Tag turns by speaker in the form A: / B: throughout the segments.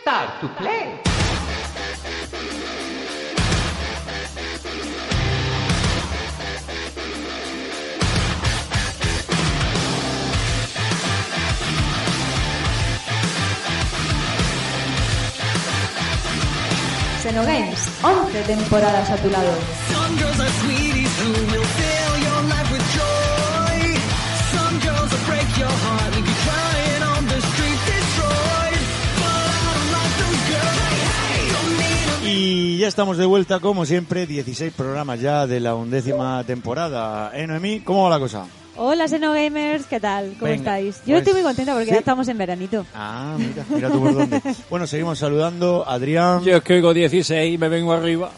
A: Start to play.
B: Xenogames, 11 temporadas a tu lado.
C: Some girls are sweeties who will fill your life with joy. Some girls will break your heart, leave you crying on the street, destroyed. But I don't like those girls. Hey, hey, don't need 'em.
D: Y ya estamos de vuelta, como siempre, 16 programas ya de la undécima temporada. ¿Eh, Noemí? ¿Cómo va la cosa?
E: Hola, Xenogamers, ¿qué tal? ¿Cómo
D: Venga,
E: estáis? Yo
D: pues,
E: estoy muy contenta porque
D: ¿sí?
E: ya estamos en veranito.
D: Ah, mira, mira tú por dónde. Bueno, seguimos saludando. Adrián.
F: Yo es que oigo 16 y me vengo arriba.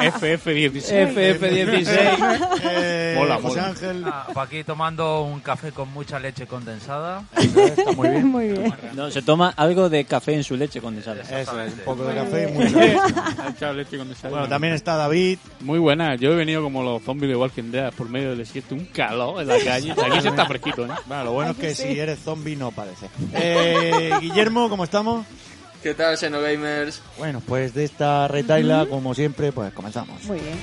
G: FF16.
F: FF16.
D: Eh,
G: Mola,
D: José
G: mola.
D: Ángel.
H: Ah, aquí tomando un café con mucha leche condensada.
D: Está muy bien.
E: Muy bien.
F: No, se toma algo de café en su leche condensada.
D: Eso es, un
H: Exactamente.
D: poco de café y mucho.
G: Ha echado leche con esa-
D: Bueno, también está David.
G: Muy buena, yo he venido como los zombies de Walking Dead por medio del desierto, un calor en la calle. Aquí se está fresquito, ¿eh?
D: Bueno, lo bueno es que si eres zombie no parece. Eh, Guillermo, ¿cómo estamos?
I: ¿Qué tal, Xenogamers?
D: Bueno, pues de esta retaila, como siempre, pues comenzamos.
E: Muy bien.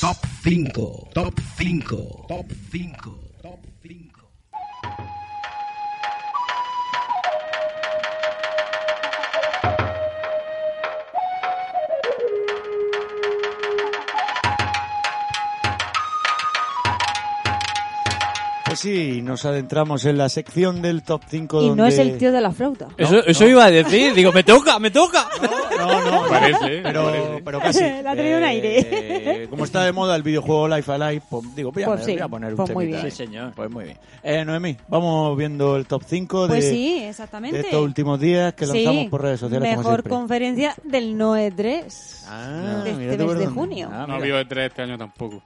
J: Top 5. Top 5. Top 5. Top 5.
D: Pues sí, nos adentramos en la sección del top 5
E: Y
D: donde...
E: no es el tío de la flauta.
F: Eso, eso iba a decir. Digo, me toca, me toca.
D: No, no, no.
G: Parece, ¿eh?
D: pero,
G: Parece.
D: pero casi.
E: Le ha traído un aire.
D: eh, como está de moda el videojuego Life Alive, pues, digo, voy a,
E: Pues sí,
D: voy a poner un
E: pues muy
D: temita.
E: bien.
F: Sí, señor.
D: Pues muy bien. Eh, Noemí, vamos viendo el top 5 de,
E: Pues sí,
D: de
E: exactamente.
D: estos últimos días que
E: Sí,
D: lanzamos por redes sociales. como
E: Mejor
D: siempre.
E: conferencia del Noe 3.
D: Ah,
E: de
D: mira
E: este
D: tú por
E: mes de
D: dónde.
E: junio.
D: Ah,
G: No
D: mira.
G: vio E3 este año tampoco.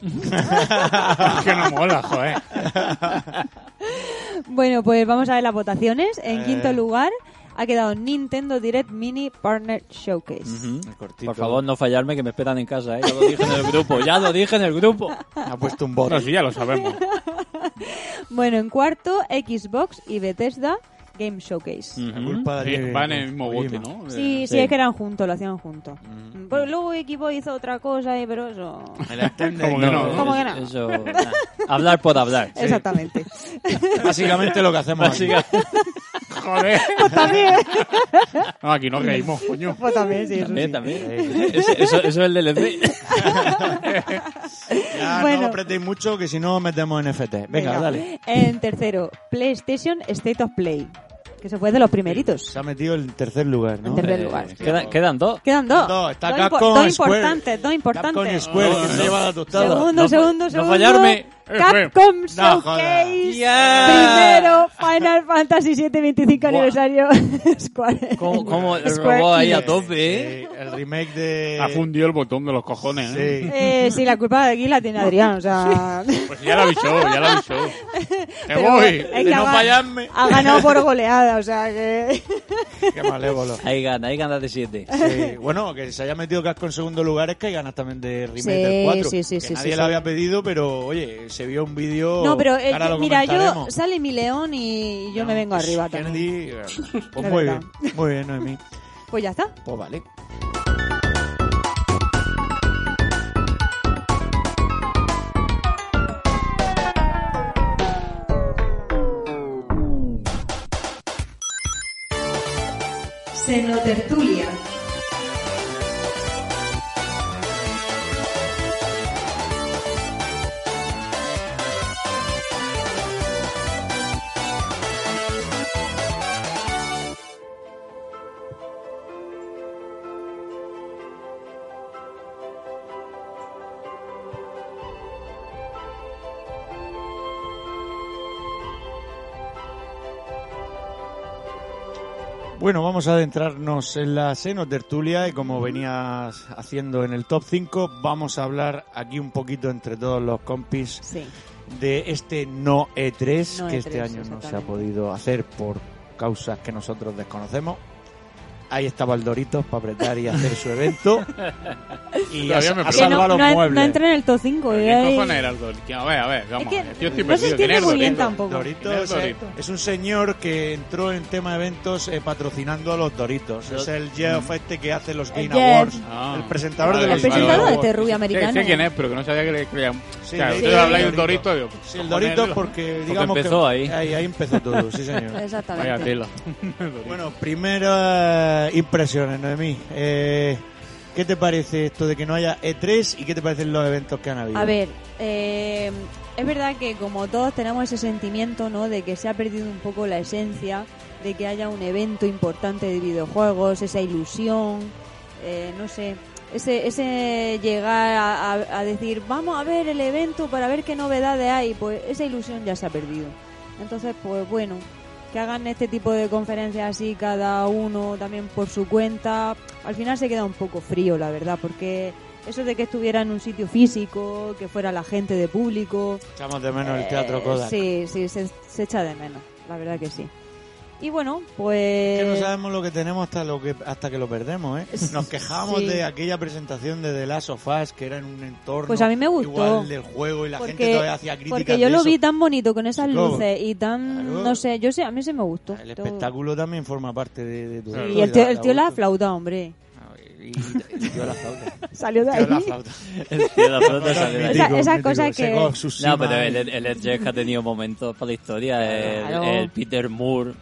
G: es que no mola, joder.
E: Bueno, pues vamos a ver las votaciones. En
D: Eh.
E: quinto lugar ha quedado Nintendo Direct Mini Partner Showcase.
D: El cortito.
F: Por favor, no fallarme que me esperan en casa, ¿eh? Ya lo dije en el grupo, ya lo dije en el grupo.
D: Ha puesto un bot.
G: No, sí, ya lo sabemos.
E: Bueno, en cuarto, Xbox y Bethesda Game Showcase.
D: La culpa
G: Sí,
D: de-
G: van en el mismo bote,
D: Kojima.
G: ¿no?
E: Sí, sí,
F: Sí.
E: es que eran juntos, lo hacían juntos.
D: Mm.
E: Pero luego equipo hizo otra cosa, eh, pero eso...
D: El extender-
G: Como que no.
E: ¿Cómo que
F: Eso-
E: no?
F: eso, nah. hablar por hablar.
E: Exactamente.
D: Básicamente lo que hacemos. aquí.
G: Joder.
E: Pues también.
G: No, aquí nos reímos, coño.
E: Pues también, sí, eso
F: También,
E: sí.
F: también. Eso, eso- eso es el DLC.
D: Ya no
E: Bueno.
D: apretéis mucho que si no metemos NFT. Venga, dale.
E: En tercero, PlayStation State of Play, que se fue de los primeritos.
D: Se ha metido en tercer lugar, ¿no?
E: En tercer lugar.
F: Quedan, quedan dos.
E: Quedan dos.
D: No, está
E: dos,
D: Capcom
E: impor- dos
D: Square.
E: importantes, dos
D: Capcom
E: importantes.
D: Square,
F: Ah,
D: que se lleva la tostada.
E: Segundo,
F: No-
E: segundo,
F: no
E: segundo.
F: fallarme.
E: Capcom
D: No, joder.
E: Showcase.
F: Yeah.
E: Primero, Final Fantasy VII 25
F: Buah.
E: aniversario. Square.
F: ¿Cómo, cómo el
E: Square
F: robot ahí a
E: Enix.
F: tope, eh?
D: Sí, el remake de...
G: Ha fundido el botón de los cojones, ¿eh?
D: Sí.
E: Eh, sí, la culpa de aquí la tiene Adrián, o sea...
G: Pues ya lo avisó, ya lo avisó. ¡Te
E: Pero
G: voy!
E: bueno, es que
D: no
E: ha gan-
D: fallarme.
E: Ha ganado por goleada, o sea que...
D: Qué malévolo.
F: Ahí gana, ahí gana de siete.
D: Sí, bueno, que se haya metido Casco en segundo lugar es que hay ganas también de remake
E: Sí,
D: del 4.
E: sí, sí,
D: que
E: sí,
D: nadie
E: sí, sí.
D: lo había pedido, pero oye, se vio un vídeo.
E: No, pero eh,
D: Oh, ahora lo
E: mira, yo
D: comentaremos. Pues,
E: sale mi león y yo me vengo arriba también.
D: Kennedy, eh, Pues
E: La
D: muy
E: verdad.
D: bien, muy bien, Noemí.
E: Pues ya está.
D: Pues vale.
B: Senotertulia.
D: Bueno, vamos a adentrarnos en la senotertulia y como venías haciendo en el top 5, vamos a hablar aquí un poquito entre todos los compis
E: Sí.
D: de este no E3
E: No
D: que
E: E3,
D: este año no se ha
E: exactamente.
D: podido hacer por causas que nosotros desconocemos. Ahí estaba el Doritos para apretar y hacer su evento. y ha,
G: Todavía me
D: ha
G: preocupa.
E: Que no,
D: salvado los
E: no en-
D: muebles.
E: no entra en el top 5.
G: ¿Qué
E: eh, ahí-
G: cojones era el Doritos? A ver, a ver, vamos.
E: que
G: a ver. Yo estoy
E: no se
G: perdido.
E: entiende
G: ¿Quién es
E: Pues muy bien
G: Doritos?
E: tampoco.
D: Doritos
G: ¿Quién es
D: eh,
G: Doritos?
D: es un señor que entró en tema de eventos eh, patrocinando a los Doritos. Es el Jeff este que hace los
E: El
D: Game
E: Jeff.
D: Awards.
G: Ah.
D: el presentador
G: Vale,
D: de los
E: El presentador
D: Game
E: de
D: Awards.
E: Terrubi
G: Sí, sé
E: americano. ¿eh?
G: quién es, pero que no sabía que le creían.
D: Sí,
G: claro,
D: sí,
G: ustedes
D: sí,
G: habláis del
D: Dorito.
G: Dorito, pues, digo.
D: Sí, el Doritos porque digamos
F: empezó
D: que
F: ahí.
D: ahí. ahí empezó todo, sí señor.
G: Vaya
E: Exactamente.
G: tela.
D: bueno, primeras impresiones, Noemí. Eh, ¿Qué te parece esto de que no haya E3 y qué te parecen los eventos que han habido?
E: A ver, eh, es verdad que como todos tenemos ese sentimiento, ¿no? De que se ha perdido un poco la esencia, de que haya un evento importante de videojuegos, esa ilusión, eh, no sé, ese, ese llegar a, a- a decir, vamos a ver el evento para ver qué novedades hay, pues esa ilusión ya se ha perdido. Entonces, pues bueno, que hagan este tipo de conferencias así cada uno también por su cuenta, al final se queda un poco frío, la verdad, porque eso de que estuviera en un sitio físico, que fuera la gente de público,
D: Echamos de menos el Teatro
E: eh,
D: Kodak.
E: Sí, sí, se, se echa de menos, la verdad que sí. Y bueno,
D: Que no
E: pues...
D: sabemos lo que tenemos hasta lo que hasta que lo perdemos, ¿eh? Nos quejábamos
E: Sí.
D: de aquella presentación de The Last of Us que era en un entorno
E: Pues a mí me gustó.
D: igual del juego y la gente todavía hacía críticas
E: porque yo
D: de
E: lo
D: eso.
E: vi tan bonito con esas
D: Sí, claro.
E: luces y tan
D: Claro.
E: no sé yo sé a mí se me gustó
D: El
E: Todo.
D: espectáculo también forma parte de, de tu
G: Sí,
E: y
D: historia,
E: el tío,
D: da-
E: el
D: da
E: tío la
D: gusto.
E: flauta hombre
D: Y, y- y yo la flauta.
E: salió de
D: Yo la
E: ahí
D: flauta.
F: El tío de la flauta sale de ahí.
E: Esa- esas cosas que-
D: Ghost of Tsushima.
F: No, pero el, el, el Ed Gein ha tenido momentos para la historia. El,
E: Claro.
F: el Peter Moore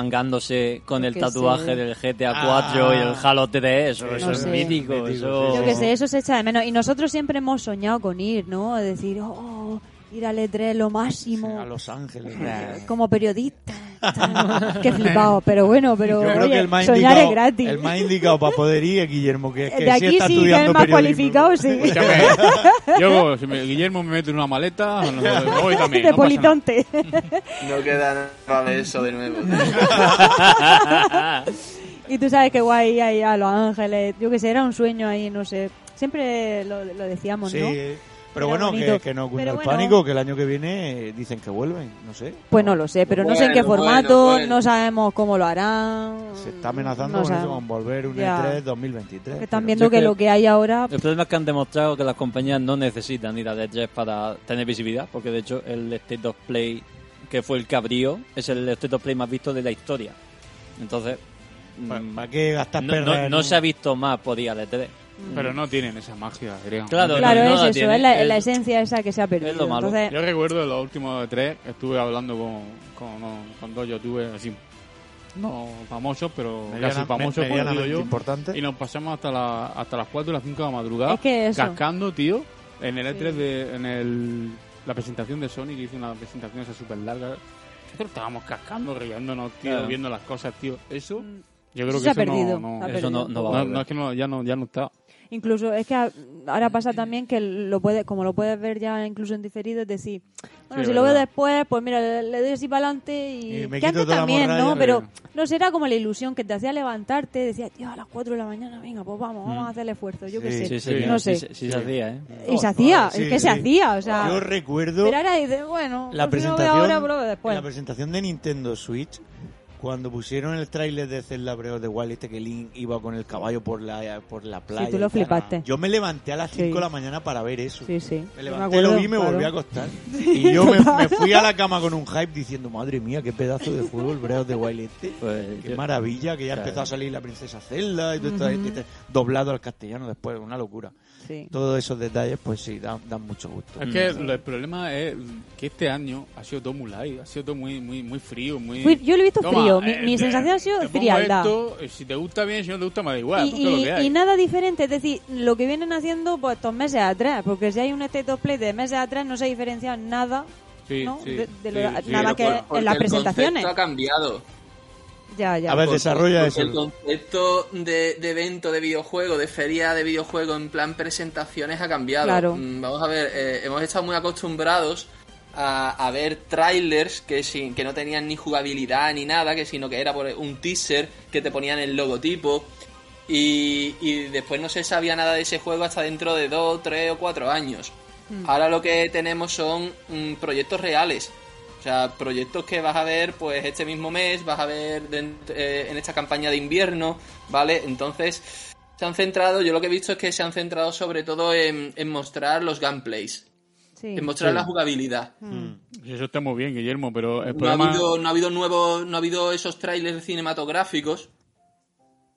F: remangándose con el
E: que
F: tatuaje
E: sé.
F: del GTA
D: Ah.
F: 4 y el Halo 3. Eso, eso
E: no
F: es
E: sé.
F: mítico.
D: Mítico,
F: eso...
D: sí,
E: Yo que sé, eso se echa de menos. Y nosotros siempre hemos soñado con ir, ¿no? A decir, oh, ir al E3 lo máximo.
D: A Los Ángeles.
E: Como periodista. tal. Qué flipado. Pero bueno, pero
D: Yo creo
E: oye,
D: que el más
E: soñar es
D: indicado,
E: gratis. Eh,
D: el más indicado para poder ir es Guillermo, que,
E: de
D: que
E: aquí
D: sí está
E: sí, que es
D: estudiando
E: el más
D: periodismo.
E: cualificado,
D: Pues
E: sí.
G: Escúchame, Yo, si me- Guillermo me mete en una maleta, no, me voy también.
E: de
G: no pasa nada.
E: politonte.
I: No queda nada de eso de nuevo.
E: y tú sabes que guay ahí a Los Ángeles. Yo que sé, era un sueño ahí, no sé. Siempre lo, lo decíamos,
D: Sí,
E: ¿no?
D: eh, pero
E: Era
D: bueno, que,
E: bonito.
D: que no cunda
E: Pero
D: el
E: bueno.
D: pánico, que el año que viene eh, dicen que vuelven, no sé.
E: Pues no lo sé, pero no sé en qué
I: Bueno,
E: formato,
I: bueno, bueno.
E: no sabemos cómo lo harán.
D: Se está amenazando
E: no
D: con, eso,
E: sabemos.
D: con volver un E
E: Ya.
D: E3 2023.
E: Que Están
D: pero-
E: viendo que,
F: que-
E: lo que hay ahora.
F: El problema es que han demostrado que las compañías no necesitan ir a Dead Jazz para tener visibilidad, porque de hecho el State of Play, que fue el cabrío, es el State of Play más visto de la historia. Entonces, mm,
D: ¿Para, para qué gastas
F: no,
D: perras
F: no-
D: en-
F: no se ha visto más por día de 3.
G: Pero no tienen esa magia, Adrián.
F: Claro,
G: No
E: Claro,
F: no
E: es
F: la
E: eso,
F: tiene,
E: es la,
F: es-
E: la esencia esa que se ha perdido.
F: lo malo.
E: Entonces,
G: Yo recuerdo de los últimos tres, estuve hablando con, con, con dos youtubers así, no famosos, pero
D: Mediana-
G: casi famosos,
D: me-
G: como digo
D: medianamente
G: yo.
D: importante.
G: Y nos pasamos hasta, la, hasta las 4 y las 5 de la madrugada,
E: Es que eso.
G: cascando, tío, en el E3, de, en el, la presentación de Sony, que hizo una presentación esa súper larga. Nosotros estábamos cascando, riéndonos, tío,
F: Claro.
G: viendo las cosas, tío. Eso,
E: Mm.
G: yo creo
E: Eso
G: que
E: se ha
G: eso no-
E: perdido,
G: no,
E: se ha
G: eso
F: Eso no, no va a
G: no,
F: volver.
G: no, es que no, ya, no, ya no está.
E: incluso es que a- ahora pasa también que lo puede, como lo puedes ver ya incluso en diferido, es decir, bueno,
G: Sí,
E: si lo veo
G: verdad.
E: después, pues mira, le, le doy así para adelante y,
D: Y me
E: que
D: quito
E: antes
D: toda la
E: también,
D: morralla.
E: ¿no? Pero no será como la ilusión que te hacía levantarte, decías, tío, a las 4 de la mañana, venga, pues vamos, vamos a hacer el esfuerzo, yo qué
D: Mm. Sí,
E: sé.
F: Sí,
G: sí,
F: sí,
E: no
F: sí,
E: sé.
F: sí, sí se hacía, ¿eh?
E: Y se hacía,
D: Sí,
E: es que
D: sí.
E: se hacía, o sea.
D: Yo recuerdo
E: Pero ahora dices, bueno,
D: la
E: pues si no
D: presentación,
E: veo ahora, pues lo veo después.
D: la presentación de Nintendo Switch cuando pusieron el tráiler de Zelda Breath of the Wild este que Link iba con el caballo por la por la playa.
E: tú lo
D: y tal.
E: flipaste.
D: Yo me levanté a las 5
E: Sí.
D: de la mañana para ver eso.
E: Sí, sí.
D: Me
E: Yo
D: levanté,
E: acuerdo,
D: lo vi y me
E: claro.
D: volví a acostar. Y yo me, me fui a la cama con un hype diciendo, madre mía, qué pedazo de juego el Breath of the Wild este.
F: Pues
D: Qué
F: yo-
D: maravilla, que ya empezó a salir la princesa Zelda y todo esto, este- este- doblado al castellano después, una locura.
E: Sí.
D: Todos esos detalles, pues sí, dan, dan mucho gusto.
G: Es que lo- el problema es que este año ha sido todo muy light, ha sido todo muy, muy, muy frío, muy...
E: Fui- yo lo he visto frío, mi- mi
G: eh,
E: sensación ha sido
G: te pongo
E: frialdad.
G: esto, eh, si te gusta bien, si no te gusta, me da igual.
E: Y,
G: ponte lo
E: y-
G: que hay.
E: y nada diferente, es decir, lo que vienen haciendo pues estos meses atrás, porque si hay un state of play de meses atrás no se diferencia nada,
G: Sí,
E: ¿no?
G: sí,
E: de, de lo-
G: sí, sí.
E: nada
G: Pero
E: que
I: Porque
E: en las
I: el
E: presentaciones.
I: concepto ha cambiado.
E: Ya, ya.
D: A ver,
I: Porque-
D: desarrolla
I: porque El
D: eso.
I: concepto de, de evento de videojuego, de feria de videojuego en plan presentaciones ha cambiado.
E: Claro.
I: Mm, Vamos a ver, eh, hemos estado muy acostumbrados a, a ver trailers que, sin, que no tenían ni jugabilidad ni nada, que sino que era por un teaser que te ponían el logotipo. Y, y después no se sabía nada de ese juego hasta dentro de 2, 3 o 4 años. Ahora lo que tenemos son mm, proyectos reales. O sea, proyectos que vas a ver pues este mismo mes, vas a ver dent- eh, en esta campaña de invierno, ¿vale? Entonces, se han centrado, yo lo que he visto es que se han centrado sobre todo en, en mostrar los gameplays,
E: Sí.
I: en mostrar la jugabilidad.
G: Mm. Eso está muy bien, Guillermo, pero el
I: No ha,
G: problema...
I: habido, no ha habido nuevos, no ha habido esos trailers cinematográficos.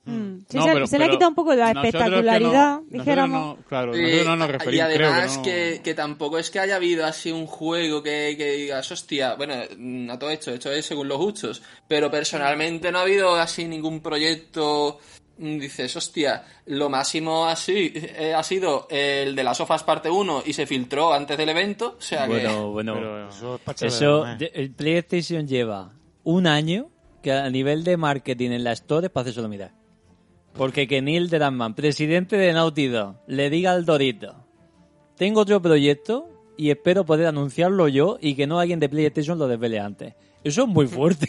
E: Mm. Sí,
G: No,
E: se,
G: pero-
E: se le ha
G: pero
E: quitado un poco la
G: nosotros que no-
E: espectacularidad, "Oh,
G: nosotros
E: dijéramos.
G: no- claro,
I: Eh,
G: nosotros no nos
I: y
G: referimos, creo
I: además
G: no-
I: que, que tampoco es que haya habido así un juego que, que digas, hostia, bueno, mm, a todo esto, esto es según los gustos, pero personalmente no ha habido así ningún proyecto, mm, dices, hostia, lo máximo así eh, ha sido el de las sofas parte 1 y se filtró antes del evento, o sea que...
F: Bueno, bueno.
G: Pero-
D: Eso es para
F: Eso,
D: charlar,
F: de- el PlayStation lleva un año que a nivel de marketing en la Store es para hacer solo mirar. Porque que Neil Druckmann, presidente de Naughty Dog, le diga al Dorito, tengo otro proyecto y espero poder anunciarlo yo y que no alguien de PlayStation lo desvele antes. Eso es muy fuerte.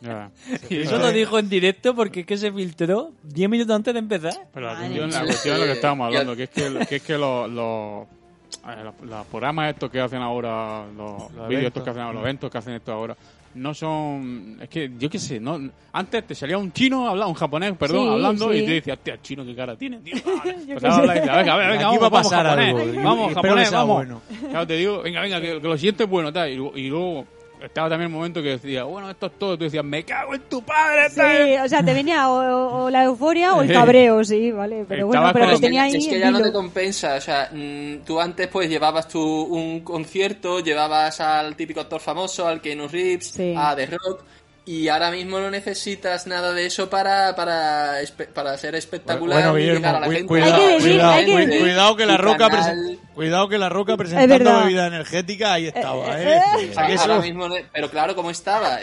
G: Ya.
F: Eso lo dijo en directo porque es que se filtró 10 minutos antes de empezar.
G: Pero la
E: Madre
G: cuestión, la
I: mía.
G: cuestión es lo que estábamos
I: Ya-
G: hablando, que es que, que, es que los, los, a ver, los- los programas estos que hacen ahora, los,
D: Los eventos.
G: vídeos
D: Mm.
G: estos que hacen ahora, los eventos que hacen esto ahora, no son... Es que yo qué sé, no antes te salía un chino, habla- un japonés, perdón,
E: Sí,
G: hablando
E: sí.
G: y te decía, hostia, chino, qué cara tiene, tío. Pues
E: qué
G: ahora
E: sé.
G: habla y dice, venga, venga,
D: Aquí
G: vamos,
D: va a
G: vamos,
D: pasar
G: japonés,
D: algo, y- y
G: vamos,
D: espero que
G: japonés,
D: sea
G: vamos.
D: bueno.
G: Claro, te digo, venga, venga, que, que lo siguiente es bueno, tal. Y, lu- y luego estaba también el momento que decía, bueno, esto es todo, tú decías, me cago en tu padre, tal.
E: Sí, o sea, te venía o, o- o la euforia o el cabreo, sí, vale. Pero bueno,
G: Estaba
E: pero
G: con-
E: los Pues tenía ahí.
I: es que
E: en
I: ya no
E: vilo.
I: te compensa, o sea, mm, tú antes pues llevabas tú un concierto, llevabas al típico actor famoso, al Keanu Reeves,
E: Sí.
I: a The Rock, y ahora mismo no necesitas nada de eso para, para, espe- para ser espectacular
D: Bueno,
I: y llegar
D: Guillermo,
I: a la
D: cu-
I: gente.
D: cuidado,
E: Hay que decir,
D: cuidado,
E: hay que
D: cu-
E: decir-
D: cuidado que la
I: Tu
D: roca presen-
I: canal.
D: cuidado que la roca
E: Es
D: presentando
E: verdad.
D: bebida energética ahí estaba,
E: eh,
D: eh.
I: O sea,
D: Que eso-
I: ahora mismo no- pero claro, ¿cómo estaba?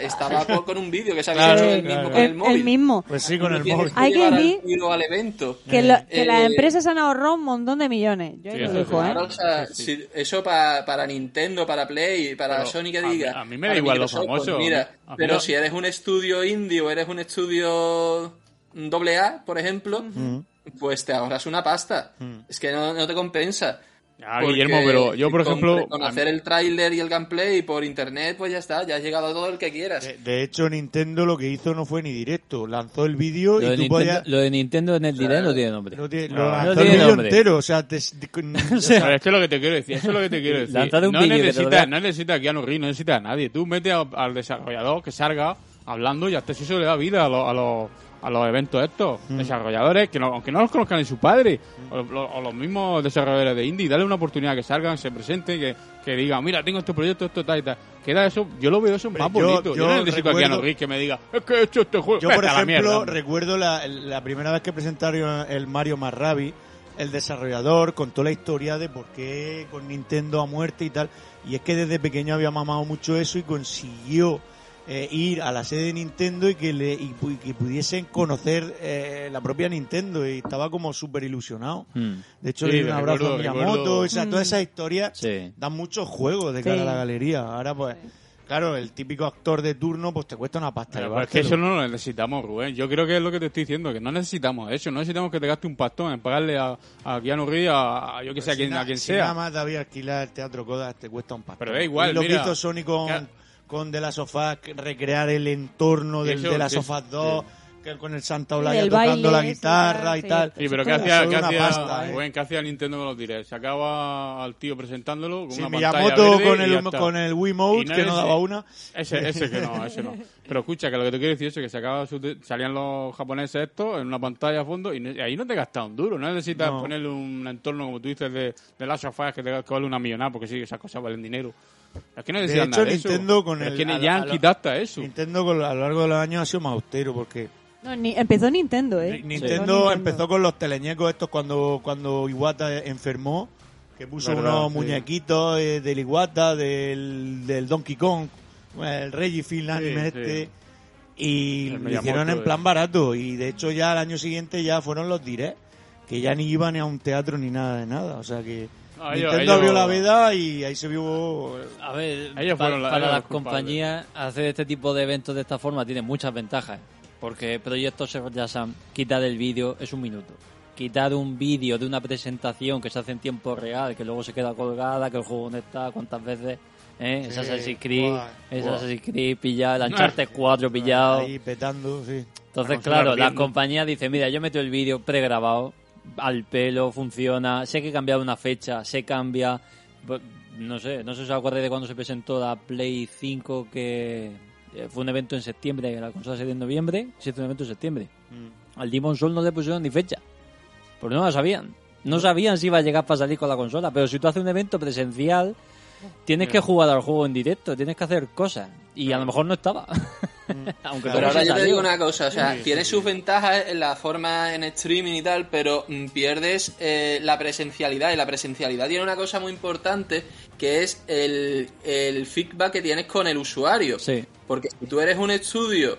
I: Estaba po- con un vídeo que se había
D: Claro,
I: hecho él
D: claro.
I: mismo con
E: El,
I: el móvil.
E: el mismo.
D: pues sí, con
I: No
D: el
I: tienes
D: móvil.
E: Hay que
I: llevar al
E: decir
I: tiro al evento.
E: Que, lo- que
I: Eh,
E: las empresas han ahorrado un montón de millones. Yo
G: Sí,
E: lo
G: eso
E: digo, ¿eh?
I: Claro, o sea, si- eso pa- para Nintendo, para Play, para
G: Pero
I: Sony que
G: a mí-
I: diga.
G: a mí me da
I: para
G: igual lo
I: Microsoft,
G: famoso.
I: pues mira,
G: A mí
I: pero
G: no-
I: si eres un estudio indie o eres un estudio doble A, por ejemplo, pues te ahorras una pasta. Es que no, no te compensa.
G: Ah,
I: Porque
G: Guillermo, pero yo, por
I: con-
G: ejemplo...
I: Con
G: a mí-
I: hacer el tráiler y el gameplay por internet, pues ya está, ya has llegado a todo el que quieras.
D: De, de hecho, Nintendo lo que hizo no fue ni directo, lanzó el vídeo
F: Lo
D: y
F: de,
D: tú
F: Nintendo,
D: podías
F: lo de Nintendo en el direct no tiene nombre.
D: no tiene-
G: No
D: lo lanzó el
F: tiene
D: vídeo
F: nombre.
D: entero, o sea, te- te-
F: O sea,
G: Pero es que es lo que te quiero decir, eso es lo que te quiero decir.
F: Lanzad un
G: no,
F: vídeo que te lo vea.
G: necesitas, no necesitas a Keanu Reeves, no necesitas a nadie. Tú mete a- al desarrollador que salga hablando y hasta eso le da vida a los, a los, a los eventos estos.
F: Mm.
G: Desarrolladores que no, aunque no los conozcan ni su padre, o, lo- o los mismos desarrolladores de indie, dale una oportunidad que salgan, se presenten, que, que digan, mira, tengo este proyecto, esto, tal y tal. Queda eso, yo lo veo eso más
D: Hombre, yo-
G: bonito. Yo,
D: yo
G: no necesito a
D: recuerdo-
G: Keanu Reeves que me diga, es que he hecho este juego.
D: Yo,
G: Vete
D: por
G: a la
D: ejemplo,
G: mierda.
D: recuerdo la, la primera vez que presentaron el Mario más Rabbids, el desarrollador contó la historia de por qué con Nintendo a muerte y tal. Y es que desde pequeño había mamado mucho eso y consiguió eh, ir a la sede de Nintendo y que, le, y pu- que pudiesen conocer eh, la propia Nintendo. Y estaba como súper ilusionado.
F: Mm,
D: De hecho,
G: Sí,
D: le di un abrazo
G: recuerdo,
D: a Miyamoto.
G: recuerdo.
D: O sea, todas esas historias
F: sí.
D: dan muchos juegos de cara
E: Mm. Sí.
D: a la galería. Ahora, pues, claro, el típico actor de turno, pues te cuesta una pasta.
G: Pero es que
D: llevártelo.
G: eso no lo necesitamos, Rubén. Yo creo que es lo que te estoy diciendo, que no necesitamos eso. No necesitamos que te gaste un pastón en pagarle a, a Keanu Reeves, a, a yo que sé, a
D: Si
G: quien,
D: na-
G: a quien
D: si
G: sea.
D: Nada más David alquilar el teatro Coda te cuesta un pastón.
G: Pero da igual,
D: Y lo
G: mira.
D: que hizo Sony con,
G: Ya.
D: con De la Sofá, recrear el entorno del
G: Eso,
D: de las
G: sí,
D: sofás 2, que con el Santa Olaya
E: El
D: tocando
E: baile,
D: la
E: sí,
D: guitarra y
E: sí.
D: tal.
G: Sí, pero ¿qué
D: Eso
G: hacía,
D: es
G: qué
D: una
G: hacía,
D: pasta, eh.
G: Rubén, qué hacía Nintendo con los directs? Sacaba al tío presentándolo con
D: Sí,
G: una
D: Miyamoto
G: pantalla verde
D: con
G: y ya
D: el,
G: está.
D: con el
G: Y
D: Wiimote,
G: no
D: que no
G: ese.
D: daba una.
G: Ese, ese que no, ese no. Pero escucha, que lo que te quiero decir es que sacaba su- salían los japoneses estos en una pantalla a fondo y no- ahí no te gastas un duro. No necesitas
D: No.
G: ponerle un entorno, como tú dices, de, de las sofás que te que vale una millonada porque sí, esas cosas valen dinero. Es que no
D: De
G: necesitas
D: hecho,
G: nada de
D: Nintendo
G: eso.
D: con
G: Pero
D: el...
G: Es que
D: a
G: ni
D: lo-
G: ya
D: a
G: han
D: lo-
G: quitado hasta eso.
D: Nintendo con- a lo largo de los años ha sido más austero, porque...
E: No, ni- empezó Nintendo, ¿eh?
D: Nintendo empezó con los teleñecos estos cuando, cuando Iwata enfermó, que puso
G: Verdad,
D: unos
G: sí.
D: muñequitos eh, del Iwata, del, del Donkey Kong, el Reggie anime
G: sí.
D: este, y
G: El
D: lo
G: Miyamoto,
D: hicieron en
G: eh.
D: plan barato. Y de hecho ya al año siguiente ya fueron los direct, que ya ni iban a un teatro ni nada de nada. O sea que
G: No, ellos-
D: Nintendo
G: ellos-
D: abrió la veda y ahí se vio... eh,
F: A ver,
G: Ellos
F: pa-
G: fueron la-
F: para
G: ellos
F: las
G: los culpables.
F: compañías hacer este tipo de eventos de esta forma tiene muchas ventajas. Porque proyectos se ya se han quitado del vídeo, es un minuto. quitar un vídeo de una presentación que se hace en tiempo real, que luego se queda colgada, que el juego no está, cuántas veces. ¿Eh? Es
D: Sí,
F: Assassin's Creed,
D: buah,
F: es
D: buah.
F: Assassin's Creed pillado, el Uncharted 4 pillado.
D: Ahí petando, sí.
F: Entonces,
G: Vamos
F: claro, la
G: rompiendo.
F: compañía dice, mira, yo meto el vídeo pregrabado, al pelo, funciona, sé que he cambiado una fecha, se cambia, bu- no sé, no sé si os acordáis de cuando se presentó la Play 5, que eh, fue un evento en septiembre, la consola salió en noviembre, se hizo un evento en septiembre. Al Demon Soul no le pusieron ni fecha, porque no la sabían. No sabían si iba a llegar para salir con la consola, pero si tú haces un evento presencial, tienes que jugar al juego en directo, tienes que hacer cosas, y a lo mejor no estaba. Aunque
I: Pero
F: luego
I: ahora
F: se
I: yo te digo
F: salió.
I: una cosa, o sea, tiene sus ventajas en la forma en streaming y tal, pero mm, pierdes eh, la presencialidad. Y la presencialidad tiene una cosa muy importante, que es el, el feedback que tienes con el usuario.
F: Sí.
I: Porque si tú eres un estudio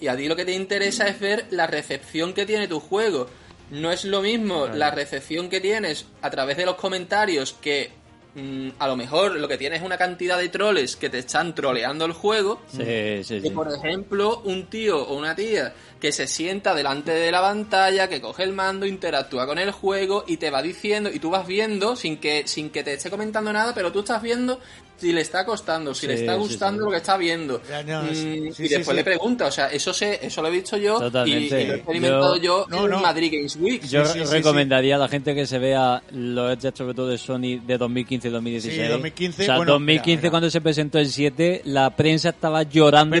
I: y a ti lo que te interesa es ver la recepción que tiene tu juego. No es lo mismo la recepción que tienes a través de los comentarios que mm, a lo mejor lo que tienes es una cantidad de troles que te están troleando el juego.
F: Sí,
D: Mm.
F: sí,
I: Que,
F: sí.
I: por ejemplo, un tío o una tía que se sienta delante de la pantalla, que coge el mando, interactúa con el juego y te va diciendo, y tú vas viendo sin que, sin que te esté comentando nada, pero tú estás viendo si le está costando, si le
F: Sí,
I: está
F: sí,
I: gustando
F: sí.
I: lo que está viendo.
D: Ya, no,
I: Mm,
D: sí,
I: y
D: sí,
I: después
D: sí.
I: le pregunta, o sea, eso se, eso lo he visto yo y- y,
F: Totalmente.
I: lo he experimentado yo,
D: Yo- no,
I: en
D: no.
I: Madrid Games Week.
F: Yo
D: Sí, sí, sí,
F: recomendaría a la gente que se vea los headsets, sobre todo de Sony, de 2015 y 2016.
D: Sí, 2015,
F: o sea,
D: bueno,
F: 2015,
D: mira, mira.
F: cuando se presentó el 7, la prensa estaba llorando y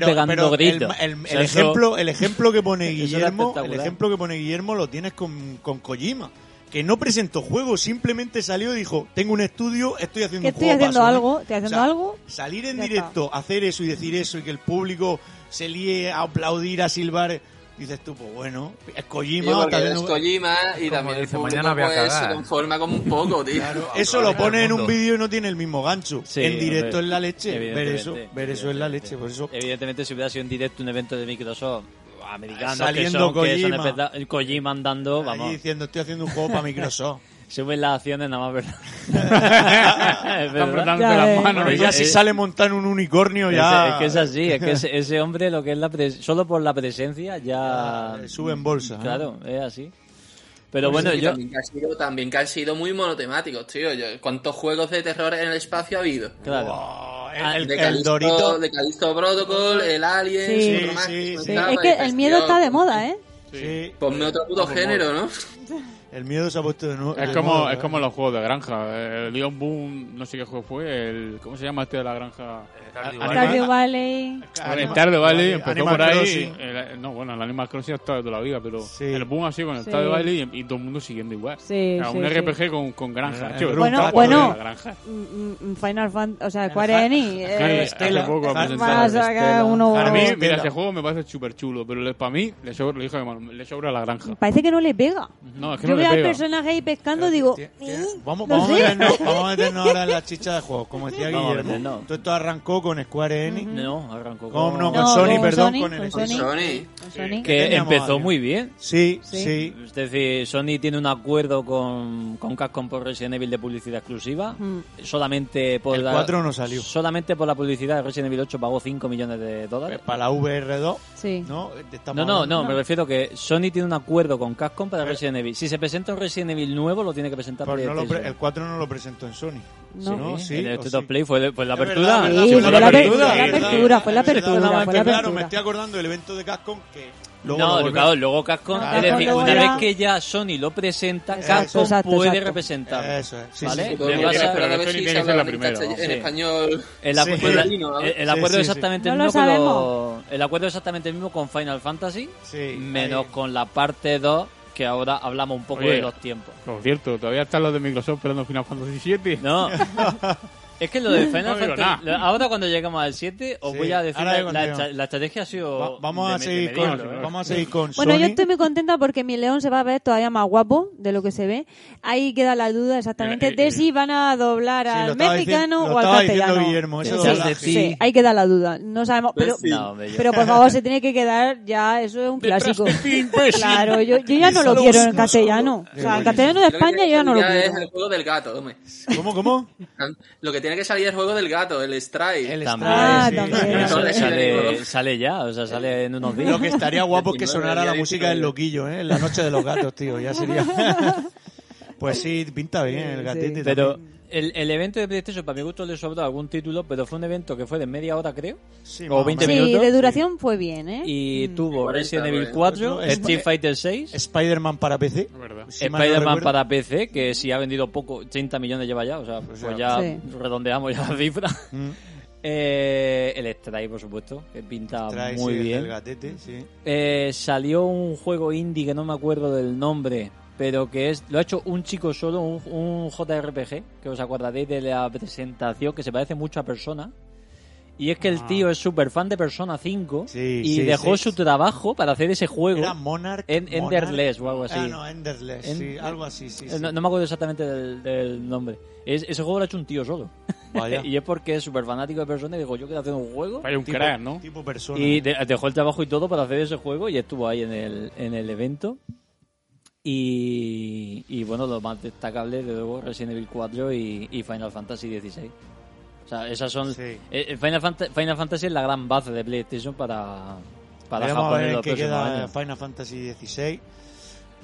D: el-
F: pegando gritos.
D: El,
F: O
D: el
F: sea, eso-
D: ejemplo, el ejemplo que pone
F: eso era
D: Guillermo, el
F: espectacular.
D: ejemplo que pone Guillermo lo tienes con, con Kojima, que no presentó juego, simplemente salió y dijo, tengo un estudio, estoy haciendo
E: Que
D: un
E: estoy
D: juego para
E: haciendo
D: Sony".
E: algo, estoy haciendo algo.
D: Salir en
E: Ya
D: directo, hacer eso y decir eso y que el público se líe a aplaudir, a silbar, dices tú, pues bueno, es
I: Tío,
D: Kojima,
I: porque
D: tal vez
I: es
D: no-
I: Kojima y
H: Como
I: también el
H: dice,
I: público,
H: mañana voy a
I: pues, se
H: cagar.
I: conforma con un poco, tío.
D: Claro, eso lo
H: claro,
D: pone en
H: todo el
D: un
H: mundo.
D: vídeo y no tiene el mismo gancho.
F: Sí,
D: en directo
F: hombre.
D: es la leche. Ver
F: Evidentemente,
D: eso, ver eso es la
F: evidentemente.
D: leche. Por eso
F: Evidentemente, si hubiera sido en directo un evento de Microsoft americano,
D: Saliendo
F: que son, que son
D: Kojima.
F: espectac- el Kojima andando,
D: allí
F: vamos,
D: diciendo, estoy haciendo un juego para Microsoft.
F: suben las acciones nada más, ¿verdad? Es
G: Están
F: verdad.
G: apretándote
E: Ya
G: las
E: ves.
G: manos.
D: Bueno,
F: Eh,
D: ya si
F: eh,
D: sale montar un unicornio ya...
F: Es, es que es así, es que ese, ese hombre lo que es la pres- solo por la presencia ya
D: Ya, eh, sube en bolsa, ¿eh?
F: Claro, es así. Pero
D: Pues
F: bueno,
I: Pues Sí,
F: yo
I: También que, han sido, también que han sido muy monotemáticos, tío. Yo- ¿Cuántos juegos de terror en el espacio ha habido?
F: claro, Ah,
D: Oh, el, el-
I: de
D: el
I: Callisto-
D: Dorito...
I: De Callisto Protocol, el Alien,
E: Sí.
I: otro más
D: Sí,
I: que
D: sí,
I: me
D: sí.
I: estaba,
E: Es que
I: dices,
E: el miedo
I: tío,
E: está de moda, ¿eh?
D: sí,
I: Ponme otro puto género, ¿no?
D: el miedo se ha puesto de nuevo.
G: Es
D: de
G: como,
D: moda,
G: es
D: ¿eh?
G: como los juegos de granja. El Leon Boom, no sé qué juego fue. El, ¿Cómo se llama este de la granja?
H: Stardew Valley.
G: Animal-
E: Stardew Valley.
G: Animal-
D: Animal-
G: Stardew Valley
D: Animal
G: empezó por ahí.
D: Crossing.
G: el- el- no, bueno, el Animal Crossing ha estado toda la vida, pero
D: Sí.
G: el boom ha sido con el
E: Sí.
G: Stardew Valley y, y todo el mundo siguiendo igual.
E: Sí,
G: O sea,
E: sí,
G: un
E: sí.
G: RPG con, con granja.
D: Eh,
G: Tío,
D: eh,
E: bueno,
G: un juego
E: bueno.
G: de la granja.
E: Mm, mm, Final Fantasy, o sea, Square Enix. eh,
G: Claro, hace
D: Estela.
G: poco ha
D: Van a
E: van a
G: presentado.
E: sacar uno.
G: Para mí,
D: Estela.
G: mira, este juego me parece súper chulo, pero le- para mí le sobra, le, dije a mi hermano, le sobra la granja.
E: Parece que no le pega.
G: No, es que
E: Yo
G: no le
E: veo al
G: pega.
E: personaje ahí pescando, digo.
D: Tien-
E: ¿eh?
D: tien- Vamos,
E: No
D: vamos,
E: sé.
D: a meternos, vamos a meternos ahora en la chicha de juegos, como decía
F: Vamos a
D: Guillermo.
F: meternos.
D: Entonces, esto arrancó con Square Enix.
F: no, arrancó
D: Con-
F: con-
D: no,
E: No,
D: Sony, perdón, con el-
E: Sony.
I: Sony.
E: con Sony.
D: ¿Qué
F: que
D: teníamos
F: empezó
D: antes?
F: muy bien.
D: Sí,
E: Sí.
D: sí.
F: Es decir, Sony tiene un acuerdo con, con Capcom por Resident Evil de publicidad exclusiva.
E: Mm,
F: Solamente por
D: El
F: la,
D: 4 no salió.
F: Solamente por la publicidad de Resident Evil 8 pagó 5 millones de dólares.
D: Pues Para la VR2,
E: Sí.
D: ¿no? Te estamos
F: No, no,
D: hablando.
F: no, me refiero que Sony tiene un acuerdo con Capcom para Resident Evil. Si se presenta un Resident Evil nuevo, lo tiene que presentar
D: Pues no lo pre-
F: PlayStation.
D: el 4 no lo presentó en Sony.
E: No.
D: ¿no? Sí,
F: en el
D: o
F: State of
D: sí.
F: Play fue, el- fue la
D: Es
F: apertura.
D: verdad,
E: Sí,
D: es verdad,
E: fue la
D: es
E: apertura,
D: verdad,
E: la
D: es verdad.
E: apertura, fue la
D: Es verdad,
E: apertura,
D: nada más
E: fue la
D: que claro,
E: apertura.
D: me estoy acordando del evento de Capcom que luego lo
F: No,
D: volvemos-
F: claro, luego Capcom,
E: No,
F: es
E: Capcom
F: decir,
E: luego
F: una
E: ya-
F: vez que ya Sony lo presenta,
D: Exacto,
F: Capcom
E: exacto,
F: puede
E: exacto.
F: representarlo.
D: Eso es, sí,
F: ¿Vale?
D: sí, sí.
I: Todo el
F: Me
I: mundo
F: pasa-
I: espera a
G: pero
I: ver
G: Sony
I: si
G: tiene
I: se
G: que
I: habla
G: ser la
I: en,
G: primera,
I: castell-
G: ¿no?
I: en
F: Sí.
I: español.
F: El
D: Sí.
F: acuerdo,
I: Latino,
F: el- el
D: Sí,
F: acuerdo
D: sí,
F: es
D: sí.
F: exactamente el
E: No lo
F: mismo con
E: sabemos.
F: los- el acuerdo es exactamente el mismo con Final Fantasy,
D: Sí,
F: menos
D: ahí.
F: con la parte 2, que ahora hablamos un poco
G: Oye.
F: de los tiempos.
G: Por cierto, todavía están los de Microsoft esperando Final Fantasy VII.
F: No. Es que lo de
G: No
F: Final
G: digo
F: Fantasy. Ahora cuando llegamos al 7, os
D: Sí,
F: voy a decir.
D: ahora
F: La,
D: digo
F: la
D: yo.
F: cha- la estrategia ha sido.
D: Va- vamos,
F: de
D: a
F: me-
D: seguir
F: de
D: con,
F: medirlo, ¿eh?
D: vamos a seguir con
E: Bueno,
D: Sony.
E: yo estoy muy contenta porque mi león se va a ver todavía más guapo de lo que se ve. Ahí queda la duda exactamente
G: Eh, eh, eh.
E: de si van a doblar
D: Sí, lo
E: al
D: estaba
E: mexicano
D: diciendo- lo
E: o al
D: estaba diciendo
E: castellano.
D: Guillermo, ese
F: Sí,
D: doblaje.
F: sí, Pues
E: Sí, ahí queda la duda. No sabemos, pero,
F: No, hombre, yo-
E: pero por favor se tiene que quedar ya, eso es un clásico.
D: pues
E: Claro, yo, yo ya no lo quiero en castellano. O sea, en castellano de
I: Creo que
E: España yo ya no lo
I: ya
E: quiero.
I: es el juego del gato, hombre.
D: ¿Cómo, cómo?
I: Lo que tiene tiene que salir el juego del gato, el Strike.
D: El
F: También,
E: Ah,
D: sí.
E: también.
F: Eso
I: Entonces,
F: sale,
I: digo-
F: sale ya, o sea, sale en unos días.
D: Lo que estaría guapo es que
I: 19,
D: sonara la
I: día
D: música del
I: 19.
D: loquillo, ¿eh? En la noche de los gatos, tío. Ya sería. Pues sí, pinta bien el gatete.
F: Pero
D: también.
F: el, el evento de PlayStation, para mi gusto, le sobró algún título, pero fue un evento que fue de media hora, creo.
D: Sí,
F: o
D: más o
F: 20
D: menos.
F: minutos.
E: Sí, de duración fue bien, ¿eh?
F: Y tuvo
I: 40,
F: Resident Evil
I: pues,
F: 4,
D: no, es-
F: Street Fighter 6,
D: Spider-Man para PC.
G: Es verdad.
D: si mal no
F: Spider-Man
D: recuerdo.
F: para PC, que si ha vendido poco, 30 millones lleva ya, o sea, pues
D: sea,
F: ya
E: Sí.
F: redondeamos ya la cifra.
D: Mm.
F: Eh, el Strike, por supuesto, que pinta
D: Trae,
F: Ah, muy
D: sí, el
F: bien.
D: del gatete, sí.
F: Eh, salió un juego indie que no me acuerdo del nombre, pero que es lo ha hecho un chico solo, un, un JRPG, que os acordaréis de la presentación, que se parece mucho a Persona. Y es que el tío es súper fan de Persona 5
D: Ah. Sí,
F: y
D: sí,
F: dejó
D: sí.
F: su trabajo para hacer ese juego.
D: Era Monarch.
F: En-
D: Monarch.
F: Enderless o algo así.
D: Ah, no, Enderless,
F: En-
D: sí, algo así, sí.
F: Eh,
D: sí.
F: No, no me acuerdo exactamente del, del nombre. Es- ese juego lo ha hecho un tío solo.
D: Vaya.
F: y es porque es súper fanático de Persona y dijo, yo quiero hacer un juego.
G: Hay un
D: Tipo-
G: crack, ¿no?
D: Tipo persona.
F: Y de- dejó el trabajo y todo para hacer ese juego y estuvo ahí en el, en el evento. Y, y bueno, lo más destacable, de luego, Resident Evil 4 y, y Final Fantasy XVI. O sea, esas son.
D: Sí.
F: eh, eh, Final, Fant- Final Fantasy es la gran base de PlayStation para, para
D: Veremos a
F: Japón en
D: ver en
F: los
D: qué
F: próximos
D: queda
F: años.
D: Final Fantasy XVI.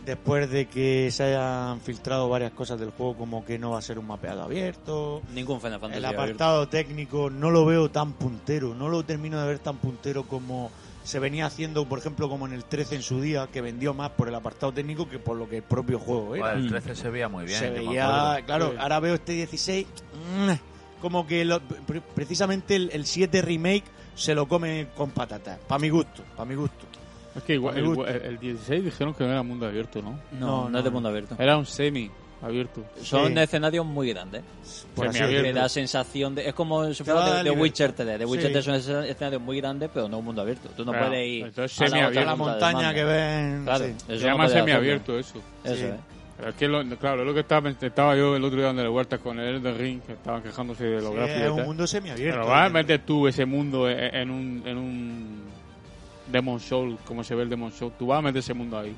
D: Después de que se hayan filtrado varias cosas del juego, como que no va a ser un mapeado abierto,
F: Ningún Final Fantasy.
D: el
F: abierto.
D: apartado técnico no lo veo tan puntero, no lo termino de ver tan puntero como se venía haciendo, por ejemplo, como en el 13 en su día, que vendió más por el apartado técnico que por lo que el propio juego era.
H: Joder, el 13 se veía muy bien.
D: se
H: yo me
D: veía,
H: acuerdo.
D: claro, ahora veo este 16, mm, como que lo- pre- precisamente el, el 7 remake se lo come con patatas, para mi gusto, para mi gusto.
G: Es que igual,
D: Me
G: el,
D: gusta.
G: el- el 16 dijeron que no era mundo abierto, ¿no?
F: No,
D: No,
F: no, es
D: no. Eh,
F: de mundo abierto.
G: Era un semi abierto.
F: Son
D: Sí.
F: escenarios muy grandes.
D: Por así
G: Semiabierto.
F: Que
D: decirlo.
F: da sensación de. Es como si
D: Te da
F: fuera de, de
D: libertad.
F: Witcher 3. De Witcher
D: Sí.
F: 3 son escena- escenarios muy grandes, pero no un mundo abierto. Tú no
G: Claro,
F: puedes ir.
G: entonces
F: a la
G: semiabierto.
F: otra
D: la
G: Tanta
D: montaña que ven.
F: Claro,
D: sí.
G: Se
F: eso no
G: llama
F: puedes
G: semiabierto eso.
F: hacerlo. Eso
D: Sí.
F: es.
G: Pero es que, lo- claro, lo que estaba, pens- estaba yo el otro día dando vueltas con el Elden Ring, que estaban quejándose de los
D: Sí,
G: gráficos. y
D: es un
G: tal.
D: mundo semiabierto.
G: Pero vas a meter tú ese mundo e- e- en un, en un Demon Soul, como se ve el Demon Soul. Tú vas a meter ese mundo ahí.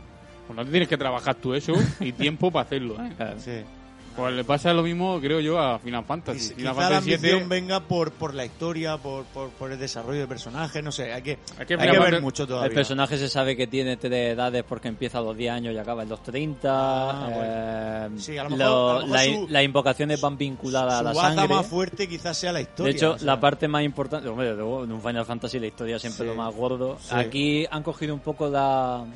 G: Pues no te tienes que trabajar tú eso y tiempo para hacerlo. ¿eh?
F: Claro.
D: Sí.
G: Pues le pasa lo mismo, creo yo, a Final Fantasy.
D: Quiz-
G: Final
D: Quizá la
G: Fantasy
D: ambición
G: 7
D: venga por, por la historia, por, por, por el desarrollo de personajes, no sé, hay que, hay que,
G: Final Fantasy-
D: ver mucho todavía.
F: El personaje se sabe que tiene tres edades porque empieza a los 10 años y acaba en los 30.
D: Ah,
F: eh,
D: Sí, a lo mejor- a lo mejor
F: la-
D: su-
F: las invocaciones van vinculadas a
D: Su
F: la
D: baza
F: sangre.
D: más fuerte quizás sea la
F: De
D: historia.
F: hecho,
D: o sea,
F: la parte más importante, hombre, desde luego, en un Final Fantasy la historia siempre
D: Sí.
F: lo más gordo.
D: Sí.
F: Aquí han cogido un poco la,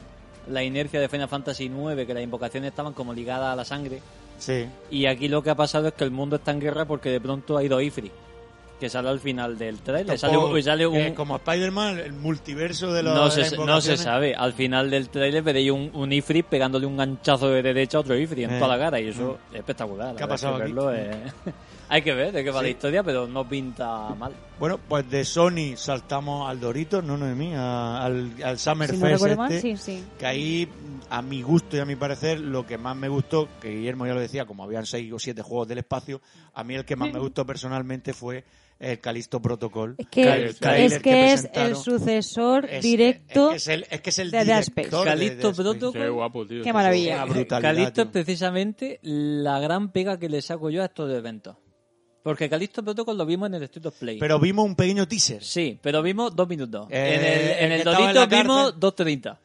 F: la inercia de Final Fantasy IX, que las invocaciones estaban como ligadas a la sangre.
D: Sí,
F: Y aquí lo que ha pasado es que el mundo está en guerra porque de pronto ha ido Ifrit, que sale al final del trailer. Le sale,
D: Tampoco-
F: un- sale
D: que
F: un,
D: como Spider-Man, el multiverso de los
F: no,
D: de
F: se,
D: las
F: sa- no se
D: invocaciones.
F: sabe. Al final del trailer veréis un, un Ifrit pegándole un ganchazo de derecha a otro Ifrit en
D: Eh.
F: toda la cara y eso es espectacular. la
D: ¿Qué ha
F: verdad es que
D: pasado aquí?
F: verlo es- Hay que ver de qué va la
D: Sí.
F: historia, pero no pinta mal.
D: Bueno, pues de Sony saltamos al Doritos, no Noemí, a- al, al Summer
E: si no
D: Fest
E: recuerdo mal, sí,
D: este.
E: sí.
D: que ahí a mi gusto y a mi parecer lo que más me gustó que Guillermo ya lo decía como habían seis o siete juegos del espacio a mí el que más me gustó personalmente fue el Calisto Protocol
E: Es que,
D: Tra-
G: es
D: trailer
E: es, que es
D: presentaron.
E: el sucesor
D: Es-
E: directo.
D: es, que es el, es que es el
E: de Dead Space.
D: director de
F: Calisto
D: Dead Space.
F: Protocol.
G: se ve guapo, tío.
E: Qué maravilla.
D: Una brutalidad,
F: Calisto Eh, es
D: tío.
F: precisamente la gran pega que le saco yo a estos eventos. Porque Calisto Protocol lo vimos en el Street of Play.
D: pero vimos un pequeño teaser
F: Sí, pero vimos dos minutos.
D: Eh,
F: en el, en el
D: que estaba en la
F: Dorito vimos
D: cárcel.
F: 2.30.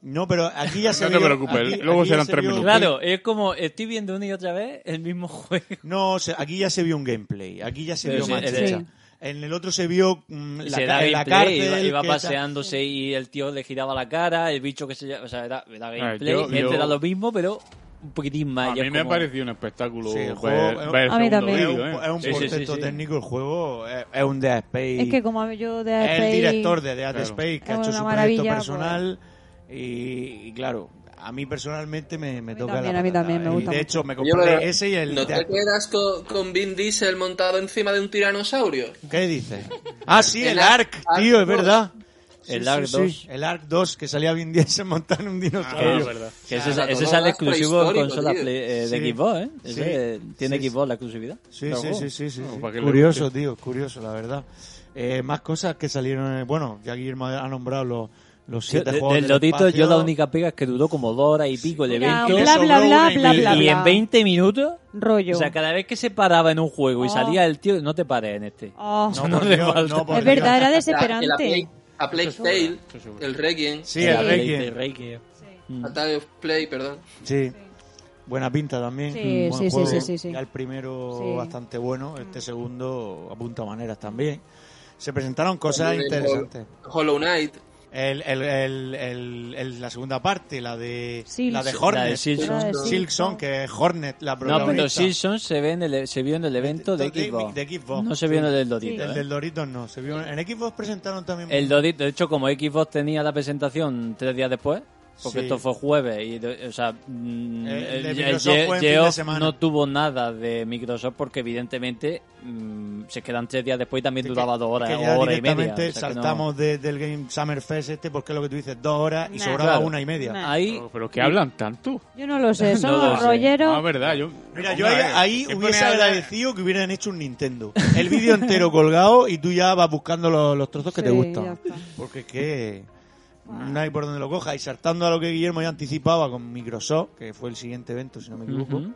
D: no pero aquí ya se
G: No te
D: vio-
G: preocupes,
D: aquí-
G: luego
D: aquí ya
G: serán
D: se
G: tres
D: vio-
G: minutos.
F: Claro, es como estoy viendo una y otra vez el mismo juego.
D: no se- aquí ya se vio un gameplay aquí ya se
F: Pero
D: vio
F: sí,
D: más
F: el-
D: chicha.
E: sí.
D: en el otro se vio mm, la,
F: se
D: ca-
F: da
D: en la
F: gameplay,
D: cárcel
F: iba, iba
D: que tal.
F: paseándose y el tío le giraba la cara, el bicho que se llama, o sea, era, era gameplay,
G: yo-
F: este
G: yo-
F: era lo mismo, pero un poquitín más.
G: A
F: y es
G: mí me ha
F: como-
G: parecido un espectáculo
D: Sí, el
G: ver,
D: juego-
G: ver el
E: A mí
G: segundo
E: también.
G: vídeo,
D: Es un,
G: ¿eh?
D: es un
F: Sí, sí,
D: concepto
F: sí, sí.
D: técnico el juego, es, es un Dead Space.
E: Es que como yo de
D: Es el
E: Play-
D: director de Dead
G: Claro.
D: Space que
E: Es
D: ha hecho
E: una
D: su proyecto
E: maravilla, pues.
D: personal y, y claro, a mí personalmente me, me
E: A mí
D: toca
E: también,
D: la
E: a mí
D: patata.
E: también me
D: Y
E: gusta
D: De
E: mucho.
D: hecho, me
I: Oye, pero
D: compré ese y el
I: ¿No
D: Dead-
I: te quedas con, con Vin Diesel montado encima de un tiranosaurio?
D: ¿Qué dices? Ah, sí, el
I: El
D: Ark,
I: Ark
D: tío, es
I: 2.
D: verdad.
F: El
D: Sí,
F: Ark
D: sí,
F: 2.
D: sí. El Ark 2 que salía Vin Diesel montando un
F: Ah,
D: dinosaurio.
F: Que
I: O sea,
F: ese, ese
I: la consola
F: sale
I: es
F: exclusivo en
I: prehistórico,
F: consola
I: tío.
F: Play- eh, de
D: Sí.
F: Xbox, ¿eh? Ese
D: Sí.
F: tiene
D: Sí,
F: Xbox la exclusividad.
D: Sí,
F: Pero
D: sí,
F: juego.
D: sí, sí, sí, sí.
G: para que le
D: Curioso, tío, curioso, la verdad. Eh, más cosas que salieron. eh, bueno, ya Guillermo ha nombrado los Los
F: Yo-
D: siete
F: de-
D: juegos
F: Del
D: del
F: Lodito,
D: espacio.
F: yo la única pega es que duró como dos horas y pico el
E: Era
F: evento.
E: un
D: le
E: bla, bla,
D: sobró
E: bla,
D: una y
E: bla, bla,
F: Y
E: bla.
F: en 20 minutos,
E: Rollo.
F: o sea, cada vez que se paraba en un juego y
E: Oh.
F: salía el tío, no te pares en este.
E: Oh,
D: No, por Dios, no, por
E: es
D: Dios.
E: verdad, era
I: La- el A
E: desesperante.
I: Plague- a Plague Tale,
G: eso seguro.
I: el Requiem,
D: Sí, el
F: Era
D: Reiki.
F: de Reiki.
I: a Tale of Play, perdón.
D: Sí. Buena pinta también.
E: Sí,
D: Mm, buen
E: sí, sí,
D: juego.
E: sí, sí, sí.
D: Ya el primero
E: Sí.
D: bastante bueno, este segundo apunta maneras también. Se presentaron cosas
I: También el
D: interesantes.
I: Hollow Knight,
D: El, el, el, el- el- la segunda parte, la de,
E: Silk-
D: la de
F: La
D: Hornet.
F: de Silson.
E: La de Silk-
D: Silksong, que es Hornet, la
F: No,
D: protagonista.
F: pero Silson se, ve en el, se vio en el evento de
D: De- de-
F: Xbox.
D: de Xbox.
F: No se vio en el del
E: Sí.
F: Lodito.
D: El
F: ¿eh?
D: del Doritos no. Se vio, en Xbox presentaron también.
F: El Dodito, de hecho, como Xbox tenía la presentación tres días después, porque
D: Sí.
F: esto fue jueves, y de- o sea, mm,
D: El- el de
F: Ye-
D: Microsoft
F: Ye-
D: fue en fin de
F: Yeoff
D: semana.
F: no tuvo nada de Microsoft porque evidentemente mm, se quedan tres días después y también
D: que-
F: duraba dos horas
D: que ya
F: o hora y media.
D: directamente
F: o sea que no-
D: saltamos de- del Game Summer Fest este porque es lo que tú dices, dos horas y
E: Nah.
D: sobraba
F: Claro.
D: una y media.
E: Nah.
F: Ahí,
G: Pero, pero que hablan tanto.
E: Yo no lo sé, son
F: No lo
E: los
F: sé.
E: rolleros.
G: Ah, verdad. Yo,
D: Mira, yo
G: Hombre,
D: ahí, ahí
G: ¿qué
D: hubiese
G: pone ahora?
D: agradecido que hubieran hecho un Nintendo. El vídeo entero colgado y tú ya vas buscando los, los trozos que te
E: Sí, ya
D: gustan.
E: está.
D: Porque es que no hay por dónde lo coja. Y saltando a lo que Guillermo ya anticipaba con Microsoft, que fue el siguiente evento, si no me equivoco,
F: Ujú.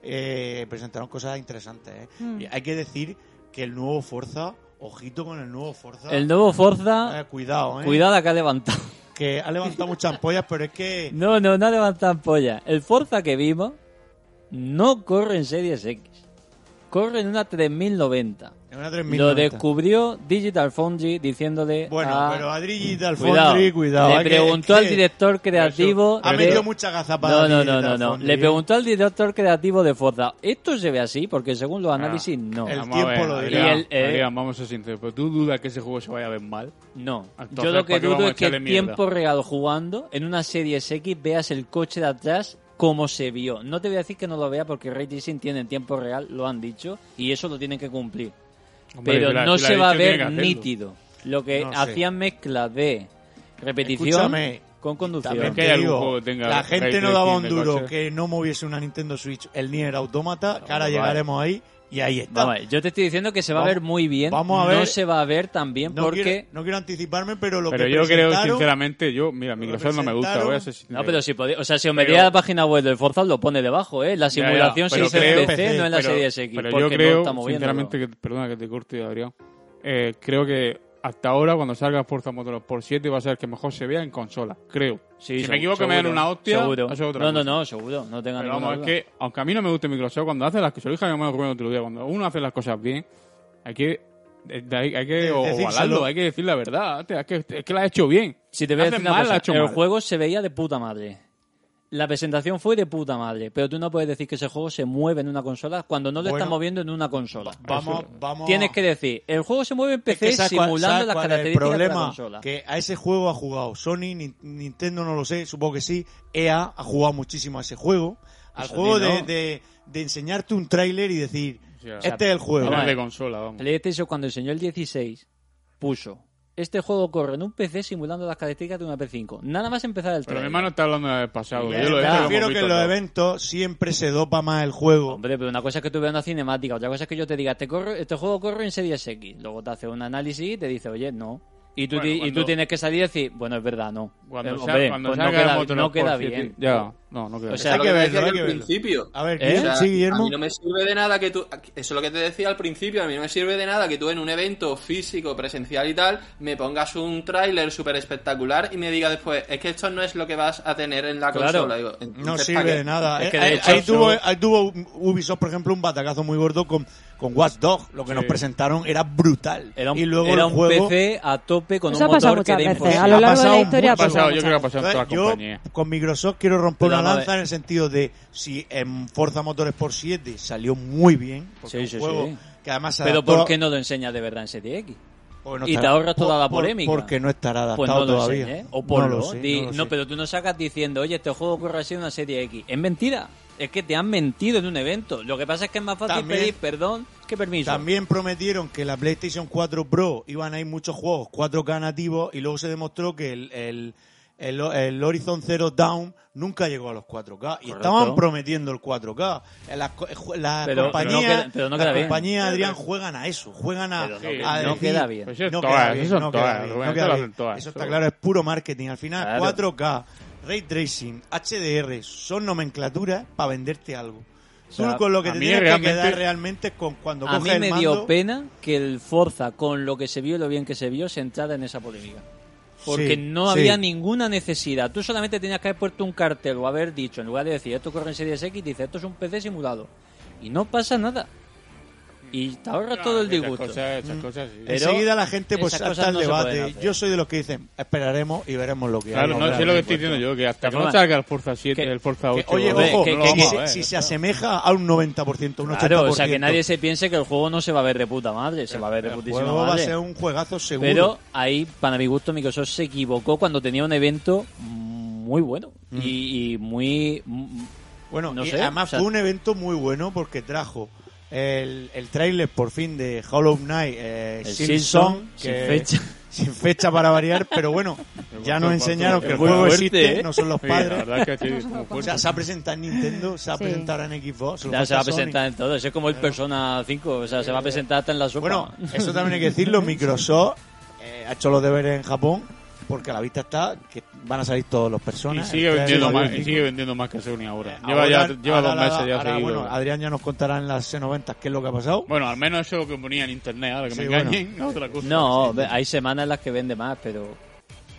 D: eh, presentaron cosas interesantes. ¿eh?
E: Mm.
D: Y Hay que decir que el nuevo Forza, ojito con el nuevo Forza.
F: el nuevo Forza,
D: Eh, cuidado, ¿eh?
F: cuidado la que ha levantado.
D: Que ha levantado muchas ampollas, pero es que...
F: No, no, no ha levantado ampolla. El Forza que vimos no corre en Series X, corre en una 3090.
D: es una
F: Lo
D: 3090.
F: descubrió Digital Foundry diciéndole
D: Bueno,
F: a...
D: pero Adri y
F: Cuidado.
D: Alfondri, cuidado.
F: Le
G: ¿eh?
D: hay que-
F: preguntó
D: es
F: al
D: que-
F: director creativo.
D: Ha
F: de-
D: metido mucha gazapada.
F: No, no,
D: Adri
F: no,
D: y
F: no, no.
D: Alfondri,
F: Le
D: ¿eh?
F: preguntó al director creativo de Forza. ¿Esto se ve así? Porque según
G: Ah,
F: los análisis, no.
D: el
G: Vamos a
D: tiempo
G: ver,
D: lo dirá.
G: Adrián,
F: Y el, eh,
G: Adrián, vamos a ser sinceros. Pero tú dudas que ese juego se vaya a ver mal.
F: No.
G: Entonces,
F: Yo lo que
G: ¿para qué vamos
F: dudo
G: a
F: es que
G: echarle
F: el
G: mierda?
F: tiempo real jugando en una Series X veas el coche de atrás como se vio. No te voy a decir que no lo vea porque Ray Tracing tiene tiempo real, lo han dicho, y eso lo tienen que cumplir.
G: Hombre,
F: pero
G: si la-
F: no
G: si la
F: se
G: ha
F: va a
G: dicho, tiene
F: ver
G: que hacerlo.
F: nítido. Lo que
D: No sé.
F: hacían mezcla de repetición
D: Escúchame,
F: con conducción.
D: También
G: que
D: te
G: hay algún
D: digo,
G: juego que tenga
D: la
G: ray
D: gente no
G: tracing
D: daba un
G: de
D: duro
G: coche.
D: que no moviese una Nintendo Switch el Nier Automata, que ahora
F: vale.
D: llegaremos ahí y ahí está.
F: Vamos a ver, yo te estoy diciendo que se va
D: Vamos-
F: a ver muy bien.
D: vamos a
F: No
D: ver.
F: se va a ver tan bien
D: no,
F: porque.
D: quiero, no quiero anticiparme, pero lo
G: Pero
D: que
G: yo creo,
D: presentaron-
G: sinceramente, yo, mira,
D: lo que
G: Microsoft no me gusta.
D: presentaron-
G: Voy a ser sincero.
F: No, pero si podéis. O sea, si os
G: Pero-
F: metéis a la página web del Forza, lo pone debajo, ¿eh? La
G: Ya, ya,
F: simulación
G: pero
F: se hizo en
G: creo-
F: PC, no en la
G: pero-
F: Series X.
G: Pero
F: porque
G: yo
F: no
G: creo,
F: está moviéndolo.
G: sinceramente, que, perdona que te corte, Adrián. eh, creo que hasta ahora, cuando salga Forza Motorsport 7, va a ser el que mejor se vea en consola. Creo.
F: Sí,
G: si
F: segu-
G: me equivoco, me dan
F: seguro,
G: una hostia.
F: Seguro.
G: eso es otra
F: no, no,
G: cosa.
F: no, seguro. Ah, No tengan ninguna
G: Pero vamos, es
F: duda.
G: que, aunque a mí no me guste Microsoft, cuando hace las que se lo dije a mi mamá el otro día, cuando uno hace las cosas bien, hay que, eh, hay, hay que
D: Decírselo.
G: ovalarlo, hay que decir la verdad. hostia, Es que, es que la ha hecho bien.
F: Si te voy a
G: Hacen
F: decir una
G: mal,
F: cosa,
G: ha hecho
F: el
G: mal.
F: juego se veía de puta madre. La presentación fue de puta madre, pero tú no puedes decir que ese juego se mueve en una consola cuando no lo
D: Bueno.
F: estás moviendo en una consola.
D: Vamos, vamos.
F: Tienes que decir, el juego se mueve en
D: Es que
F: PC
D: ¿sabes cuál-
F: simulando
D: sabes
F: las
D: cuál es
F: características
D: el
F: de la
D: problema
F: consola.
D: que a ese juego ha jugado Sony, Nin- Nintendo no lo sé, supongo que sí, EA ha jugado muchísimo a ese juego, al
F: Eso
D: juego
F: sí,
D: de,
F: ¿no?
D: de- de enseñarte un tráiler y decir,
G: Sí, o sea,
D: este es el juego.
G: Hablar
F: vale.
G: de consola, vamos.
F: PlayStation cuando enseñó el 16 puso este juego corre en un PC simulando las características de una P5. Nada más empezar el
G: Pero mi
F: trailer.
G: hermano está hablando del pasado.
D: Claro,
G: yo lo he hecho, lo
D: prefiero
G: hemos
D: que
G: visto
D: en los
G: todo.
D: eventos siempre se dopa más el juego.
F: Hombre, pero una cosa es que tú veas una cinemática, otra cosa es que yo te diga, este, corre- este juego corre en Series X. Luego te hace un análisis y te dice, oye, no. Y tú,
G: Bueno,
F: ti- y
G: cuando-
F: tú tienes que salir y decir, bueno, es verdad, no.
G: Cuando,
F: Eh,
G: sal-
F: hombre,
G: cuando
F: pues no
G: salga el
F: queda,
G: motor
F: no queda
G: por
F: bien. Pues
G: siete- Ya, no, no queda
F: O
G: bien.
F: sea,
I: Es
D: hay
I: lo
D: que
I: te
D: verlo,
I: decía
D: hay
I: al
D: que verlo.
I: principio.
D: A ver,
F: ¿Eh?
D: Guillermo-
I: O sea,
D: sí, Guillermo.
I: A mí no me sirve de nada que tú. Eso es lo que te decía al principio. A mí no me sirve de nada que tú en un evento físico, presencial y tal, me pongas un tráiler súper espectacular y me diga después, es que esto no es lo que vas a tener en la
F: Claro.
I: consola. Digo,
D: No
I: entonces, ¿para
D: sirve
I: qué?
D: de nada.
F: Es que
D: Eh,
F: de
D: ahí,
F: hecho
D: ahí
F: eso-
D: tuvo, ahí tuvo Ubisoft, por ejemplo, un batacazo muy gordo con, con Watch Dogs. Lo que nos presentaron era brutal.
F: Era un,
D: y luego
F: era
D: el
F: un
D: juego,
F: PC a tope con
E: Eso ha
F: un
E: pasado
F: motor que
E: muchas
F: era
E: veces. A
F: imposible.
E: lo
D: Ha
E: largo de
D: pasado
E: la historia ha
D: mucho.
E: pasado
G: Pasado, yo
E: muchas
G: creo que ha
E: veces.
G: pasado en todas
D: Entonces,
G: las
D: yo
G: compañías.
D: con Microsoft quiero romper
F: Pero
D: una
F: vamos a
D: lanza en el sentido de si en Forza Motorsport 7 salió muy bien, porque
F: Sí,
D: un
F: sí,
D: juego
F: sí.
D: que además se
F: Pero
D: adaptó-
F: ¿por qué no lo enseñas de verdad en Series X?
D: porque no
F: y te
D: estará-
F: ahorras toda la
D: por-
F: polémica.
D: Porque no estará adaptado
F: Pues no lo
D: todavía.
F: enseñes. O
D: no
F: ponlo.
D: lo sé,
F: Di-
D: no
F: no,
D: lo sé.
F: pero tú no sacas diciendo, oye, este juego corre así en una serie X. Es mentira. Es que te han mentido en un evento. Lo que pasa es que es más fácil
D: También-
F: pedir perdón que permiso.
D: También prometieron que la PlayStation 4 Pro iban a ir muchos juegos 4K nativos y luego se demostró que el, el, el, el Horizon Zero Down nunca llegó a los 4K. Y estaban prometiendo el 4K. Eh, Las, co- eh, ju- las
F: Pero- pero no
D: compañías,
F: queda- pero no
D: las
F: queda bien.
D: compañías, Adrián, juegan a eso. Juegan a.
F: Pero no
D: a
F: queda- no
D: decir-
F: queda bien.
G: Pues eso es
D: no
G: todas,
D: queda
G: eso
D: bien,
G: son
D: no queda
G: todas,
D: bien,
G: Rubén,
D: no queda
G: eso lo
D: bien.
G: hacen todas,
D: Eso está
G: seguro.
D: claro, es puro marketing. Al final,
F: Claro.
D: 4K, Ray Tracing, HDR, son nomenclaturas para venderte algo. Tú
F: sea,
D: con lo que
G: a
D: te
G: mí
D: tienes que
G: realmente-
D: quedar realmente es con cuando
F: A
D: coges
F: mí
D: el
F: me
D: mando-
F: dio pena que el Forza, con lo que se vio y lo bien que se vio, se entrara en esa polémica. Porque
D: Sí,
F: no
D: sí.
F: había ninguna necesidad. Tú solamente tenías que haber puesto un cartel o haber dicho, en lugar de decir esto corre en Series X, dice esto es un PC simulado. Y no pasa nada. Y te ahorras todo el
G: Esas
F: disgusto. Mm.
G: cosas- esas cosas sí.
F: Pero
D: Enseguida la gente pues
F: esas
D: salta
F: cosas
D: al
F: no se pueden
D: debate.
F: hacer.
D: Yo soy de los que dicen, esperaremos y veremos lo que hay.
G: Claro, no sé lo que estoy diciendo yo, que hasta
F: De
G: que no
F: forma-
G: salga el Forza 7,
F: que-
G: el Forza
D: Que,
G: 8,
D: oye,
F: Hombre,
D: ojo,
F: que-
D: que,
F: que-
D: si-
F: que-
D: si se asemeja a un 90%, un 80%.
F: Claro, o sea que nadie se piense que el juego no se va a ver de puta madre, se va a ver de
D: El
F: putísima
D: juego va a
F: madre.
D: ser un juegazo seguro.
F: Pero ahí, para mi gusto, Microsoft se equivocó cuando tenía un evento muy bueno
D: Mm.
F: y, y muy...
D: bueno,
F: no
D: y
F: sé,
D: además
F: o sea-
D: fue un evento muy bueno porque trajo el, el tráiler por fin de Hollow Knight eh,
F: El
D: Silksong,
F: Silksong,
D: que-
F: sin fecha.
D: sin fecha para variar, pero bueno, ya nos enseñaron que el
G: Es muy
D: juego
G: fuerte,
D: existe,
F: ¿eh?
D: no son los
G: Sí, la
D: padres.
G: verdad es que sí, muy
D: O
G: fuerte.
D: sea, se ha presentado en Nintendo, se ha
E: Sí.
D: presentado ahora en Xbox. lo
F: Ya se va
D: falta
F: a
D: Sony.
F: presentar en todo, eso es como el Persona 5, o sea, se va a presentar hasta en la sopa.
D: Bueno, eso también hay que decirlo. Microsoft eh, ha hecho los deberes en Japón porque a la vista está que van a salir todos los
G: Y
D: personas.
G: sigue
D: el
G: vendiendo
D: trailer,
G: más, y
D: el-
G: sigue vendiendo más que Sony ahora.
D: Eh,
G: Lleva
D: ahora-
G: ya lleva
D: ahora
G: dos
D: la-
G: meses ya
D: ahora,
G: seguido.
D: Bueno, Adrián ya nos contará en las C90 qué es lo que ha pasado.
G: Bueno, al menos eso es lo que ponía en internet, ahora que
D: Sí,
G: me
D: bueno.
G: engañen, otra cosa.
F: No, ve- hay semanas en las que vende más, pero...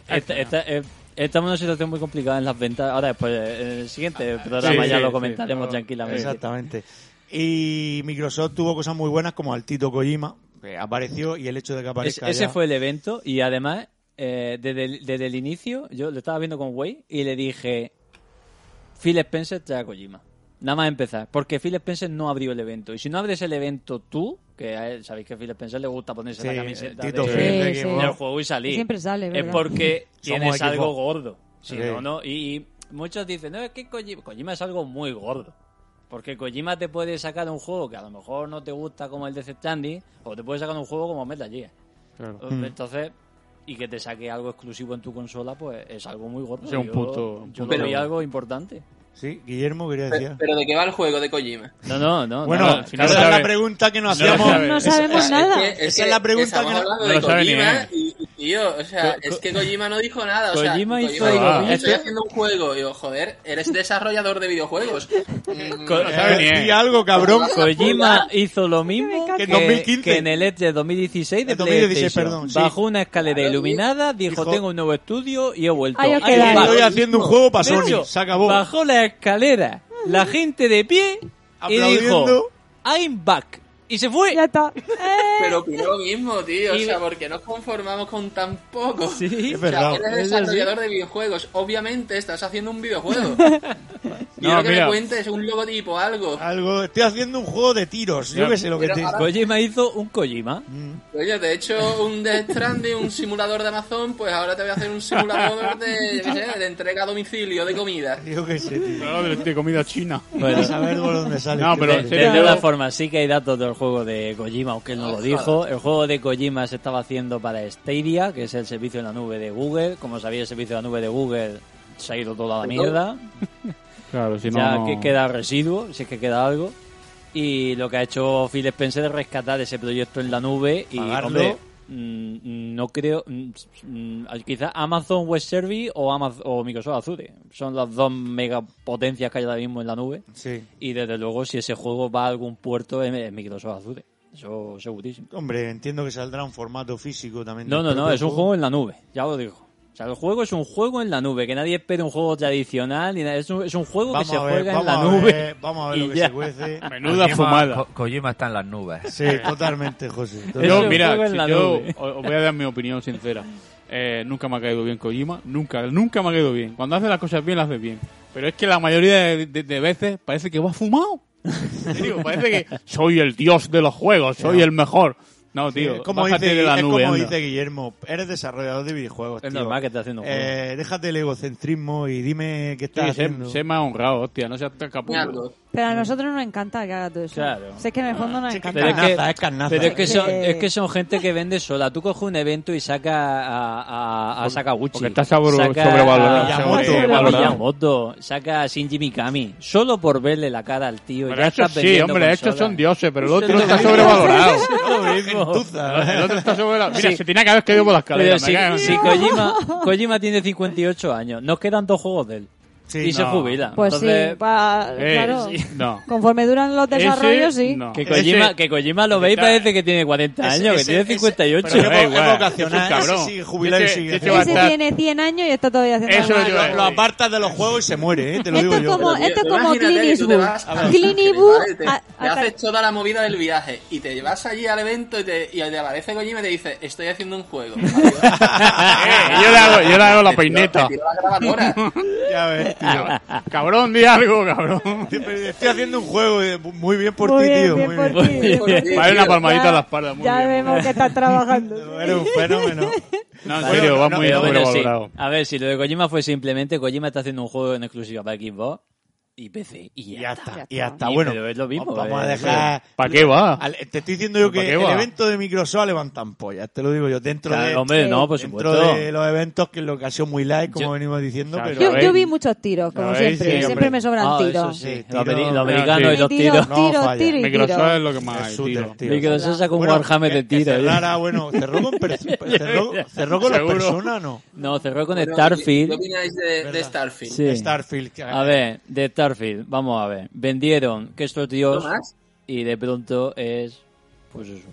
F: Esta, esta- eh, estamos en una situación muy complicada en las ventas. Ahora después, eh, en el siguiente programa
G: sí,
F: ya lo
G: sí,
F: comentaremos
G: sí.
F: tranquilamente.
D: Exactamente. Y Microsoft tuvo cosas muy buenas como al Tito Kojima, que apareció y el hecho de que
F: Ese-
D: aparezca.
F: ese
D: ya-
F: fue el evento y además, eh, desde, el, desde el inicio, yo lo estaba viendo con Way y le dije, Phil Spencer trae a Kojima. Nada más empezar, porque Phil Spencer no abrió el evento. Y si no abres el evento tú, que a él- sabéis que a Phil Spencer le gusta ponerse
D: Sí,
F: la
D: el
F: camiseta
D: Tito
F: de-
E: Sí,
D: Phil de
E: sí.
D: Xbox.
F: del juego y salir.
E: Siempre sale,
F: es
E: ¿verdad?
F: porque
D: Somos
F: tienes
D: Xbox.
F: algo gordo. Si
D: Sí.
F: no, no. Y, y muchos dicen, no, es que Kojima, Kojima es algo muy gordo. Porque Kojima te puede sacar un juego que a lo mejor no te gusta como el de Stranding, o te puede sacar un juego como Metal Gear.
G: Claro.
F: Eh, Entonces, y que te saque algo exclusivo en tu consola, pues es algo muy gordo.
G: Sí, un
F: Yo-
G: punto- un
F: Yo
G: punto
F: lo vi
G: gordo.
F: algo importante.
D: Sí, Guillermo quería
I: Pe-
D: decir.
I: Pero ¿de qué va el juego de Kojima?
F: No, no, no.
D: Bueno,
F: no,
G: si
D: esa
G: no
D: es
F: claro,
G: lo
D: la
G: sabe.
D: pregunta que
G: No
D: nos
G: lo
D: hacíamos.
G: sabe.
E: No sabemos
I: Es
E: nada.
I: que-
D: Esa es la pregunta
I: estamos
D: que no-
I: hablando
G: no
I: de
G: lo sabe ni
I: Kojima
G: él.
I: y, y- tío, o sea,
F: Co- co-
I: es que Kojima no dijo nada. O sea,
F: Kojima hizo
G: algo
I: dijo,
G: bien.
F: Este-
I: estoy haciendo un juego. Y yo, joder, eres desarrollador de videojuegos. Mm,
F: Co-
G: No sabe ni
D: Eh,
G: él.
D: di algo, cabrón.
F: Kojima hizo lo mismo
D: Que
F: que,
D: en 2015.
F: que en el E3 de 2016 de
D: En 2016,
F: PlayStation.
D: perdón, sí.
F: Bajó una escalera iluminada, dijo,
D: Dijo-
F: tengo un nuevo estudio y he vuelto.
E: Ahí os
F: Ahí
E: quedáis.
F: va.
D: Estoy haciendo un juego para
F: De
D: Sony.
F: hecho,
D: Se acabó.
F: Bajó la escalera, la gente de pie y
D: Aplaudiendo.
F: dijo, I'm back. Y se fue.
E: Ya está. Eh,
I: Pero opinó lo mismo, tío.
F: Y-
I: O sea, porque nos conformamos con tan poco.
F: Sí.
D: Es
I: O sea,
D: verdad.
I: eres
F: Eso sí.
I: desarrollador de videojuegos. Obviamente estás haciendo un videojuego.
G: No,
I: Quiero que
G: mira.
I: me cuentes un logotipo, algo.
D: Algo, estoy haciendo un juego de tiros. Yo
G: Ya.
D: qué sé lo que
I: Pero
D: te.
I: ahora-
F: Kojima hizo un Kojima.
I: Oye, Pues de hecho, un Death Stranding, un simulador de Amazon, pues ahora te voy a hacer un simulador de, yo qué sé, de entrega a domicilio, de comida.
D: Yo qué sé, tío.
G: Claro, de, de comida china.
F: Bueno,
D: A saber por dónde sale.
G: No,
D: este
G: pero-
F: De,
D: hombre.
G: Sí,
F: de
G: pero-
F: todas formas, sí que hay datos del juego de Kojima, aunque él no lo
I: Ojalá.
F: dijo. El juego de Kojima se estaba haciendo para Stadia, que es el servicio en la nube de Google. Como sabía, el servicio en la nube de Google se ha ido toda la mierda.
G: Claro, si no.
F: ya
G: no-
F: que queda residuo, si es que queda algo. Y lo que ha hecho Phil Spencer es rescatar ese proyecto en la nube y,
D: Pagarlo.
F: hombre, mm, no creo... mm, mm, Quizá Amazon Web Service o, Amaz- o Microsoft Azure. Son las dos megapotencias que hay ahora mismo en la nube.
D: Sí.
F: Y desde luego, si ese juego va a algún puerto, es- es Microsoft Azure. Eso segurísimo.
D: Hombre, entiendo que saldrá un formato físico también.
F: No,
D: del
F: no, no,
D: propio
F: es un juego en la nube, ya lo digo. O sea, el juego es un juego en la nube, que nadie espera un juego tradicional, ni nada. Es, un, es un juego
D: Vamos
F: que se
D: a ver,
F: juega
D: vamos
F: en la
D: a
F: nube.
D: ver, vamos a ver
F: y
D: lo que
F: ya.
D: se cuece.
G: Menuda
H: Kojima-
G: fumada.
H: Ko- Kojima está en las nubes.
D: Sí, totalmente, José.
F: Eso
G: Yo,
F: es
D: totalmente.
F: juego
G: mira,
F: en
G: si
F: la
G: yo
F: nube.
G: os os voy a dar mi opinión sincera. Eh, nunca me ha caído bien Kojima, nunca, nunca me ha caído bien. Cuando hace las cosas bien, las hace bien. Pero es que la mayoría de, de- de veces parece que va fumado. En serio, parece que soy el dios de los juegos, soy el mejor. No, tío,
D: es como,
G: bájate
D: dice,
G: de la
D: es
G: nube,
D: como
G: anda.
D: dice Guillermo, eres desarrollador de videojuegos.
F: Es
D: tío.
F: normal que esté haciendo un juego.
D: Eh, déjate el egocentrismo y dime qué
G: Sí,
D: estás
G: sé,
D: haciendo.
G: sé más honrado, hostia, no seas tan capullo.
I: Algo.
E: Pero a nosotros nos encanta que haga todo eso.
F: Claro.
E: O sea, es que en el fondo nos
D: Sí, que
E: encanta.
F: Pero es que,
D: Carnaza, es carnaza.
F: pero es que, son,
E: Sí.
F: es que son gente que vende sola. Tú coges un evento y saca a, a, a Sakaguchi.
G: porque está sobre-
F: saca
G: sobrevalorado,
F: a-
D: sobrevalorado.
F: a Miyamoto, saca a Shinji Mikami. Solo por verle la cara al tío.
G: Pero
F: ya
G: estos
F: estás
G: sí,
F: vendiendo
G: hombre, estos
F: consolas.
G: son dioses, pero el
F: Esto
G: otro
F: es lo mismo.
G: está sobrevalorado.
F: Es lo mismo.
G: El otro está sobrevalorado. Mira,
F: Sí.
G: se tenía que haber caído por las
F: Pero
G: escaleras.
F: si,
G: me cago en-
F: si Kojima, Kojima tiene 58 años, nos quedan dos juegos de él.
D: Sí,
F: y se
G: no.
F: jubila.
E: Pues
F: Entonces,
E: sí, pa-
G: Eh,
E: claro.
G: sí, No.
E: Conforme duran los
G: Ese,
E: desarrollos, sí.
G: no.
F: que,
G: Ese-
F: Kojima, que Kojima lo ve y
G: Está-
F: parece que tiene 40
D: Ese-
F: años, que
D: ese-
F: tiene
D: ese-
F: 58.
D: pero
G: Da
D: es vo-
G: igual,
D: es vocacional,
G: es un cabrón.
D: ese sigue jubilado y
G: Ese-
D: sigue
G: ese
D: jugando.
G: va a
E: Ese
G: estar-
E: tiene 100 años y está todavía haciendo
G: Eso
E: nada.
G: yo-
D: Lo, lo apartas de los juegos y se muere, ¿eh? te lo
E: Esto
D: digo
E: es
D: yo.
E: como, esto es como
I: Imagínate
E: Clint
I: que tú te
E: Eastwood.
I: vas a Los
E: Clint
I: Ángeles,
E: Eastwood
I: ¿vale? Te,
E: a-
I: te
E: a-
I: haces toda la movida del viaje y te llevas allí al evento y te, y te aparece Kojima y te dice, estoy haciendo un juego.
G: Eh, yo le hago- yo le hago la
I: Te tiro-
G: peineta.
I: te tiro la grabadora.
D: Ya ves, tío.
G: Cabrón, di algo, cabrón.
D: Siempre Estoy haciendo un juego y- muy bien por
E: Muy
D: ti,
E: bien,
D: tío.
E: bien
D: muy
E: por
D: bien.
E: ti.
I: Porque, tío,
G: Vale, una palmadita
E: Ya-
G: a la espalda. Muy
E: ya
G: bien.
E: vemos que estás trabajando.
D: Eres un fenómeno.
G: No, en serio, va
D: no,
G: muy
F: Pero bueno, sí.
G: sobrevalorado.
F: A ver, si lo de Kojima fue simplemente Kojima está haciendo un juego en exclusiva para Xbox y PC. Y ya,
D: Y ya
F: está.
D: está,
E: Ya
D: y ya
E: está.
D: está.
F: Sí,
D: Bueno,
F: pero es lo mismo,
D: vamos a
F: eh,
D: dejar.
G: ¿Para qué va?
D: Al- te estoy diciendo yo
G: ¿Para
D: que
G: qué
D: el
G: va?
D: evento de Microsoft levantan pollas, te lo digo yo. Dentro,
F: Claro,
D: de,
F: hombre, no, por
D: dentro
F: supuesto.
D: de los eventos, que es lo que ha sido muy light, como venimos diciendo,
G: Claro,
D: pero.
G: a
E: Yo,
G: ver.
E: yo vi muchos tiros, como
G: A ver, sí,
E: siempre.
G: hombre.
E: siempre me sobran
F: Ah, eso
E: tiros.
F: sí.
D: Sí,
F: Los
D: tiro.
F: ameri- los
D: No,
F: americanos
G: sí.
F: y los
E: Tiro,
F: tiros.
D: No
E: tiro,
D: falla.
E: tiro y
G: Microsoft es
E: tiro.
G: lo que más hay,
D: Shooter,
G: tío.
D: tío.
F: Microsoft sacó un
D: Bueno,
F: Warhammer
D: que-
F: de
D: que
F: tiro. ¿eh?
D: cerrara, bueno, cerró con, per- cerró, cerró con las
G: Seguro.
D: personas, ¿no?
F: No, cerró con
I: bueno, ¿Qué
F: Starfield.
I: opináis de, de
D: Verdad.
I: Starfield?
F: Sí.
D: Starfield. que-
F: A ver, de Starfield, vamos a ver. Vendieron que esto es Dios
I: ¿Otro más?
F: y de pronto es. Pues eso.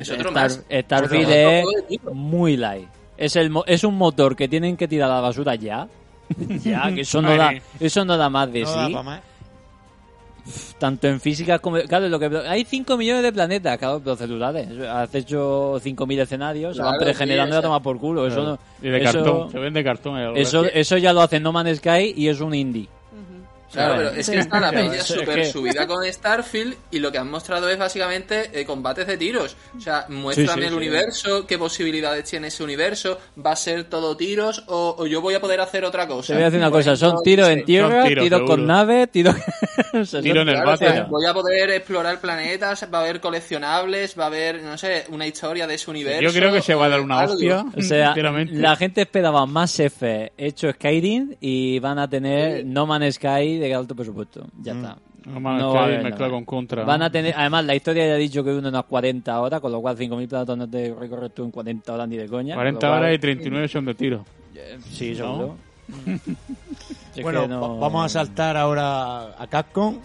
I: Es otro
F: Star-
I: más.
F: Starfield
I: Otro
F: es
I: juego de tiro.
F: muy light. Es, el, mo- es un motor que tienen que tirar a la basura ya. ya, que eso no, da, eso no da más de
D: no da
F: sí.
D: pa' más.
F: tanto en física como claro lo que hay 5 millones de planetas claro pero celulares has hecho 5.000 escenarios se van
I: Claro,
F: pregenerando
I: sí,
F: y
I: o
F: a
I: sea.
F: tomar por culo eso no-
G: Y de
F: eso,
G: cartón, se vende cartón. eh,
F: eso
G: lo que-
F: eso ya lo hace No Man's Sky y es un indie
I: Claro,
F: ¿sabes?
I: pero es que está la peña
F: Es que-
I: súper subida con Starfield y lo que han mostrado es básicamente eh, combates de tiros. O sea, muestran
F: sí,
I: el
F: sí.
I: universo, qué posibilidades tiene ese universo, va a ser todo tiros o, o yo voy a poder hacer otra cosa.
F: te voy a decir una
I: Por
F: cosa son
I: ejemplo,
F: tiros
I: sí.
F: en tierra
G: Son
F: tiros
G: tiros, seguro.
F: con naves tiros o sea,
G: Tiro en el
I: Claro, o sea,
G: váter.
F: Pero-
I: voy a poder explorar planetas, va a haber coleccionables, va a haber, no sé, una historia de ese universo.
G: Yo creo que se va a dar una
I: algo.
G: hostia.
F: o sea,
G: sinceramente.
F: la gente esperaba más F hecho Skyrim y van a tener No Man's Sky de alto presupuesto. Ya
G: Mm.
F: está.
G: No Man's
F: va a
G: Sky
F: haber
G: mezclado
F: nada.
G: con Contra.
F: Van a tener, además, la historia ya ha dicho que uno unas 40 horas, con lo cual 5.000 platos no te recorres tú en 40 horas ni de coña.
G: 40 horas y 39 son de tiro.
F: Sí, seguro. Si es
D: Bueno,
F: que no-
D: va- vamos a saltar ahora a Capcom,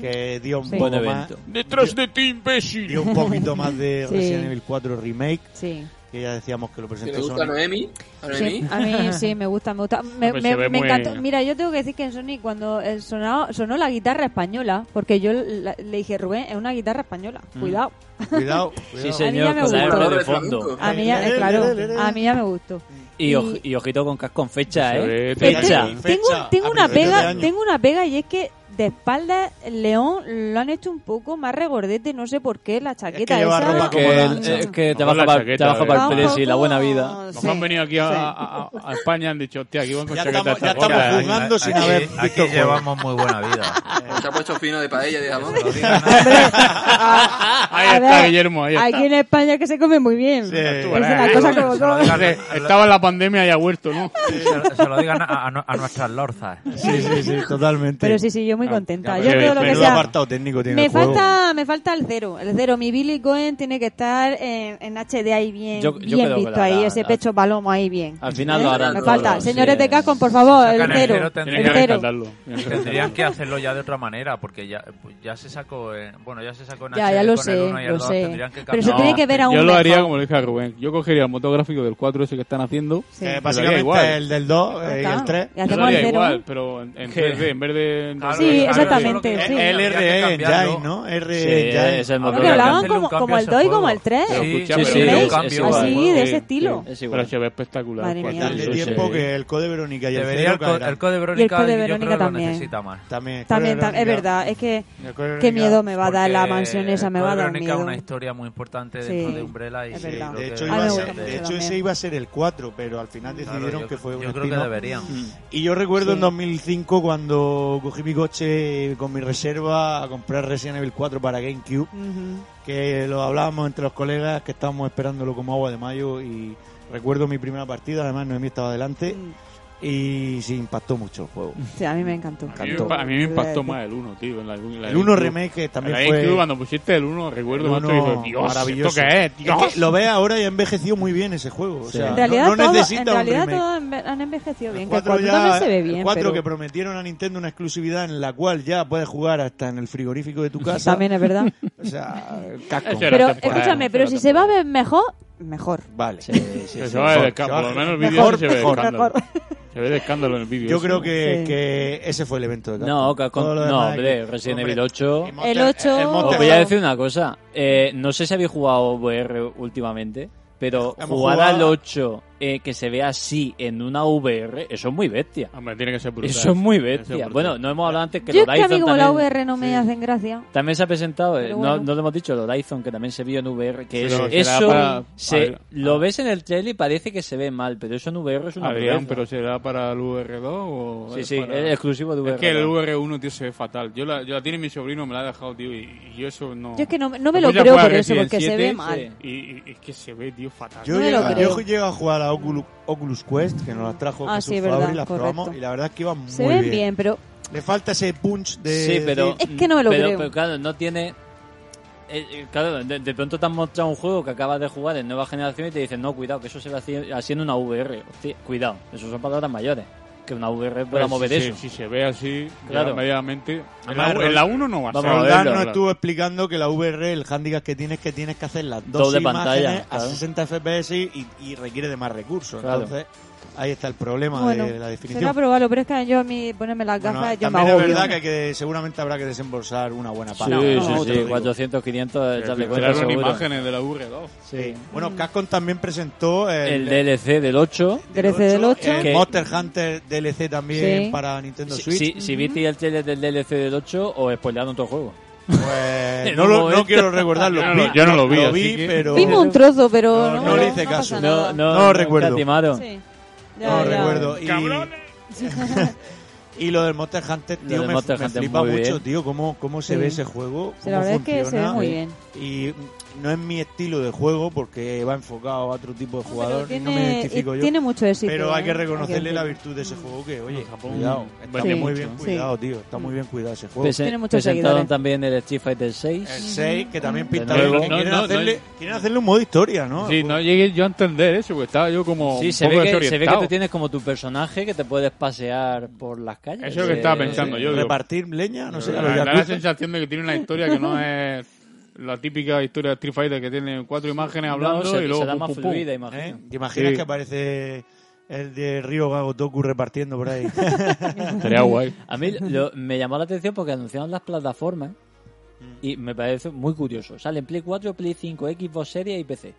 D: que dio un
E: Sí.
D: poco
F: Buen
D: más.
F: evento.
G: Detrás de ti, imbécil.
D: Dio un poquito más de
E: Sí.
D: Resident Evil 4 Remake,
E: Sí.
D: que ya decíamos que lo
I: Si
D: presentó
I: le gusta a
D: Sony.
I: Noemi, a Noemi,
E: Sí, a mí sí, me gusta, me gusta. Me,
G: Hombre,
E: me-
G: se ve
E: me
G: muy-
E: encantó. Mira, yo tengo que decir que en Sony cuando eh, sonao- sonó la guitarra española, porque yo la- le dije, Rubén, es una guitarra española,
G: Mm.
E: cuidado.
D: Cuidado,
F: Sí,
D: cuidado.
E: A
F: señor,
E: mí ya
F: con
E: me
F: la
E: gusta.
F: R de fondo.
E: A mí ya, eh, claro, a mí ya me gustó.
F: Y, oj- y ojito con casco en fecha,
G: Se
F: ¿eh?
G: ve
F: Fecha.
D: terrible.
E: Este, Tengo,
D: Fecha,
E: tengo
D: a
E: una
D: principios de
E: pega,
D: año.
E: tengo una pega y es que de espaldas León lo han hecho un poco más regordete, no sé por qué la chaqueta
D: lleva
E: esa.
D: ropa
F: Que,
D: como
F: el-
D: lancha.
F: es que te
G: Mejor
F: baja
G: la
F: para,
G: chaqueta,
F: te baja
G: ¿eh?
F: para
E: Vamos,
F: el Pérez y la
E: como-
F: buena vida.
G: Nos
E: sí,
G: han venido aquí a,
E: sí.
G: a- a- a España han dicho, hostia, aquí van con
D: Ya
G: chaqueta
D: estamos- ya
G: esta gorda".
D: estamos jugando sin
H: aquí,
D: haber
H: aquí
D: visto el juego.
H: llevamos muy buena vida.
I: se ha puesto fino de paella, digamos.
H: Lo digan,
G: Ahí
E: A
G: está,
E: ver,
G: Guillermo, ahí está.
E: Aquí en España que se come muy bien. Esa es la
H: eh,
E: cosa
H: se
E: como
H: lo
E: son.
H: digan-
G: Fíjate, Estaba en la pandemia y ha vuelto, ¿no?
H: se- se lo digan a, a- a nuestras lorzas.
D: Sí, sí, sí, totalmente.
E: Pero sí, sí, yo muy contenta.
G: ya,
E: Yo
G: pero-
E: todo lo que
D: Menudo
E: sea.
D: apartado técnico tiene
E: Me
D: el juego.
E: falta, me falta el cero, el cero. Mi Billy Cohen tiene que estar en, en HD ahí bien,
F: Yo- yo
E: bien
F: creo que
E: visto
F: la
E: ahí,
F: harán,
E: ese
F: al-
E: pecho palomo ahí bien. ¿Eh?
F: Al final lo harán
E: Me
F: todo,
E: falta,
F: sí,
E: señores de
F: es-
E: Cascon, por favor, el
H: sacan el
E: cero,
H: cero,
G: Tienen
H: tendrían
E: el
G: que
E: cero.
G: rescatarlo. Tienen que
H: Tendrían
G: rescatarlo.
H: que hacerlo ya de otra manera, porque ya, ya se sacó en, bueno, ya se sacó en
E: Ya,
H: HD
E: ya lo
H: con el uno y
E: sé,
H: el
E: lo
H: dos,
E: sé.
H: tendrían que
E: Pero se
H: cambiar.
E: tiene que ver aún
G: Yo lo
E: mejor.
G: haría como le dije a Rubén. Yo cogería el motográfico del 4 ese que están haciendo.
E: Sí.
D: Eh,
G: Pero da
D: básicamente
G: igual.
D: el del 2
E: Ya
D: eh, y
E: está.
D: el
E: Y
D: 3.
G: Yo lo
E: hacemos el
G: haría
E: cero.
G: igual, pero en, en 3D, en vez de... en
H: Claro,
E: Sí, Sí,
H: Claro,
E: exactamente,
H: eso es lo
E: sí.
H: que habría que
D: LRE
H: cambiarlo.
D: Engine, ¿no? RE
F: Sí,
D: Engine.
F: es el
E: Bueno,
F: motor.
E: que lo hagan
H: hacerle un
E: como,
H: cambio
E: como
H: a
E: el
H: ese
E: 2 y
H: juego.
E: como el 3.
G: Pero
H: Sí,
G: escucha,
H: sí,
F: pero
H: sí,
F: es-
H: un
F: es
E: Ah,
H: cambio
F: igual.
H: al
F: Sí,
H: juego.
E: de ese estilo.
F: Es
G: Pero
F: igual.
G: se ve espectacular.
E: Madre
G: Cuando-
E: mía.
D: Darle
F: Sí, sí.
D: tiempo que el Code Verónica y el
H: Debería
D: Cero
H: el, co-
D: caerán.
H: el Code Verónica,
E: Code
H: yo
E: Verónica
H: creo que lo
E: también.
H: necesita más.
D: También, el Code
E: También, tam- es
D: Verónica-
E: verdad, es que
D: el Code
E: qué
D: Verónica-
E: miedo me va a dar la
H: Porque
E: mansión esa, me
H: el
E: va a
H: Code
E: dar
H: Verónica
E: miedo.
H: es una historia muy importante dentro
E: Sí.
H: de Umbrella y
E: Es
H: sí,
D: Sí,
E: verdad.
H: creo
D: de
H: que-
D: hecho,
E: Ah,
D: iba a
E: me
D: ser-
E: gusta
D: de
E: mucho
D: hecho ese
E: también.
D: iba a ser el 4, pero al final decidieron
H: Claro, yo-
D: que fue un
H: Yo creo que
D: spin-off.
H: deberían.
D: Y yo recuerdo
E: Sí.
D: en 2005 cuando cogí mi coche con mi reserva a comprar Resident Evil 4 para GameCube,
E: Ujú.
D: que lo hablábamos entre los colegas, que estábamos esperándolo como agua de mayo y recuerdo mi primera partida, además Noemí estaba delante y se impactó mucho el juego.
E: Sí, a mí me encantó.
G: A mí, me- a mí me impactó más el 1, tío. en la- en la
D: El 1
G: GameCube.
D: remake que también
G: En la
D: fue
G: GameCube, cuando pusiste el 1, recuerdo,
D: el
G: macho,
D: uno
G: dices, Dios,
D: maravilloso.
G: ¿esto qué es? Dios.
D: Es que lo ves ahora y ha envejecido muy bien ese juego. O
F: Sí.
D: sea,
E: En
D: no-
E: realidad,
D: no,
E: todo,
D: necesita
E: en realidad
D: un remake.
E: todo enve- han envejecido bien.
D: El
E: Que el
D: 4
E: cuatro
D: ya-
E: también se ve
D: el
E: bien.
D: 4
E: pero
D: que prometieron a Nintendo una exclusividad en la cual ya puedes jugar hasta en el frigorífico de tu casa.
E: También es verdad.
D: O sea, casco.
G: Eso era
E: pero
G: temporal,
E: escúchame,
G: eso
E: pero
G: era
E: si se va a
G: temporal.
E: ver mejor, mejor.
D: Vale.
G: Se va de escándalo, por lo menos el vídeo
D: Mejor,
G: ese se ve de
D: mejor,
G: escándalo.
E: mejor.
G: Se ve de escándalo en el vídeo.
D: Yo
G: ese.
D: creo que,
E: Sí.
D: que ese fue el evento de Capcom.
F: No, Capcom-
D: Todo lo
F: no,
D: demás
F: hombre,
D: aquí-
F: Resident
D: hombre,
F: Evil 8.
D: y Monster-
E: El 8,
D: el
F: Os
D: Monster-
F: voy a
E: Pero-
F: decir una cosa. Eh, no sé si habéis jugado VR últimamente, pero
D: Hemos
F: jugar
D: jugado-
F: al 8 eh, que se vea así en una VR, eso es muy bestia.
G: Hombre, tiene que ser brutal.
F: Eso es muy
G: Tiene que ser
F: bestia.
G: brutal.
F: Bueno, no hemos hablado antes que
E: Yo
F: lo
E: es que a mí
F: Dyson
E: como la
F: también,
E: VR no me hacen gracia.
F: también se ha presentado, eh,
E: Pero
F: no-
E: bueno.
F: no, lo hemos dicho, lo Dyson que también se vio en VR, que
G: Pero
F: es-
G: será
F: eso
G: para-
F: se,
G: Adri-
F: lo ves en el trailer y parece que se ve mal, pero eso en VR es una
G: Adrián,
F: pureza.
G: pero ¿será para el VR2 o...?
F: Sí,
G: es
F: sí,
G: para-
F: es exclusivo de VR.
G: Es que el VR1, tío, se ve fatal. Yo la, yo la tiene mi sobrino, me la ha dejado, tío, y, y eso no...
E: Yo es que no, no me lo
G: Después ya
E: creo
G: juega
E: por eso,
G: Resident
E: porque se
G: 7,
E: ve mal.
G: Y, y- y es que se ve, tío, fatal.
D: Yo,
E: No me lo
D: llegué-
E: creo.
D: yo llegué a jugar a Oculus, Oculus Quest, que nos las trajo
E: Ah,
D: Jesús
E: sí,
D: Fabri,
E: verdad,
D: las
E: correcto.
D: probamos y la verdad es que iban
E: Se
D: muy
E: ven
D: bien.
E: bien, pero
D: Le falta ese punch de...
F: sí, pero
E: Es que no me lo
F: pero,
E: creo.
F: pero claro, no tiene. eh, eh, claro, de, de pronto te han mostrado un juego que acabas de jugar en nueva generación y te dicen, no, cuidado, que eso se va haci- haciendo una VR. Hostia, cuidado, eso son palabras mayores. Que una VR pueda
G: Pues,
F: mover
G: si,
F: eso.
G: Si, si se ve así,
F: Claro.
G: claro. medianamente... En
F: Además,
G: la- en la 1 no va a ser.
F: vamos a
D: Roldán
F: verlo,
D: nos
F: claro.
D: estuvo explicando que la VR, el handicap que tienes que tienes que hacer las dos
F: Doble
D: imágenes
F: pantalla,
D: a
F: claro.
D: 60 FPS y, y requiere de más recursos.
F: Claro.
D: Entonces, ahí está el problema
E: bueno,
D: de la definición.
E: será probarlo, pero es que a yo a mí ponerme las
D: Bueno,
E: gafas yo me
D: también es
E: agobio.
D: verdad que, hay que seguramente habrá que desembolsar una buena
F: Sí,
D: pata.
F: sí,
D: No,
F: sí,
D: no, te lo digo.
F: 400, 500, eh, echarle cuenta
G: Serán
F: seguro.
G: imágenes de la VR2.
F: Sí.
D: Bueno, Capcom también presentó
F: El
D: el,
F: DLC del 8.
D: el
E: 13 del 8.
D: el
F: que-
D: Monster Hunter DLC también
E: Sí.
D: para Nintendo
F: Si,
D: Switch.
F: si- si visteis el trailer del DLC del 8, os spoilearon todo el juego.
D: Pues,
F: En
D: no,
F: un
D: lo-
F: momento.
D: no quiero recordarlo.
G: Yo no lo- yo no lo vi,
D: Lo
G: así
D: vi,
G: que-
D: pero...
E: Vimos un trozo, pero
D: No,
E: no,
D: no le hice
E: pasa
D: caso.
F: No,
E: nada.
F: no,
D: No recuerdo.
F: escatimaron.
E: Sí.
D: no
E: Ya, ya.
D: recuerdo. Y,
G: ¡Cabrones!
D: y lo del Monster Hunter,
F: Lo
D: tío,
F: del
D: me,
F: Monster
D: me
F: Hunter
D: flipa
F: muy
D: mucho,
F: bien.
D: tío, cómo, cómo se
E: Sí.
D: ve ese juego.
E: Sí, la
D: cómo
E: verdad es que se ve
D: funciona.
E: muy bien.
D: Y no es mi estilo de juego porque va enfocado a otro tipo de
E: No, pero
D: jugador. y
E: tiene,
D: no me identifico
E: y
D: yo.
E: tiene mucho éxito.
D: pero hay que
E: ¿eh?
D: reconocerle la
E: decirlo.
D: virtud de ese juego que, oye,
G: Japón
D: cuidado, está
E: vende
D: muy
E: mucho,
D: bien
E: sí.
D: cuidado, tío. Está muy bien cuidado ese juego.
G: Pues,
F: Prese-
E: Tiene muchos
F: presentaron
E: seguidores.
F: también el Street Fighter 6.
D: El 6, que también
F: De
D: pinta
F: nuevo.
D: bien. que
G: No,
D: Quieren
G: no, no,
D: hacerle-
G: no.
D: quieren hacerle un modo historia, ¿no?
G: Sí, no llegué yo a entender eso, porque estaba yo como
F: Sí,
G: un
F: se
G: poco
F: ve, que, se ve que
G: desorientado.
F: tú tienes como tu personaje que te puedes pasear por las calles.
G: Eso es lo que
F: Eh,
G: estaba pensando
F: eh,
G: yo. digo,
D: Repartir leña, no sé. a
G: Da
D: los
G: la,
D: yakuza.
G: sensación de que tiene una historia que no es la típica historia de Street Fighter que tiene cuatro imágenes
F: no,
G: hablando
F: se-
G: y luego
F: será
G: pum,
F: más
G: pum, pum.
F: fluida,
D: ¿Eh?
F: imagino.
D: ¿Te imaginas
G: Sí.
D: que aparece el de Río Gagotoku repartiendo por ahí?
G: Estaría guay.
F: A mí lo- me llamó la atención porque anunciaron las plataformas y me parece muy curioso. Salen Play 4, Play 5, Xbox Series y PC.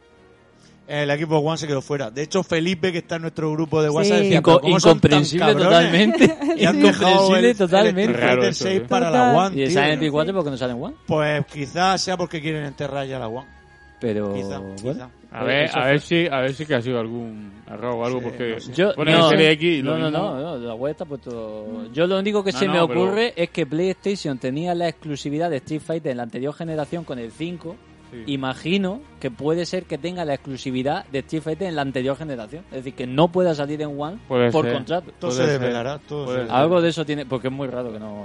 D: el equipo One se quedó fuera. De hecho, Felipe, que está en nuestro grupo de WhatsApp,
E: Sí.
D: decía,
F: Inco-
D: "¿Pero cómo son tan
F: incomprensible
D: cabrones?
F: totalmente.
D: Y han dejado el,
F: incomprensible
D: el Street
F: totalmente.
G: Raro
D: Fighter
G: eso, ¿eh?
D: 6
G: sí.
D: para la
E: Total.
D: One,
F: Y
D: tío.
F: salen en Play 4 porque no salen One.
D: Pues quizás sea porque quieren enterrar ya la One.
G: Oh,
F: Pero
D: Quizá,
F: bueno.
D: quizá.
G: A ver,
F: Eso
G: a
F: fue-
G: ver si, a ver si que ha sido algún error o algo, porque
D: no sé.
F: Yo,
G: ponen
F: no,
G: el Serie X y
F: no,
G: lo
F: no,
G: mismo.
F: no, no, la web está puesto. Yo lo único que
G: No,
F: se me
G: no, pero-
F: ocurre es que PlayStation tenía la exclusividad de Street Fighter en la anterior generación con el 5.
G: Sí.
F: Imagino que puede ser que tenga la exclusividad de Street Fighter en la anterior generación. Es decir, que no pueda salir en One
G: Puede
F: por
G: ser.
F: contrato.
D: Todo
G: Puede
D: se
G: ser.
D: desvelará. Todo
G: Puede
D: se
G: ser.
F: Algo de eso tiene, porque es muy raro que no.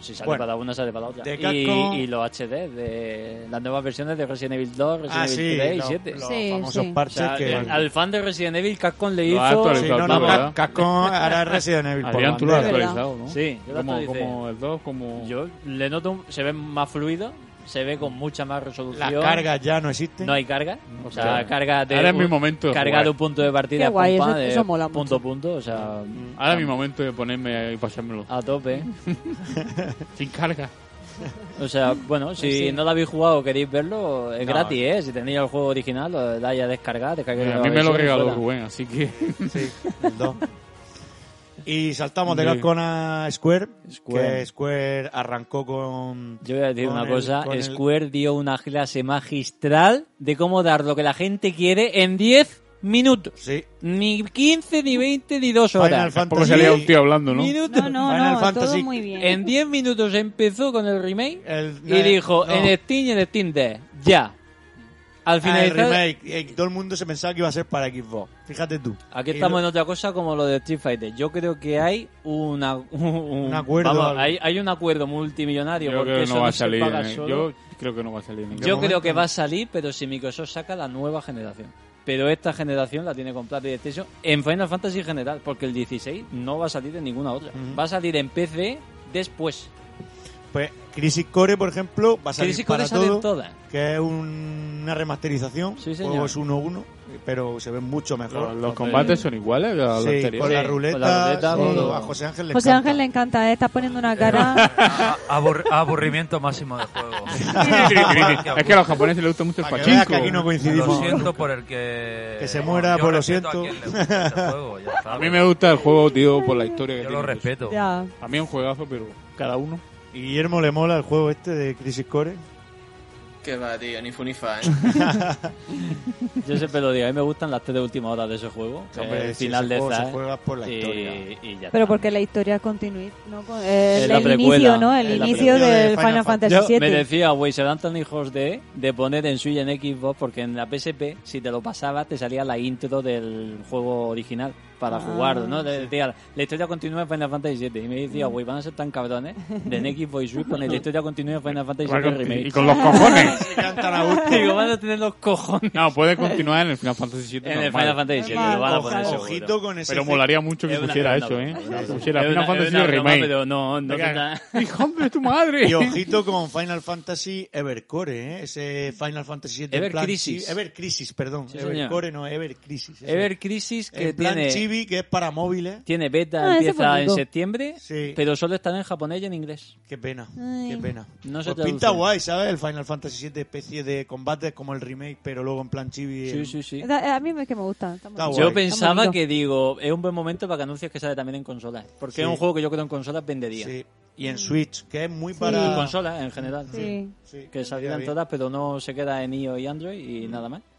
F: Si sale
D: Bueno,
F: para una, sale para la otra.
D: de Capcom-
F: Y, y los HD, de las nuevas versiones de Resident Evil 2, Resident
D: Ah,
F: Evil
D: sí,
F: 3 y
D: los,
F: 7.
D: los
E: Sí,
D: famosos
E: sí.
F: O
D: parches
F: sea,
D: que...
F: al- ¿eh? al fan de Resident Evil, Capcom le
G: Lo ha
F: hizo.
G: actualizado.
D: Sí, no, no,
G: Capcom, ¿verdad?
D: Ca- Capcom hará Resident Evil por
G: Adrián, tú lo has
D: bandera.
E: Es verdad.
G: actualizado, ¿no?
F: Sí, yo lo
G: como,
F: actualicé.
G: como el 2, como...
F: Yo le noto, un- se ve más fluido, se ve con mucha más resolución.
D: Las cargas ya no existen.
F: No hay carga. O sea,
G: Claro.
F: carga de.
G: Ahora es
F: un-
G: mi momento de
F: Carga
G: jugar.
F: de un punto de partida.
E: Qué guay,
F: pum, pam,
E: eso-
F: de
E: eso mola
F: Punto a
E: mucho.
F: punto, o sea.
D: Mm.
G: Ahora es mi momento de ponerme y pasármelo.
F: A tope.
G: Sin carga.
F: O sea, bueno, si no lo habéis jugado o queréis verlo, es
G: No.
F: gratis, ¿eh? Si tenéis el juego original, lo dais a descargar, descargáis
G: Eh, a
F: la
G: mí me lo
F: versión y
G: regaló
F: fuera.
G: Rubén, así que.
D: Sí, el dos. Y saltamos de
G: Sí.
D: Capcom a Square,
F: Square.
D: que Square arrancó con...
F: Yo voy a decir
D: con
F: una
D: el-
F: cosa,
D: con el-
F: Square dio una clase magistral de cómo dar lo que la gente quiere en 10 minutos.
D: Sí,
F: Ni 15, ni 20, ni 2 horas.
D: Final
G: Tampoco
D: Fantasy.
G: salía un tío hablando, ¿no?
F: Minutos.
E: No, no,
D: Final
E: no,
D: Fantasy.
E: todo muy bien.
F: En 10 minutos empezó con el remake
D: El-
F: y
D: eh,
F: dijo,
D: no.
F: en este-" Steam y en Steam Deck, ya. Al
D: Ah, el
F: finalizar,
D: remake. Eh, todo el mundo se pensaba que iba a ser para Xbox. Fíjate tú.
F: Aquí
D: Y
F: estamos
D: lo-
F: en otra cosa como lo de Street Fighter. Yo creo que hay una, un,
D: Un acuerdo,
F: vamos,
D: algo.
F: hay, hay un acuerdo multimillonario
G: Yo
F: porque
G: creo que
F: eso
G: no va a
F: se
G: salir.
F: paga
G: eh.
F: solo.
G: Yo creo que no va a salir.
F: Yo creo que va a salir, pero si Microsoft saca la nueva generación. Pero esta generación la tiene con Plata y PlayStation en Final Fantasy en general, porque el 16 no va a salir en ninguna otra.
D: Ujú.
F: Va a salir en PC después.
D: Pues Crisis Core, por ejemplo, va a salir
F: Crisis Core
D: para
F: sale en
D: todo,
F: todas.
D: que es un- una remasterización.
F: Sí, señor.
D: Juego es 1-1, pero se ve mucho mejor.
G: Los, los combates son iguales a los
D: Sí,
G: anteriores.
D: con la
F: Sí,
D: ruleta,
F: con la ruleta,
D: sí,
F: todo.
D: a José Ángel le
E: José
D: encanta.
E: Ángel le encanta, ¿eh? está poniendo una cara.
H: A- abur- aburrimiento máximo de juego.
G: es que a los japoneses les gusta mucho el
D: Para que veas
G: pachinko.
D: que aquí no
H: Lo
D: coincidimos.
H: siento por el que.
D: Que se muera,
H: Yo
D: pues lo
H: respeto a
D: siento.
H: quien le gusta este juego, ya está.
G: A mí me gusta el juego, tío, por la historia que
H: Yo
G: tiene.
H: lo respeto.
E: ya.
G: A mí es un juegazo, pero cada uno.
D: Y Guillermo le mola el juego este de Crisis Core.
I: Que va, tío, ni funifa, ¿eh?
F: Yo siempre lo digo, a mí me gustan las tres últimas horas de ese juego.
D: Hombre,
F: el
D: si
F: final
D: ese
F: de
D: juego
F: esa.
D: se juega por la
F: y,
D: historia.
F: y ya
E: Pero
F: está.
E: porque la historia continúa, ¿no? Con- eh,
F: Es
E: el,
F: la precuela,
E: inicio, ¿no? El
F: es la
E: inicio
D: precuela de
E: del
D: Final
E: Final
D: Fantasy.
F: Yo
E: Fantasy VII.
F: me decía, güey, serán tan hijos de, de poner en Switch y en Xbox, porque en la PSP, si te lo pasabas, te salía la intro del juego original para
E: Ah.
F: jugarlo, ¿no? Le decía, la historia continúa en Final Fantasy VII. Y me decía, güey, van a ser tan cabrones de en Xbox y Switch poner la historia continúa en Final Fantasy VII
G: Y
F: Remake.
G: con los cojones.
F: Digo, van a tener los cojones
G: No, puede continuar en el Final Fantasy VII.
F: en el
G: normal.
F: Final Fantasy VII.
E: Normal.
F: Lo van a poner
D: Ojo-
F: pues, seguro.
D: Ojito con ese
G: Pero
D: efecto.
G: molaría mucho que
F: Es una-
G: pusiera
F: es una
G: eso, ¿eh.
F: broma.
G: Que Pusiera
F: Es
G: Final
F: una-
G: Fantasy
F: es una
G: VII
F: broma,
G: Remake.
F: Pero no, no tendrá-
G: Hijo de tu madre.
D: Y ojito con Final Fantasy Evercore, ¿eh? ese Final Fantasy VII en
F: Ever
D: plan
F: Crisis.
D: chi- Ever Crisis, perdón.
F: Sí, señor.
D: Evercore no, Ever Crisis. eso.
F: Ever Crisis que
D: en plan
F: tiene...
D: chibi, que es para móviles.
F: Tiene beta,
E: Ah, ese
F: empieza en
E: bonito.
F: septiembre,
D: Sí.
F: pero solo estará en japonés y en inglés.
D: Qué pena,
E: Ay.
D: qué pena.
F: No se
D: pues pinta
F: traduce.
D: guay, ¿sabes? El Final Fantasy VII, especie de combate como el remake, pero luego en plan chibi.
F: Sí,
D: en-
F: sí, sí.
E: Da- eh, A mí es que me gusta. está muy
D: Está
E: bien.
F: Yo
D: guay.
F: pensaba
E: bonito.
F: que digo, es un buen momento para que anuncies que sale también en consolas. Porque
D: Sí.
F: es un juego que yo creo en consolas vendería.
D: Sí. Y en Switch, que es muy
F: Y
D: para...
F: consolas en general.
E: Sí.
D: Sí, Mm.
F: Que salieran
D: vendría
F: todas, pero no se queda en iOS y Android y nada más.
D: bien.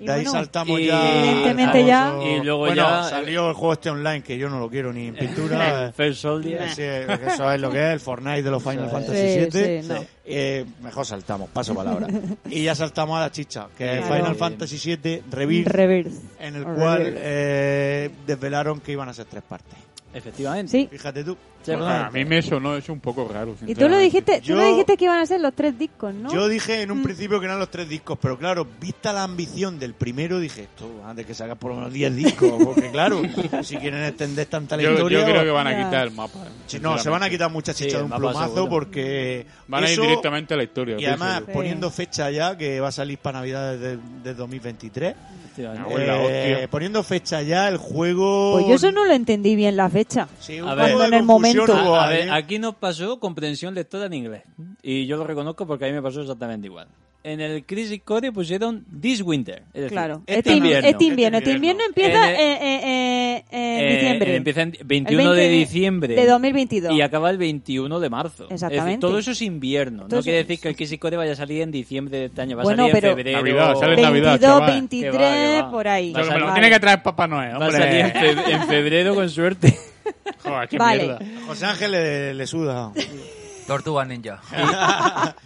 E: Y
D: De ahí
E: bueno,
D: saltamos
F: y-
D: ya...
E: Evidentemente
D: al
E: ya-
D: famoso-
F: Y luego
D: bueno,
F: ya- eh,
D: salió el juego este online, que yo no lo quiero ni en pintura. eh.
F: First Soldier.
D: Sí, eso es lo que es el Fortnite de los Final
F: Sí,
D: Fantasy VII.
E: sí, no.
D: Eh, mejor saltamos, paso palabra. y ya saltamos a la chicha, que es
F: Claro.
D: Final Fantasy VII Rebirth,
E: Reverse.
D: en el
E: O
D: cual
E: reverse.
D: eh, desvelaron que iban a ser tres partes.
F: Efectivamente.
E: Sí.
D: Fíjate tú. Ah,
F: Sí,
G: Bueno,
F: bueno.
G: a mí me sonó eso un poco raro.
E: Y tú lo
G: sinceramente.
E: dijiste, tú lo
D: Yo-
E: dijiste que iban a ser los tres discos, ¿no?
D: Yo dije en un principio que eran los tres discos, pero claro, vista la ambición del primero, dije esto, antes que sacas por lo menos 10 discos, porque claro, si quieren extender tanta la
G: Yo, yo
D: historia.
G: creo que van a
E: Ya.
G: quitar el mapa.
D: Sí, No, se van a quitar mucha chicha
F: Sí,
D: de un
F: mapa
D: plumazo
F: seguro.
D: porque.
G: Van a ir
D: eso-
G: directamente a la historia.
D: Y
G: pienso
D: además,
G: yo.
E: Sí.
D: poniendo fecha ya, que va a salir para Navidades de, de 2023.
F: Efectivamente.
G: Ah, bueno, la
D: eh,
G: hostia.
D: poniendo fecha ya, el juego.
E: Pues yo eso no lo entendí bien la fecha.
D: Sí, un
F: A
D: poco
E: En
D: de
F: ver.
E: el
D: confusión
E: momento.
D: hubo
F: A, a
D: ahí,
F: ver,
D: ¿eh?
F: aquí nos pasó comprensión lectora en inglés. Y yo lo reconozco porque a mí me pasó exactamente igual. En el Crisis Core pusieron This Winter. Es decir,
E: Claro.
D: este
E: Este invierno,
D: invierno.
E: este invierno,
D: Este
E: este invierno
F: invierno.
E: empieza en, eh, eh, eh, en
F: Eh,
E: diciembre.
F: Empieza en
E: El
F: 21 de
E: 20
F: diciembre.
E: De 2022.
F: Y acaba el 21 de marzo. Es decir,
E: Exactamente.
F: todo eso es invierno. no
E: Todo eso
F: quiere
E: es-
F: decir que el Crisis Core vaya a salir en diciembre de este año. Va a
E: Bueno,
F: salir
E: pero-
F: en febrero.
G: Navidad, sale en
E: 22,
G: Navidad. chaval.
E: 23,
F: Que va, que va.
E: por ahí.
F: Va a
G: Pero me lo
F: Vale.
G: tiene que traer Papá Noel,
F: Va a salir este. en,
G: hombre.
F: fe- en febrero con suerte.
G: Joder, qué
E: Vale.
G: mierda.
D: José Ángel le, le suda.
H: Tortuga Ninja.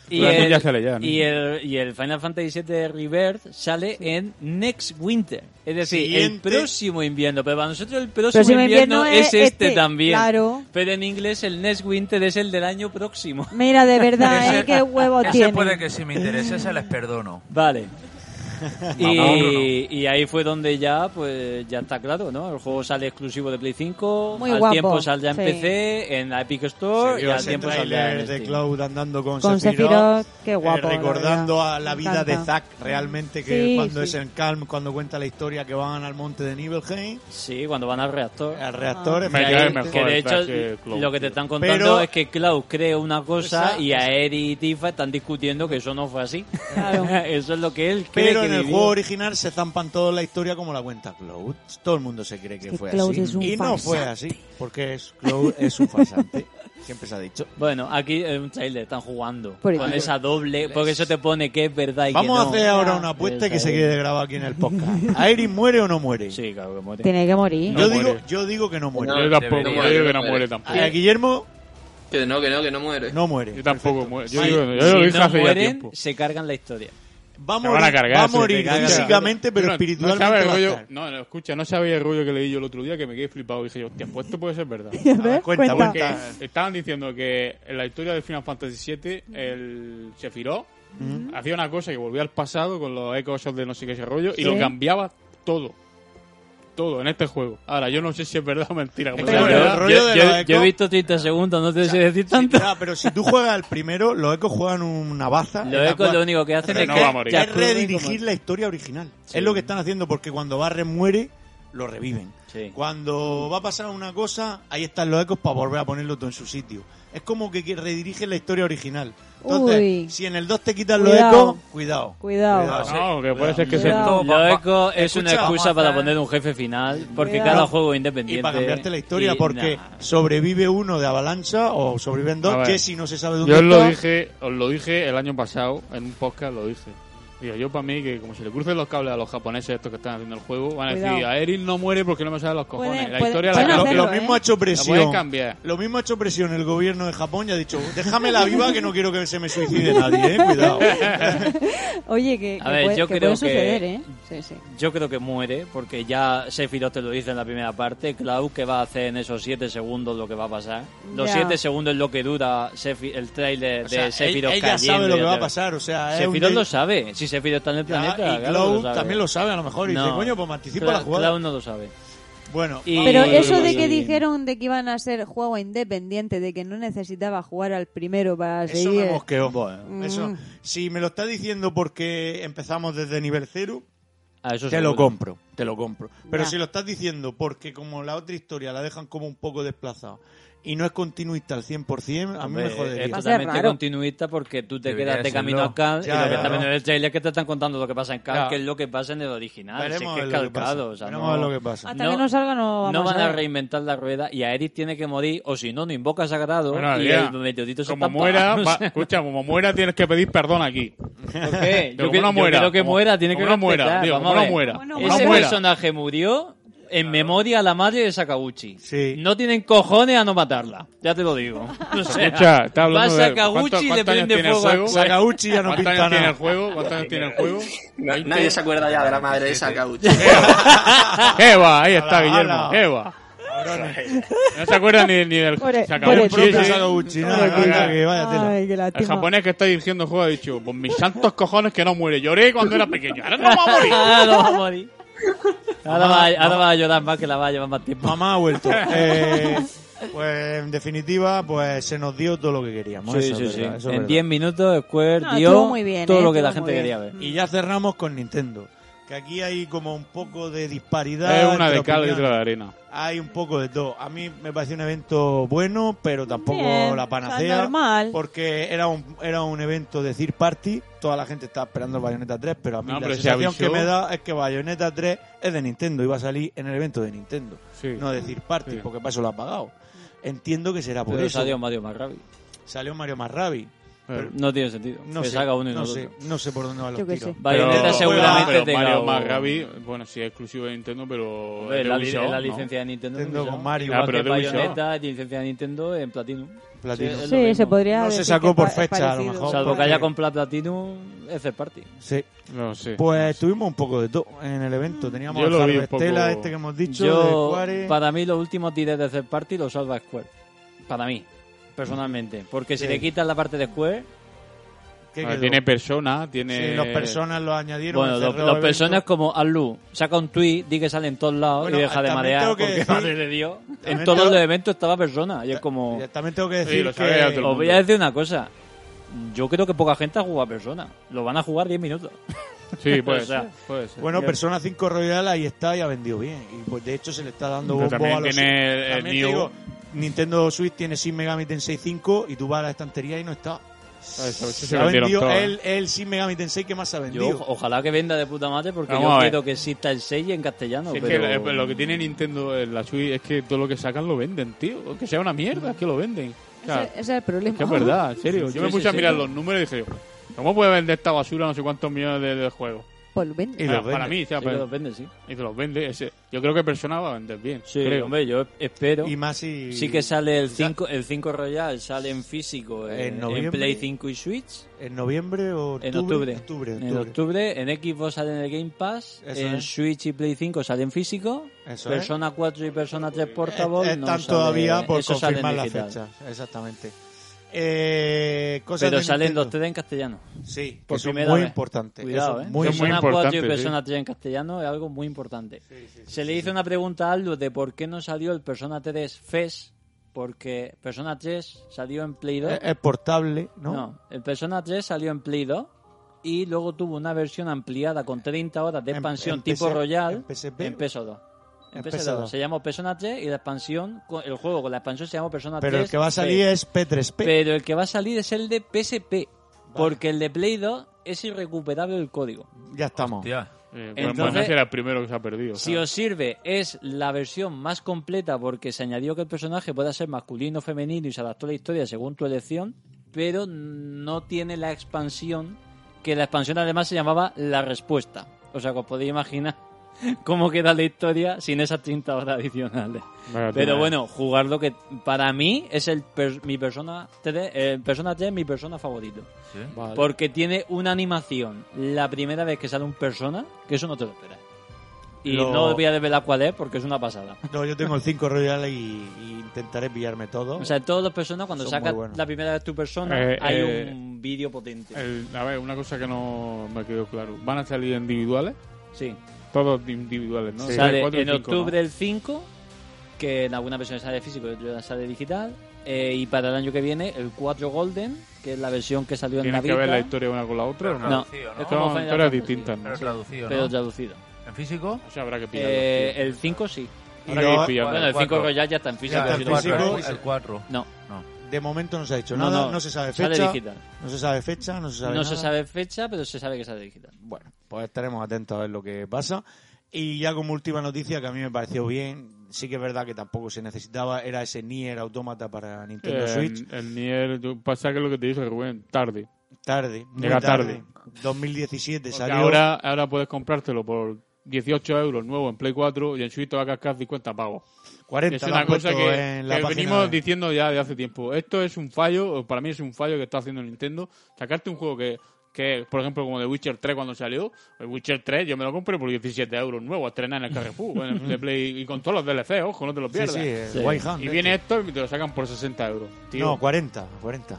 F: Y
G: Durante
F: el,
G: ya sale ya, ¿no?
F: y, el, y el Final Fantasy VII Rebirth sale en Next Winter. Es decir, el
D: Siguiente.
F: próximo invierno. Pero para nosotros el próximo,
E: Próximo
F: invierno,
E: invierno
F: es
E: es
F: este,
E: este,
F: también.
E: claro.
F: Pero en inglés el Next Winter es el del año próximo.
E: Mira, de verdad,
H: Ese-
E: ¿eh? qué huevo
H: Ese
E: tiene.
H: puede que si me interese se les perdono.
F: Vale. Y, y ahí fue donde ya, pues ya está claro, ¿no? El juego sale exclusivo de Play 5,
E: Muy
F: al
E: guapo,
F: tiempo saldrá en
E: sí.
F: PC, en la Epic Store
D: Se
F: y
D: vio
F: al
D: ese
F: tiempo saldrá en
D: tráiler de
F: Steam.
D: Cloud andando con, eh,
E: Con Sephiroth, qué guapo, la
D: recordando
E: verdad.
D: a la
E: Me
D: vida de
E: encanta.
D: Zack realmente, que
E: Sí,
D: cuando
E: sí.
D: es en Calm, cuando cuenta la historia que van al monte de Nibelheim,
F: Sí, cuando van al reactor.
D: al
E: Ah.
D: reactor,
G: Me
F: Que
G: cae
F: ahí-
D: efectivamente.
G: mejor
F: que de hecho
G: Zack que Cloud,
F: lo que te
G: tío.
F: están contando
D: Pero-
F: es que Cloud cree una cosa
D: Esa-
F: y Aeri y Tifa están discutiendo que eso no fue así.
E: Claro.
F: eso es lo que él cree
D: Pero
F: que
D: en el
F: vivió.
D: juego original se zampan toda la historia como la cuenta Cloud. Todo el mundo se cree que,
E: que
D: fue
E: Cloud
D: así.
E: es un
D: y no fue así, porque es, Cloud es un farsante. Siempre se ha dicho.
F: Bueno, aquí es un trailer, están jugando
E: Por
F: con
E: eso.
F: esa doble, porque eso te pone que es verdad y
D: Vamos
F: que
D: a
F: no.
D: hacer ahora una apuesta que se quede grabada aquí en el podcast. ¿Aeris muere o no muere?
F: Sí, claro que muere.
E: Tiene que morir.
D: yo,
G: No
D: digo,
G: muere.
D: yo digo que no muere.
G: Yo tampoco,
I: Debería,
G: yo digo que no
I: debería.
G: muere tampoco.
D: A Guillermo
I: Que no, que no, que no muere.
D: no muere.
G: Yo tampoco muero. Yo,
D: Sí.
G: digo, yo
F: si
G: lo dije
F: no
G: hace ya
F: mueren,
G: tiempo.
F: se cargan la historia.
D: Va a
G: Me van a
D: morir,
G: cargar,
D: va a
G: se te
D: morir
G: carga.
D: físicamente, pero
G: No, no
D: espiritualmente
G: sabe el
D: va a
G: rollo-
D: estar.
G: no, no, escucha, no sabía el rollo que leí yo el otro día que me quedé flipado. Dije yo, hostia, pues esto puede ser verdad.
E: A ver, cuenta.
D: cuenta,
G: Porque estaban diciendo que en la historia de Final Fantasy VII el Sephiroth hacía una cosa que volvía al pasado con los ecos de no sé qué ese rollo y lo cambiaba todo. Todo en este juego. Ahora, yo no sé si es verdad o mentira. como
D: Pero
G: sea
D: el
G: verdad,
D: rollo
F: yo,
D: de
F: yo-
D: los
F: yo he
D: ecos-
F: visto 30 segundos, no te sé decir tanto.
D: Ya, pero si tú juegas el primero, los ecos juegan una baza. en
F: Los
D: la
F: ecos
D: cual-
F: lo único que hacen
G: Pero
F: es
G: no
F: que
G: va a morir.
F: ya
D: es redirigir la historia original.
F: Sí.
D: Es lo que están haciendo porque cuando Barre muere, lo reviven.
F: Sí.
D: Cuando va a pasar una cosa, ahí están los ecos para volver a ponerlo todo en su sitio. Es como que que redirigen la historia original. Entonces,
E: Uy.
D: si en el 2 te quitan
E: Cuidado.
D: los ecos, cuidado.
E: Cuidado.
D: sí.
G: No, que puede ser que
E: Cuidado.
G: sea.
H: Esto
F: Los
H: va- va-
F: ecos es una
D: Escucha,
F: excusa
H: vamos a
F: para
H: hacer-
F: poner un jefe final, porque
E: Cuidado.
F: cada juego
D: Y
F: es independiente.
D: para cambiarte la historia,
F: y
D: porque
F: nada.
D: sobrevive uno de avalancha o sobreviven
G: A
D: dos,
G: ver.
D: Jesse no se sabe dónde
G: Yo os lo
D: está.
G: dije, os lo dije el año pasado, en un podcast lo dije. Digo, yo para mí, que como se le crucen los cables a los japoneses estos que están haciendo el juego, van a decir,
E: Cuidado.
G: a Erin no muere porque no me salen los cojones.
E: Pueden-
G: la
E: pueden-
G: historia
E: pueden
G: la,
D: Lo,
G: lo-
E: hacerlo,
D: lo
E: ¿eh?
D: mismo ha hecho
G: pueden
D: presión.
G: cambiar.
D: Lo mismo ha hecho presión el gobierno de Japón y ha dicho, déjamela viva que no quiero que se me suicide nadie, eh, cuidado.
E: Oye, que,
F: A
E: que
F: ver,
E: puede,
F: yo
E: que puede
F: creo que-
E: suceder, ¿eh? Sí, sí.
F: Yo creo que muere, porque ya Sephiroth te lo dice en la primera parte. Cloud, que va a hacer en esos 7 segundos lo que va a pasar? Los
E: Ya.
F: 7 segundos es lo que dura Sephi- el trailer
D: O sea,
F: de Sephiroth
D: ella ella
F: cayendo.
D: sabe lo
F: y
D: que va a
F: otra-
D: pasar, o sea, es un
F: Sephiroth
D: de-
F: lo sabe. Si Sephiroth está en el
D: Ya,
F: planeta,
D: y
F: claro que
D: Cloud
F: sabe.
D: también lo sabe a lo mejor y dice,
F: No.
D: coño, pues me anticipo
F: Cla-
D: la jugada.
F: Cloud no lo sabe.
D: Bueno,
F: Y-
E: Pero
F: Vamos a
E: eso
F: ver
E: de
F: si-
E: que dijeron de que iban a ser juego independiente, de que no necesitaba jugar al primero para
D: eso
E: seguir.
D: me mosqueó. Eso,
E: Mm.
D: si me lo está diciendo porque empezamos desde nivel cero,
F: Ah, eso
D: te lo
F: seguro.
D: compro, te lo compro. Pero
E: Ya.
D: si lo estás diciendo porque como la otra historia la dejan como un poco desplazada y no es continuista al 100%, a mí
F: Hombre,
D: me jodería.
F: Es
E: Va a ser
F: totalmente
E: raro.
F: continuista porque tú te
H: Debería
F: quedas de
H: serlo.
F: camino a Khan
D: Ya,
F: y lo que
D: ya,
F: está
D: ya.
F: viendo en el trailer es que te están contando lo que pasa en Khan,
G: Ya.
F: que es lo que pasa en el original. Si
D: Veremos
F: es que es
D: a ver lo que
F: calcado.
D: pasa.
F: o sea,
D: Veremos
F: no-
D: a ver lo que pasa.
E: Hasta que no salga no vamos
F: no van
E: a
F: a
E: ver.
F: reinventar la rueda y a Eris tiene que morir o si no, no invoca sagrado
G: Bueno,
F: y
G: ya.
F: el meteorito se
G: como
F: estampa.
G: muera,
F: O
G: va-
F: sea,
G: escucha, como muera tienes que pedir perdón aquí.
F: ¿por qué?
G: Pero
F: que-
G: como no muera,
F: creo que
G: como-
F: muera, tiene que
G: como no muera,
F: respetar,
G: digo,
F: vamos a
G: como no
F: ver.
G: muera,
E: Bueno,
F: Ese
E: como no muera.
F: personaje murió en memoria a la madre de Sakaguchi.
D: Sí.
F: No tienen cojones a no matarla, ya te lo digo. O sea,
G: Escucha, está hablando
F: va
G: de
F: Sakaguchi
G: ¿cuántos-
F: y le
G: cuántos años
F: prende
G: tiene el
F: fuego a-
G: juego.
D: Sakaguchi ya no
G: eh, ¿Cuántos
D: pinta
G: años tiene el
D: nada.
G: juego? ¿Cuántos años tiene el juego?
I: Na-
G: ¿Veinte?
I: nadie se acuerda ya de la madre de esa caucha.
G: ¡Qué va! Ahí está,
D: Ala,
G: Guillermo.
D: ala.
G: ¡Qué va! No se acuerda ni, ni del
E: Pobre-
G: Sakaguchi.
E: pobre
G: ese.
E: tío.
D: Sakaguchi, no,
G: Pobre
D: no,
G: tío.
D: no, que vaya tela.
E: Ay, qué
G: El
E: lástima.
G: japonés que está dirigiendo el juego ha dicho, pues mis santos cojones que no muere. Lloré cuando era pequeño. Ahora no va a morir.
F: Ahora no va a morir. Ahora va, ahora va a llorar más que la va a llevar más tiempo.
D: Mamá ha vuelto. Eh, pues en definitiva, pues se nos dio todo lo que queríamos.
F: Sí,
D: Eso
F: sí,
D: es verdad,
F: sí.
D: eso es
F: En
D: verdad.
F: 10 minutos Square
E: No,
F: dio
E: estuvo muy bien,
F: todo
E: eh,
F: lo que la
E: estuvo
F: gente
E: muy
F: quería ver.
E: bien.
D: Y ya cerramos con Nintendo. Que aquí hay como un poco de disparidad.
G: Es una
D: entre
G: de cal y
D: opiniones.
G: otra de arena.
D: Hay un poco de todo. A mí me pareció un evento bueno, pero tampoco
E: Bien,
D: la
E: o
D: panacea.
E: sea, normal.
D: Porque era un, era un evento de third party. Toda la gente estaba esperando el Bayonetta 3, pero a mí la
G: No, pero se
D: sensación
G: avisó.
D: que me da es que Bayonetta 3 es de Nintendo y va a salir en el evento de Nintendo.
G: Sí. Eh,
D: No decir party,
G: Sí.
D: porque para eso lo ha pagado.
E: Mm.
D: Entiendo que será por
F: Pero
D: eso.
F: salió Mario Pues más rápido.
D: Salió Mario Marrabi. Pero-
F: No tiene sentido.
D: No
F: que
D: sé,
F: salga uno y no,
D: no
F: otro.
D: sé, no sé por dónde van los
E: Yo qué
D: tiros.
E: sé.
F: Bayonetta
G: Pero-
F: seguramente
G: pero
F: tenga
G: Mario
F: un-
G: más Gabi, bueno, sí es exclusivo de Nintendo, pero
F: Hombre,
G: es
F: Eh,
G: de
F: la, li-
G: Pues Ubisoft,
F: la
G: ¿no?
F: licencia de Nintendo.
D: Nintendo
F: Ubisoft.
D: con Mario.
F: Igual
G: Ah, pero
F: que
G: de Ubisoft.
F: Bayonetta, licencia de Nintendo en Platinum.
D: Platino.
F: Sí, es lo
E: Sí, se
F: mismo.
E: podría
D: No se
E: decir
D: sacó
E: que
D: por
E: pa-
D: fecha, a lo
E: parecido.
D: mejor,
F: Salvo que
D: porque-
F: haya comprado Platinum, ese party.
D: Sí.
G: No sé.
D: Pues tuvimos un poco de todo en el evento. Teníamos
G: Yo
D: el
G: lo vi
D: Harvest
G: un poco-
D: Tale este que hemos dicho, de
F: Yo,
D: Square.
F: para mí, los últimos tiros de third party los salva Square. Para mí, personalmente. Porque si
D: Sí.
F: le quitas la parte de Square,
D: ¿Qué
G: Ahora
D: quedó?
G: Tiene persona, tiene.
D: Sí, los personas los añadieron.
F: Bueno,
D: encerró
F: los, los
D: eventos.
F: personas como Alu, saca un tweet, di que sale en todos lados
D: Bueno,
F: y deja de
D: también
F: marear
D: tengo que
F: porque
D: decir-
F: madre de Dios. En
D: también
F: todos
D: tengo-
F: los eventos estaba persona y es como
D: Y También tengo que
G: Sí,
D: decir
G: lo sabe
D: que...
G: otro
F: os voy a decir una cosa. Yo creo que poca gente ha jugado a persona. Lo van a jugar 10 minutos.
G: Pues Sí, puede
F: O sea,
G: ser, puede ser.
D: Bueno, Persona 5 Royal ahí está y ha vendido bien. Y pues de hecho se le está dando
G: Pero
D: bombo
G: también
D: a los.
G: tiene el- el
D: También te
G: New.
D: digo, Nintendo Switch tiene Sin Megami Tensei 5 y tú vas a la estantería y no está.
G: Eso- eso se
D: ha
G: vendieron
D: vendido
G: todas.
D: el, el Sin Megami Tensei que más se ha
F: Yo,
D: vendido.
F: o- ojalá que venda de puta madre porque
G: Vamos
F: yo
G: a ver.
F: quiero que exista el 6 en castellano.
G: Si es
F: pero...
G: que eh, lo- lo que tiene Nintendo en la Switch es que todo lo que sacan lo venden, tío. Que sea una mierda, es que lo venden. O sea,
E: Ese, ese es el problema.
G: que es verdad, en serio.
F: Sí,
G: Yo me
F: sí,
G: puse a
F: sí.
G: mirar los números y dije, ¿cómo puede vender esta basura no sé cuántos millones de, de juegos?
E: Pues lo vende.
D: Y
G: Para,
D: los
G: para
D: vende.
G: mí, o sea,
F: Sí que
G: pero-
F: los vende, sí.
G: y te los vende. ese- yo creo que Persona va a vender bien.
F: Sí,
G: creo.
F: hombre, yo espero.
D: Y más si.
F: Sí que sale el 5, el 5 Royal, sale en físico, eh,
D: En
F: en, en
D: noviembre.
F: Play 5 y Switch,
D: En noviembre o octubre.
F: en octubre.
D: octubre,
F: En octubre, en Xbox sale en el Game Pass,
D: Eso
F: en
D: es.
F: Switch y Play 5 sale en físico,
D: Eso es.
F: Persona 4 y Persona 3 Portable.
D: Eh,
F: no
D: Están
F: sale-
D: todavía por
F: eso sale en
D: confirmar la
F: digital.
D: fecha. Exactamente. Eh, cosas
F: Pero
D: de
F: salen
D: Nintendo.
F: los tres en castellano.
D: Sí,
F: Por
D: que son
F: primera
D: muy
F: vez.
D: importantes.
F: Cuidado,
D: Eso es
F: ¿eh?
D: muy,
G: Es muy
F: Persona 4 y
G: importante, sí.
F: Persona 3 en castellano es algo muy importante. Se le hizo una pregunta a Aldo de por qué no salió el Persona 3 FES, porque Persona 3 salió en Play 2.
D: Es, es portable, Eh, ¿no?
F: No, el Persona 3 salió en Play 2 y luego tuvo una versión ampliada con 30 horas de
D: En-
F: expansión
D: en
F: tipo
D: PC,
F: Royal
D: en PSP.
F: en PS2. En
D: En
F: PS2.
D: PS2.
F: Se llamó Persona 3 y la expansión, con- el juego con la expansión se llamó Persona 3.
D: Pero el que va a salir
F: P.
D: es P3P.
F: Pero el que va a salir es el de PSP, porque el de Play 2 es irrecuperable el código.
D: ya estamos.
H: Hostia.
G: Eh,
F: Entonces-
G: bueno, Magnus era el primero que se ha perdido.
F: Si
G: claro.
F: os sirve, es la versión más completa porque se añadió que el personaje pueda ser masculino o femenino y se adaptó a la historia según tu elección, pero no tiene la expansión, que la expansión además se llamaba La Respuesta. O sea, que os podéis imaginar cómo queda la historia sin esas 30 horas adicionales.
G: Vaya
F: Pero
G: tela.
F: bueno, jugar lo que para mí es el per- mi persona 3, eh, persona 3 mi persona favorito.
H: Sí.
G: Vale.
F: Porque tiene una animación la primera vez que sale un persona, que eso no te lo esperas. Y
D: Lo-
F: no voy a desvelar cuál es porque es una pasada.
D: No, yo tengo el 5 Royal y, y intentaré pillarme todo.
F: O sea, en todos los personas, cuando
D: Son
F: sacas
D: muy buenos.
F: la primera vez tu persona,
G: Eh,
F: hay
G: eh,
F: un vídeo potente.
G: El- a ver, una cosa que no me quedó claro. ¿Van a salir individuales?
F: sí.
G: Todos individuales, ¿no?
F: Sale
G: Tres, cuatro y
F: en
G: cinco, ¿no?
F: octubre el 5, que en alguna versión sale físico y otra sale digital. Eh, y para el año que viene, el 4 Golden, que es la versión que salió en
G: ¿Tienes que
F: Navidad.
G: ver la historia una con la otra? o
H: Pero
G: no?
F: No,
H: traducido,
F: es
H: ¿no?
F: como
G: Son
F: Final
G: historias
F: Fantasy,
G: distintas, ¿no?
H: Pero traducido,
F: Pero
H: ¿no?
F: traducido.
H: ¿En físico?
G: O sea, habrá que pillarlo.
F: Eh, el 5 sí.
D: Y
G: Habrá
D: luego,
G: que pillarlo.
F: Bueno, el
H: el
F: 5
H: cuatro.
F: Royal ya está en físico.
D: Ya está en
F: si
H: el
F: no
D: físico.
F: me equivoco.
H: cuatro, el 4.
F: No,
D: de momento no se ha dicho
F: No,
D: nada,
F: no.
D: no se sabe
F: Sale
D: fecha.
F: digital.
D: No se sabe fecha, no se sabe
F: no
D: nada.
F: se sabe fecha, pero se sabe que sale digital.
D: Bueno, pues estaremos atentos a ver lo que pasa. Y ya como última noticia que a mí me pareció bien, sí que es verdad que tampoco se necesitaba, era ese Nier Automata para Nintendo
G: Eh,
D: Switch.
G: El, el Nier, yo- pasa que lo que te dice Rubén, tarde.
D: Tarde, muy
G: Llega
D: tarde.
G: tarde.
D: 2017
G: Porque
D: salió.
G: ahora, ahora puedes comprártelo por 18 euros nuevo en Play 4 y en Switch te va a cascar 50 pagos.
D: 40
G: Es
D: lo
G: una
D: han
G: cosa
D: puesto
G: que,
D: en la
G: que
D: página
G: venimos
D: de-
G: diciendo ya de hace tiempo. Esto es un fallo, o para mí es un fallo que está haciendo Nintendo. Sacarte un juego que, que por ejemplo, como The Witcher 3 cuando salió, el Witcher 3 yo me lo compré por 17 euros nuevo, a estrenar en el Carrefour, en el de Play, y con todos los DLC, ojo, no te lo
D: Sí,
G: pierdas.
D: sí, el
F: Sí.
D: White Hand,
G: Y
D: de
G: viene
D: hecho.
G: esto y te lo sacan por 60 euros. Tío.
D: No, 40, 40.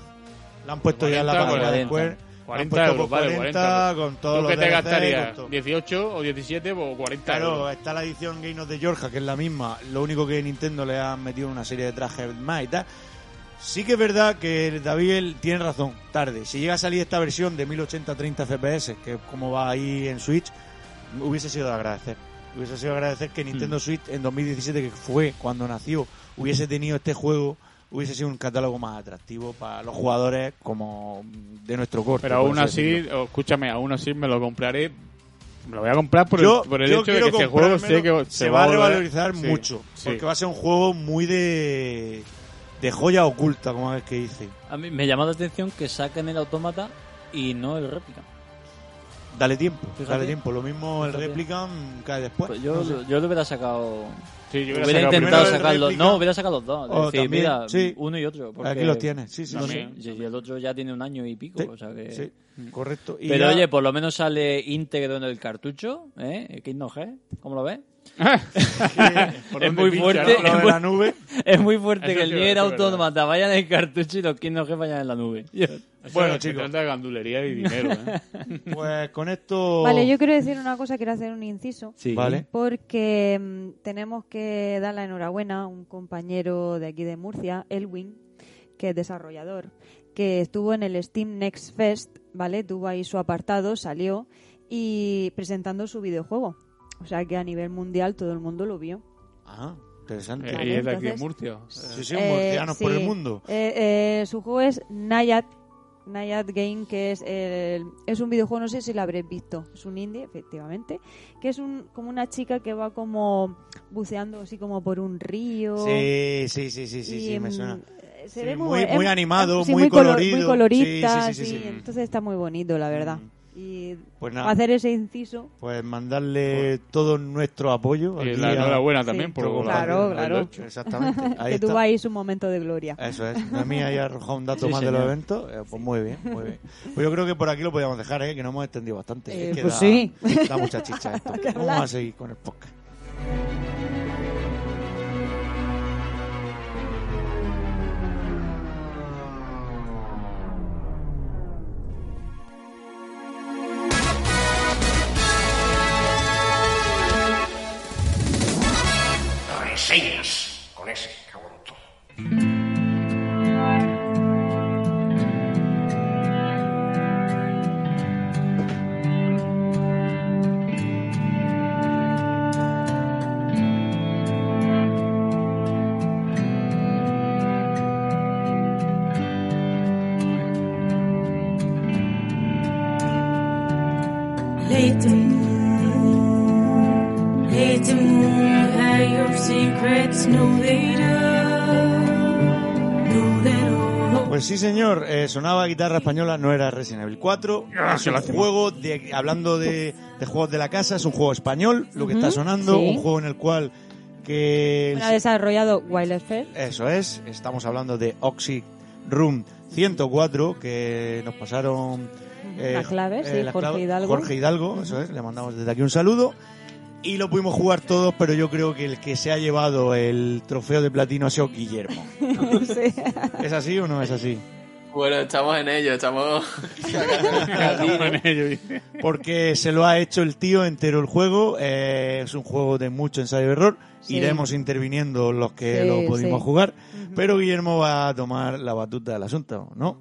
D: La han puesto ya en la
G: 40,
D: página
F: 40.
D: después. La han
G: 40
D: puesto
G: euros,
D: por
G: vale,
D: 40,
G: 40.
D: con todo
G: ¿Tú
D: lo
G: qué te gastarías?
D: todo.
G: ¿18 o 17 o 40
D: Claro,
G: euros?
D: está la edición Game of the Georgia, que es la misma. Lo único que Nintendo le han metido una serie de trajes más y tal. Sí que es verdad que David él, tiene razón, tarde. Si llega a salir esta versión de 1080-30 FPS, que es como va ahí en Switch, hubiese sido de agradecer. Hubiese sido de agradecer que Nintendo Switch en 2017, que fue cuando nació, hubiese tenido este juego, hubiese sido un catálogo más atractivo para los jugadores como de nuestro corte.
G: Pero
D: por
G: aún
D: así decirlo.
G: así, oh, escúchame, aún así me lo compraré. Me lo voy a comprar por
D: yo,
G: el, por el
D: yo
G: hecho de que
D: quiero
G: este juego sé
D: comprármelo.
G: que
D: se va a
G: volver-
D: revalorizar
G: Sí,
D: mucho.
G: sí.
D: Porque va a ser un juego muy de. de joya oculta, como es que dice.
F: A mí me llama la atención que saquen el autómata y no el réplica.
D: Dale tiempo,
F: Fíjate.
D: dale tiempo. Lo mismo el
F: Fíjate.
D: Replicant cae después.
F: Pues yo,
D: No sé.
F: yo lo hubiera sacado
G: Sí, yo
F: Hubiera
G: sacado primero
F: intentado
D: el
F: sacarlo.
D: réplica.
F: No, hubiera sacado los dos. Es
D: O
F: decir,
D: Oh, también,
F: mira,
D: sí.
F: uno y otro. porque-
D: Aquí los tienes, sí, sí,
F: No
D: sí.
F: sé, y y el otro ya tiene un año y pico.
D: Sí,
F: o sea que-
D: sí, correcto. Y
F: eh, Pero
D: ya-
F: oye, por lo menos sale íntegro en el cartucho, ¿eh? Kingdom Hearts, ¿cómo lo ves?
G: ¿Por
F: es
G: dónde
F: muy
G: pincha,
F: fuerte,
D: lo
G: no?
F: es
D: de
F: muy-
D: la nube.
F: Es muy fuerte
G: Eso
F: que el
G: sí, eso
F: Nier
G: es
F: Automata vaya en el cartucho y los Kingdom Hearts vayan en la nube.
G: Eso
D: Bueno,
G: se
D: chicos.
G: trata de gandulería y dinero, ¿eh?
D: Pues con
G: Oh.
D: esto.
E: Vale, yo quiero decir una cosa, quiero hacer un inciso.
F: Sí.
D: Vale.
E: Porque mm, tenemos que dar la enhorabuena a un compañero de aquí de Murcia, Elwin, que es desarrollador, que estuvo en el Steam Next Fest, ¿vale? Tuvo ahí su apartado, salió y presentando su videojuego. O sea que a nivel mundial todo el mundo lo vio.
D: Ah, interesante.
G: Eh, y es de aquí de
E: entonces-
G: Murcia.
D: Sí, sí,
E: Eh,
D: murcianos por
E: sí.
D: el mundo.
E: Eh, eh, su juego es Nayat, Nayat Game, que es, el- es un videojuego, no sé si lo habréis visto, es un indie, efectivamente, que es un, como una chica que va como buceando así como por un río.
D: Sí, sí, sí, sí, sí,
E: y,
D: sí, me
E: mm,
D: suena.
E: eh, se
D: Sí,
E: ve
D: muy-
E: es-
D: muy animado,
E: es- sí,
D: muy
E: colo-
D: colorido.
E: muy colorista,
D: Sí, sí, sí, sí,
E: sí,
D: sí.
E: entonces está muy bonito, la verdad.
D: Mm.
E: Y
D: Pues nada,
E: hacer ese inciso.
D: pues mandarle todo nuestro apoyo.
G: Y
D: aquí
G: la
D: a-
G: enhorabuena
E: Sí.
G: también por
D: Claro,
G: la-
E: claro.
G: el
E: Claro.
G: hecho.
D: Exactamente. Ahí
E: que
D: está.
E: tuvo ahí su momento de gloria.
D: Eso es. A mí ahí ha arrojado un dato
F: Sí,
D: más de
F: señor.
D: los eventos. Eh, pues muy bien, muy bien. Pues yo creo que por aquí lo podíamos dejar, ¿eh? que nos hemos extendido bastante.
E: Eh,
D: Es que
E: pues
D: da,
E: sí.
D: da mucha chicha esto. Vamos a seguir con el podcast.
A: Reseñas con ese cabrón.
C: Late moon, late moon, hide your secrets, no later, no that all.
D: Pues sí, señor, eh, sonaba guitarra española, no era Resident Evil 4.
F: Ah,
D: Es un juego, de, hablando de, de juegos de la casa, es un juego español, lo que está sonando,
E: sí.
D: un juego en el cual que...
E: Bueno, ha desarrollado Wildlife Fair.
D: Eso es, estamos hablando de Oxy Room 104, que nos pasaron... eh,
E: Las claves, sí, Jorge
D: clave-
E: Hidalgo.
D: Jorge Hidalgo, eso es, le mandamos desde aquí un saludo. Y lo pudimos jugar todos, pero yo creo que el que se ha llevado el trofeo de platino ha sido Guillermo.
E: Sí.
D: ¿Es así o no es así?
I: Bueno, estamos en ello, estamos.
G: Con ello, dice.
D: porque se lo ha hecho el tío entero el juego. eh, es un juego de mucho ensayo y error.
E: Sí.
D: Iremos interviniendo los que
E: Sí,
D: lo pudimos
E: sí.
D: jugar. Pero Guillermo va a tomar la batuta del asunto, ¿no?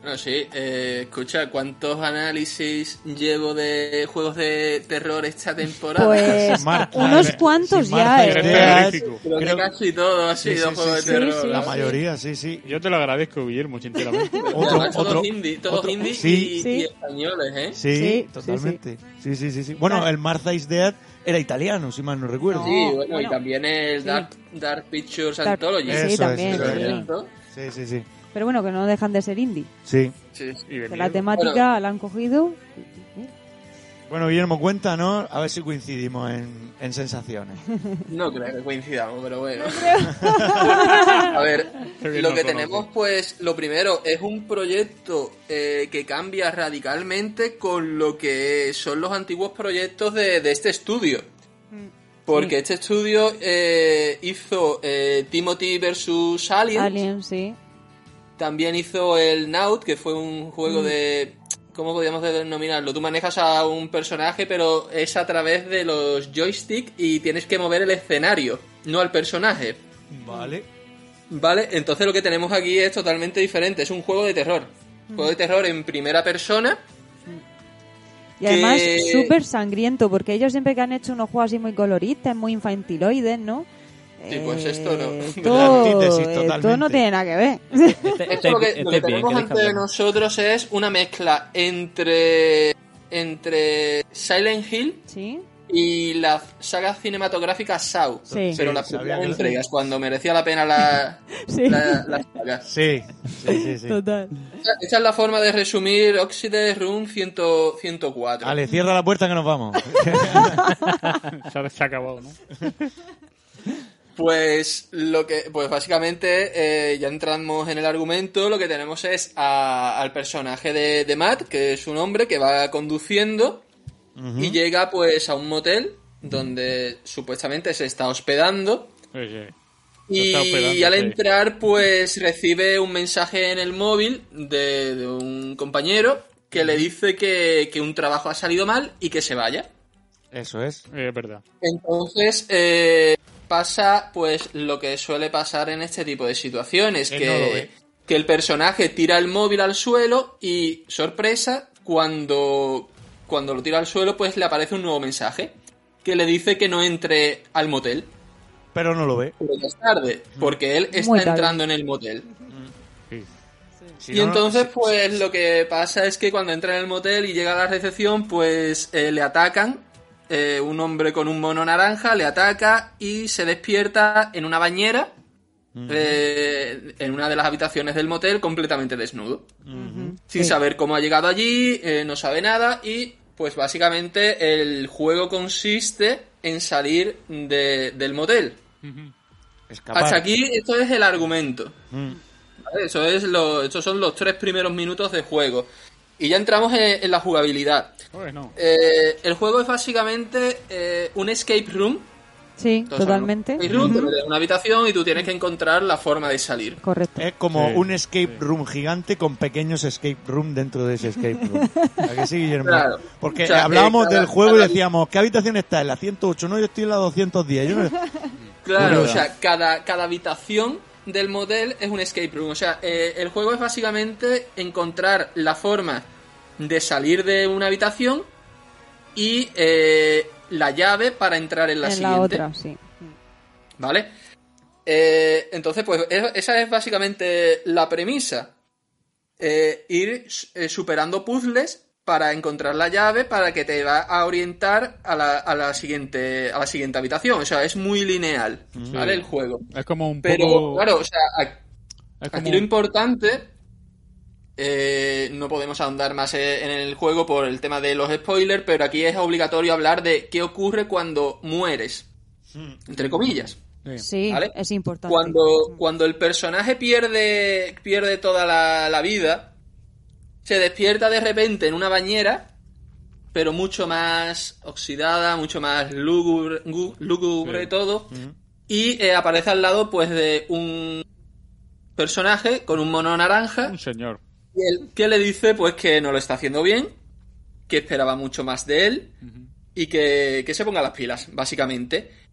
I: Bueno, sí, eh, escucha, ¿cuántos análisis llevo de juegos de terror esta temporada?
E: Pues
D: Marta,
E: unos
D: eh,
E: cuantos
D: sin
E: ya,
D: Marta y
G: Es
E: ¿eh?
D: Andreas.
G: terrorífico.
I: Creo que
D: creo-
I: casi todo ha sido
D: sí,
I: juego
D: sí,
I: de
D: sí,
I: terror.
E: sí,
D: La
I: ¿no?
D: mayoría, sí, sí.
G: Yo te lo agradezco, Guillermo, sinceramente.
D: Otro,
I: Además,
D: otro.
I: todos indie, todos
D: otro-
I: indie
D: sí.
I: y,
E: Sí.
I: y españoles, ¿eh?
D: Sí,
E: Sí,
D: totalmente. Sí, sí, sí, sí. Bueno, el Martha is Dead era italiano, si mal no recuerdo.
E: No.
I: Sí, bueno, y
E: Oh, bueno.
I: también el
E: Sí.
I: Dark, Dark Pictures
E: Dark-
I: Anthology.
D: Eso
E: sí,
D: es,
E: también.
D: eso
I: Pero
D: es.
E: sí.
I: cierto.
D: Sí, sí, sí.
E: Pero bueno, que no dejan de ser indie.
D: Sí.
I: Sí,
G: Y de
E: Que la
G: miedo.
E: temática
I: Bueno.
E: la han cogido.
D: Bueno, Guillermo, cuéntanos, a ver si coincidimos en, en sensaciones.
I: No creo que coincidamos, pero bueno. A ver,
G: Qué bien
I: lo
G: nos conoce.
I: que tenemos pues, lo primero, es un proyecto eh, que cambia radicalmente con lo que son los antiguos proyectos de, de este estudio.
E: Mm.
I: Porque este estudio eh, hizo eh, Timothy vs. Aliens,
E: Alien, sí.
I: también hizo el Naut, que fue un juego de... ¿Cómo podríamos denominarlo? Tú manejas a un personaje, pero es a través de los joysticks y tienes que mover el escenario, no al personaje.
D: Vale.
I: Vale, entonces lo que tenemos aquí es totalmente diferente. Es un juego de terror. Juego de terror en primera persona.
E: Y además
I: Que-
E: súper sangriento, porque ellos siempre que han hecho unos juegos así muy coloristas, muy infantiloides, ¿no? Eh,
I: Sí, pues esto no.
D: La
E: Esto,
D: antítesis,
E: esto no
D: totalmente.
E: tiene nada que ver.
F: Este,
I: Esto lo que, lo que tenemos
F: que
I: ante nosotros es una mezcla entre. entre Silent Hill
E: ¿Sí?
I: y la saga cinematográfica Saw.
E: Sí.
I: Pero
D: Sí,
I: las
D: sabía
I: primeras
D: que lo-
I: entregas, cuando merecía la pena la,
E: Sí.
I: la- las sagas.
D: Sí, sí, sí. sí.
E: Total.
I: Esta, esta es la forma de resumir Oxide Room 100 104.
D: Ale, cierra la puerta que nos vamos.
G: Se ha- se ha acabado, ¿no?
I: Pues lo que, pues básicamente eh, ya entramos en el argumento. Lo que tenemos es a- al personaje de, de Matt, que es un hombre que va conduciendo y llega pues a un motel donde supuestamente se está hospedando.
G: Sí, sí. Se está hospedando,
I: Y al
G: sí.
I: entrar, pues recibe un mensaje en el móvil de, de un compañero que le dice que, que un trabajo ha salido mal y que se vaya.
D: Eso es.
G: Eh, es verdad.
I: Entonces, eh, pasa pues lo que suele pasar en este tipo de situaciones,
D: Él
I: que,
D: no lo ve.
I: que el personaje tira el móvil al suelo y, sorpresa, cuando, cuando lo tira al suelo, pues le aparece un nuevo mensaje que le dice que no entre al motel.
D: Pero no lo ve.
I: Pero ya es tarde, porque él
E: Muy
I: está
E: tarde.
I: entrando en el motel.
G: Sí.
D: Si
I: y
D: no, no-
I: entonces,
D: si-
I: pues lo que pasa es que cuando entra en el motel y llega a la recepción, pues eh, le atacan. eh, un hombre con un mono naranja le ataca y se despierta en una bañera, eh, en una de las habitaciones del motel, completamente desnudo. Sin saber cómo ha llegado allí, eh, no sabe nada y, pues básicamente, el juego consiste en salir de- del motel.
D: escapar.
I: Hasta aquí, esto es el argumento.
D: Mm.
I: ¿vale? Eso es lo, estos son los tres primeros minutos de juego. Y ya entramos en, en la jugabilidad.
G: Bueno,
I: Eh, el juego es básicamente eh, un escape room.
E: Sí,
I: Todos
E: totalmente.
I: saben, un Escape room, te meten en una habitación y tú tienes que encontrar la forma de salir.
E: Correcto.
D: Es Eh, como
G: Sí,
D: un escape room gigante con pequeños escape room dentro de ese escape room. ¿A que sí, Guillermo?
I: Claro.
D: Porque
I: O sea,
D: hablábamos
I: que cada-
D: del juego y
I: cada-
D: decíamos, ¿qué habitación está? En la 108, no, yo estoy en la 210. Yo no-
I: Claro,
D: Curioso.
I: o sea, cada, cada habitación del motel es un escape room. O sea, eh, el juego es básicamente encontrar la forma de salir de una habitación y eh, la llave para entrar en la
E: en
I: siguiente.
E: la otra, sí.
I: ¿Vale? Eh, entonces, pues es- esa es básicamente la premisa. Eh, ir eh, superando puzzles para encontrar la llave para que te va a orientar a la, a la siguiente a la siguiente habitación. O sea, es muy lineal, ¿vale? El juego.
G: es como un
I: Pero,
G: poco.
I: claro, o sea, a-
G: es como
I: aquí lo
G: un-
I: importante. eh, no podemos ahondar más eh, en el juego por el tema de los spoilers, pero aquí es obligatorio hablar de qué ocurre cuando mueres.
G: Hmm.
I: Entre comillas.
E: Sí,
I: ¿Vale?
E: es importante.
I: Cuando, cuando el personaje pierde, pierde toda la, la vida, se despierta de repente en una bañera, pero mucho más oxidada, mucho más lúgubre, gu- lúgubre
G: Sí.
I: todo, y eh, aparece al lado pues de un personaje con un mono naranja
G: un señor.
I: y él- que le dice pues que no lo está haciendo bien, que esperaba mucho más de él y que, que se ponga las pilas, básicamente.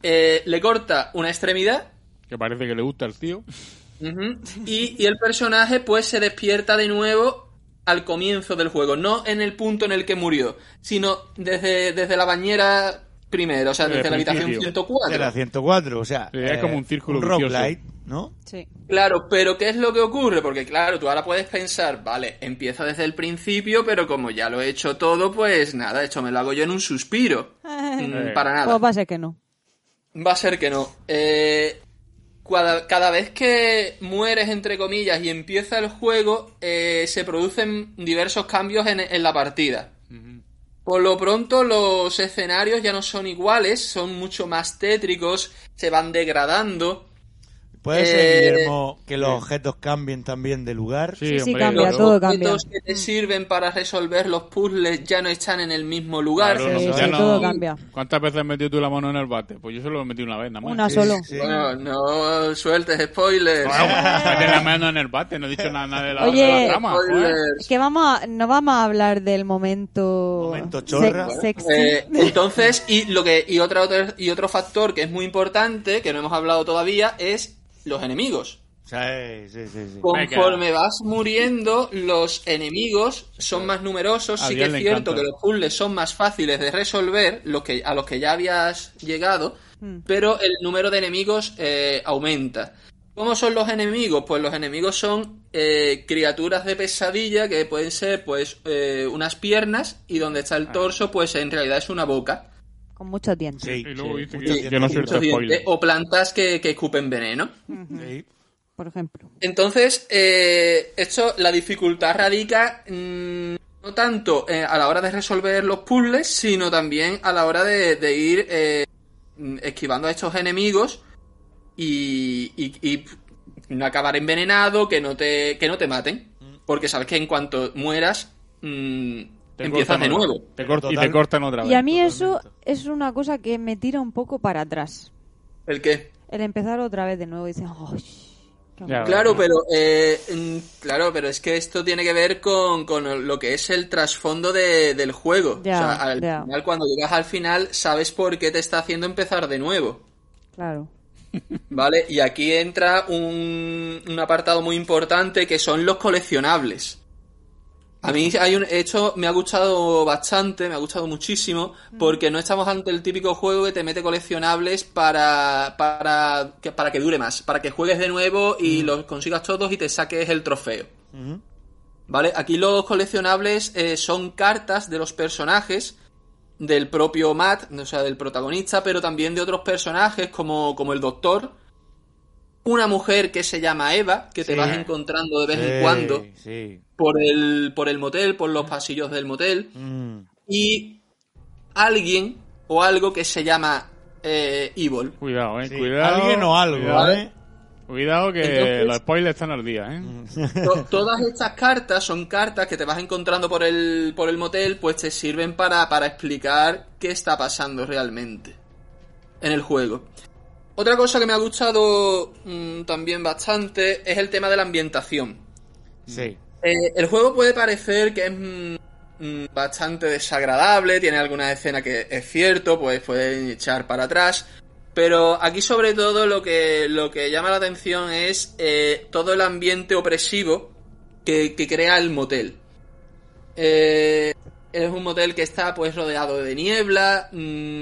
I: Eh, le corta una extremidad
G: Que parece que le gusta el tío.
I: Ujú. y, y el personaje pues se despierta de nuevo al comienzo del juego, no en el punto en el que murió, sino desde, desde la bañera primero, o sea,
G: Desde
I: desde la
G: el
I: habitación
G: principio.
D: De
I: 104.
D: la 104, o sea. eh,
G: Sí, es como un círculo vicioso.
D: roguelite, ¿no?
E: Sí.
I: Claro, pero ¿qué es lo que ocurre? Porque claro, tú ahora puedes pensar, vale, empieza desde el principio, pero como ya lo he hecho todo, pues nada, esto me lo hago yo en un suspiro. Mm, Para nada.
E: Pues va a ser que no.
I: Va a ser que no. Eh, cada, cada vez que mueres, entre comillas, y empieza el juego, eh, se producen diversos cambios en, en la partida. Por lo pronto, los escenarios ya no son iguales, son mucho más tétricos, se van degradando.
D: Puede ser,
I: Eh,
D: Guillermo, que los objetos cambien también de lugar.
G: Sí,
E: Sí, sí,
G: hombre.
E: cambia
I: Los
G: claro.
E: todo.
I: objetos
E: cambia. Mm.
I: que te sirven para resolver los puzzles ya no están en el mismo lugar.
G: Claro,
E: Sí,
G: no,
E: sí,
G: ya no-
E: todo cambia.
G: ¿Cuántas veces has metido tú la mano en el bate? Pues yo solo he metido una vez, nada más.
E: Una
D: Sí,
E: solo.
D: sí.
I: Bueno, no sueltes spoilers.
G: Mete la mano en el bate, no he dicho nada, nada de la,
E: Oye,
G: de la trama. joder.
I: Spoilers.
E: Es que vamos a, no vamos a hablar del momento.
D: Momento chorra.
E: sex- sexy.
I: Eh, entonces, y lo que y otra, otra- y otro factor que es muy importante, que no hemos hablado todavía, es los enemigos.
D: Sí, sí, sí,
I: Pues,
D: sí.
I: Conforme vas muriendo, los enemigos son más numerosos.
G: A
I: Sí que
G: Dios
I: es
G: le
I: cierto
G: encanta.
I: que los puzzles son más fáciles de resolver, los que, a los que ya habías llegado, pero el número de enemigos eh, aumenta. ¿Cómo son los enemigos? Pues los enemigos son eh, criaturas de pesadilla que pueden ser pues eh, unas piernas y donde está
G: Ah.
I: el torso pues en realidad es una boca.
E: Con muchos dientes.
D: Sí,
G: Y luego
D: sí,
G: dice
D: muchos
G: que- que no
D: dientes.
G: suelta
I: Muchos dientes,
G: spoiler.
I: o plantas que, que escupen veneno.
D: Sí.
E: Por ejemplo.
I: Entonces, eh, esto, la dificultad radica mm, no tanto eh, a la hora de resolver los puzzles, sino también a la hora de, de ir eh, mm, esquivando a estos enemigos y, y- y no acabar envenenado, que no te, que no te maten. Porque sabes que en cuanto mueras, mm,
G: Te
I: empiezas
G: cortan
I: de
G: otra-
I: nuevo.
G: te cort- y
D: Total.
G: te cortan otra vez.
E: Y a mí eso es una cosa que me tira un poco para atrás.
I: ¿El qué?
E: El empezar otra vez de nuevo y dices, "Ay, qué
G: Ya.
I: Claro, pero eh, mm, claro, pero es que esto tiene que ver con, con lo que es el trasfondo de- del juego.
E: Ya,
I: o sea, al
E: ya.
I: final, cuando llegas al final, sabes por qué te está haciendo empezar de nuevo.
E: Claro.
I: ¿Vale? Y aquí entra un, un apartado muy importante que son los coleccionables. A mí hay un hecho, me ha gustado bastante, me ha gustado muchísimo,
D: Mm.
I: porque no estamos ante el típico juego que te mete coleccionables para, para, que, para que dure más, para que juegues de nuevo
D: Mm.
I: y los consigas todos y te saques el trofeo.
D: Mm-hmm.
I: ¿Vale? Aquí los coleccionables eh, son cartas de los personajes del propio Matt, o sea, del protagonista, pero también de otros personajes como, como el Doctor. Una mujer que se llama Eva, que te
D: Sí.
I: vas encontrando de vez en
D: Sí,
I: cuando
D: Sí.
I: por el, por el motel, por los pasillos del motel.
D: Mm.
I: Y alguien o algo que se llama eh, Evil.
G: Cuidado, eh.
D: Sí,
G: Cuidado.
D: Alguien o algo,
G: Cuidado, eh.
D: ¿vale?
G: Cuidado que
I: Entonces-
G: los spoilers están al día, eh.
D: Mm,
I: To- todas estas cartas son cartas que te vas encontrando por el, por el motel, pues te sirven para, para explicar qué está pasando realmente en el juego. Otra cosa que me ha gustado mm, también bastante es el tema de la ambientación.
D: Sí.
I: Eh, el juego puede parecer que es mm, mm, bastante desagradable, tiene alguna escena que es cierto, pues pueden echar para atrás. Pero aquí sobre todo lo que, lo que llama la atención es eh, todo el ambiente opresivo que, que crea el motel. Eh, es un motel que está pues rodeado de niebla. mm,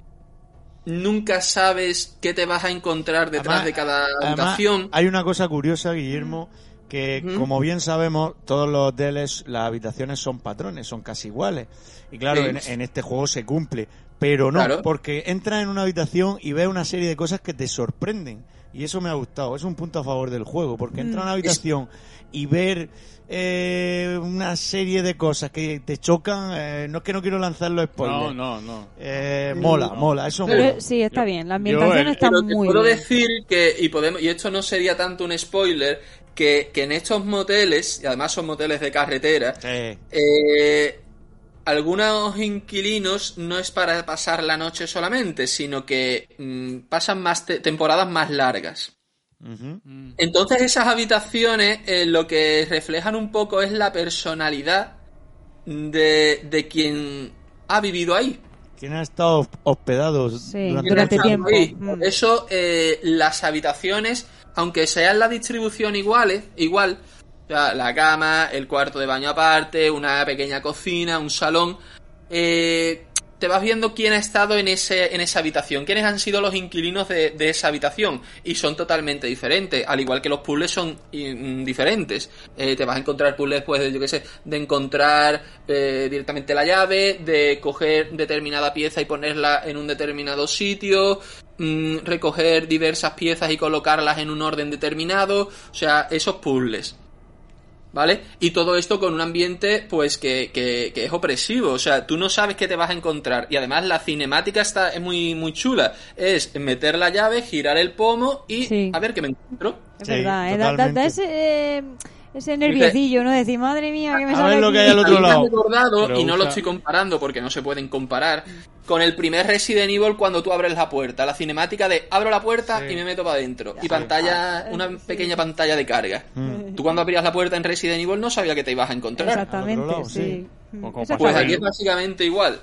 I: nunca sabes qué te vas a encontrar detrás
D: Además-
I: de cada
D: además,
I: habitación.
D: hay una cosa curiosa, Guillermo, que
I: Ujú.
D: como bien sabemos, todos los hoteles, las habitaciones son patrones, son casi iguales. Y claro,
I: Sí.
D: en, en este juego se cumple, pero no,
I: Claro.
D: porque entras en una habitación y ves una serie de cosas que te sorprenden. Y eso me ha gustado, es un punto a favor del juego, porque entrar a
I: Mm.
D: una habitación y ver eh, una serie de cosas que te chocan, eh, no es que no quiero lanzar los
G: No,
D: spoilers.
G: no, no.
D: Eh, mola, mola, eso
E: Pero,
D: mola.
E: sí, está bien. La
G: yo
E: ambientación
D: eh,
G: el-
E: está
I: Pero te
E: muy
I: puedo
E: bien.
I: decir que, y podemos, y esto no sería tanto un spoiler, que, que en estos moteles, y además son moteles de carretera,
D: Sí.
I: eh, algunos inquilinos no es para pasar la noche solamente, sino que mm, pasan más te- temporadas más largas.
D: Ujú.
I: Entonces esas habitaciones eh, lo que reflejan un poco es la personalidad de, de quien ha vivido ahí.
D: ¿Quién ha estado hospedado
E: Sí,
D: durante
E: durante
D: mucho
E: tiempo.
I: Sí,
E: Mm.
I: por eso eh, las habitaciones, aunque sean la distribución iguales, igual, o sea, la cama, el cuarto de baño aparte, una pequeña cocina, un salón, eh, te vas viendo quién ha estado en ese en esa habitación, quiénes han sido los inquilinos de, de esa habitación y son totalmente diferentes, al igual que los puzzles son y, mm, diferentes. Eh, te vas a encontrar puzzles pues de, yo qué sé, de encontrar eh, directamente la llave, de coger determinada pieza y ponerla en un determinado sitio, mm, recoger diversas piezas y colocarlas en un orden determinado, o sea, esos puzzles. ¿Vale? Y todo esto con un ambiente, pues, que, que- que es opresivo. O sea, tú no sabes qué te vas a encontrar. Y además la cinemática está es muy, muy chula. Es meter la llave, girar el pomo y
E: Sí.
I: a ver qué me encuentro.
E: Es
D: Sí,
E: verdad, eh, da, da- da
D: totalmente.
E: ese, eh, ese nerviecillo, ¿no? Decir, madre mía, que me
D: A
E: sale
D: ver lo que
E: aquí".
D: hay al otro
I: A mí me
D: lado.
I: han recordado,
G: Pero
I: y no lo
G: usa-
I: estoy comparando porque no se pueden comparar, con el primer Resident Evil cuando tú abres la puerta. La cinemática de abro la puerta y me meto para adentro. Y pantalla, una pequeña pantalla de carga.
D: Mm.
I: Tú cuando abrías la puerta en Resident Evil no sabías que te ibas a encontrar.
D: Al
E: Exactamente,
D: otro lado,
E: sí. Mm,
G: Pues como
E: eso está
I: Pues
G: pasa
E: bien.
I: aquí es básicamente igual.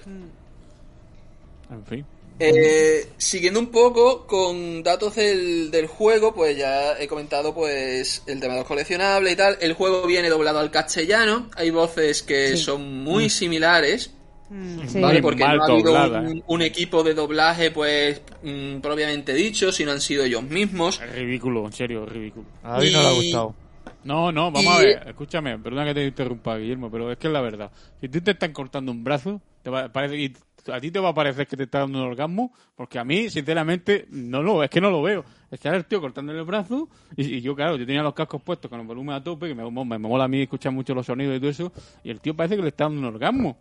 G: En fin.
I: Eh, siguiendo un poco con datos del, del juego, pues ya he comentado pues el tema de los coleccionables y tal. El juego viene doblado al castellano. Hay voces que
E: Sí.
I: son muy similares,
E: Mm, sí.
I: Pues ¿vale?
G: Muy
I: Porque
G: mal
I: no ha habido
G: doblada,
I: un,
G: eh.
I: un equipo de doblaje, pues, mm, propiamente dicho, sino han sido ellos mismos.
G: Es ridículo, en serio, es ridículo.
D: A David no le ha
I: Y-
D: gustado.
G: No, no, vamos a
I: Y-
G: ver, escúchame, perdona que te interrumpa, Guillermo, pero es que es la verdad. Si tú te están cortando un brazo, te va- parece, y a ti te va a parecer que te está dando un orgasmo, porque a mí, sinceramente, no lo, es que no lo veo. Está el tío cortándole el brazo, y, y yo, claro, yo tenía los cascos puestos con el volumen a tope, que me, me, me mola a mí escuchar mucho los sonidos y todo eso, y el tío parece que le está dando un orgasmo.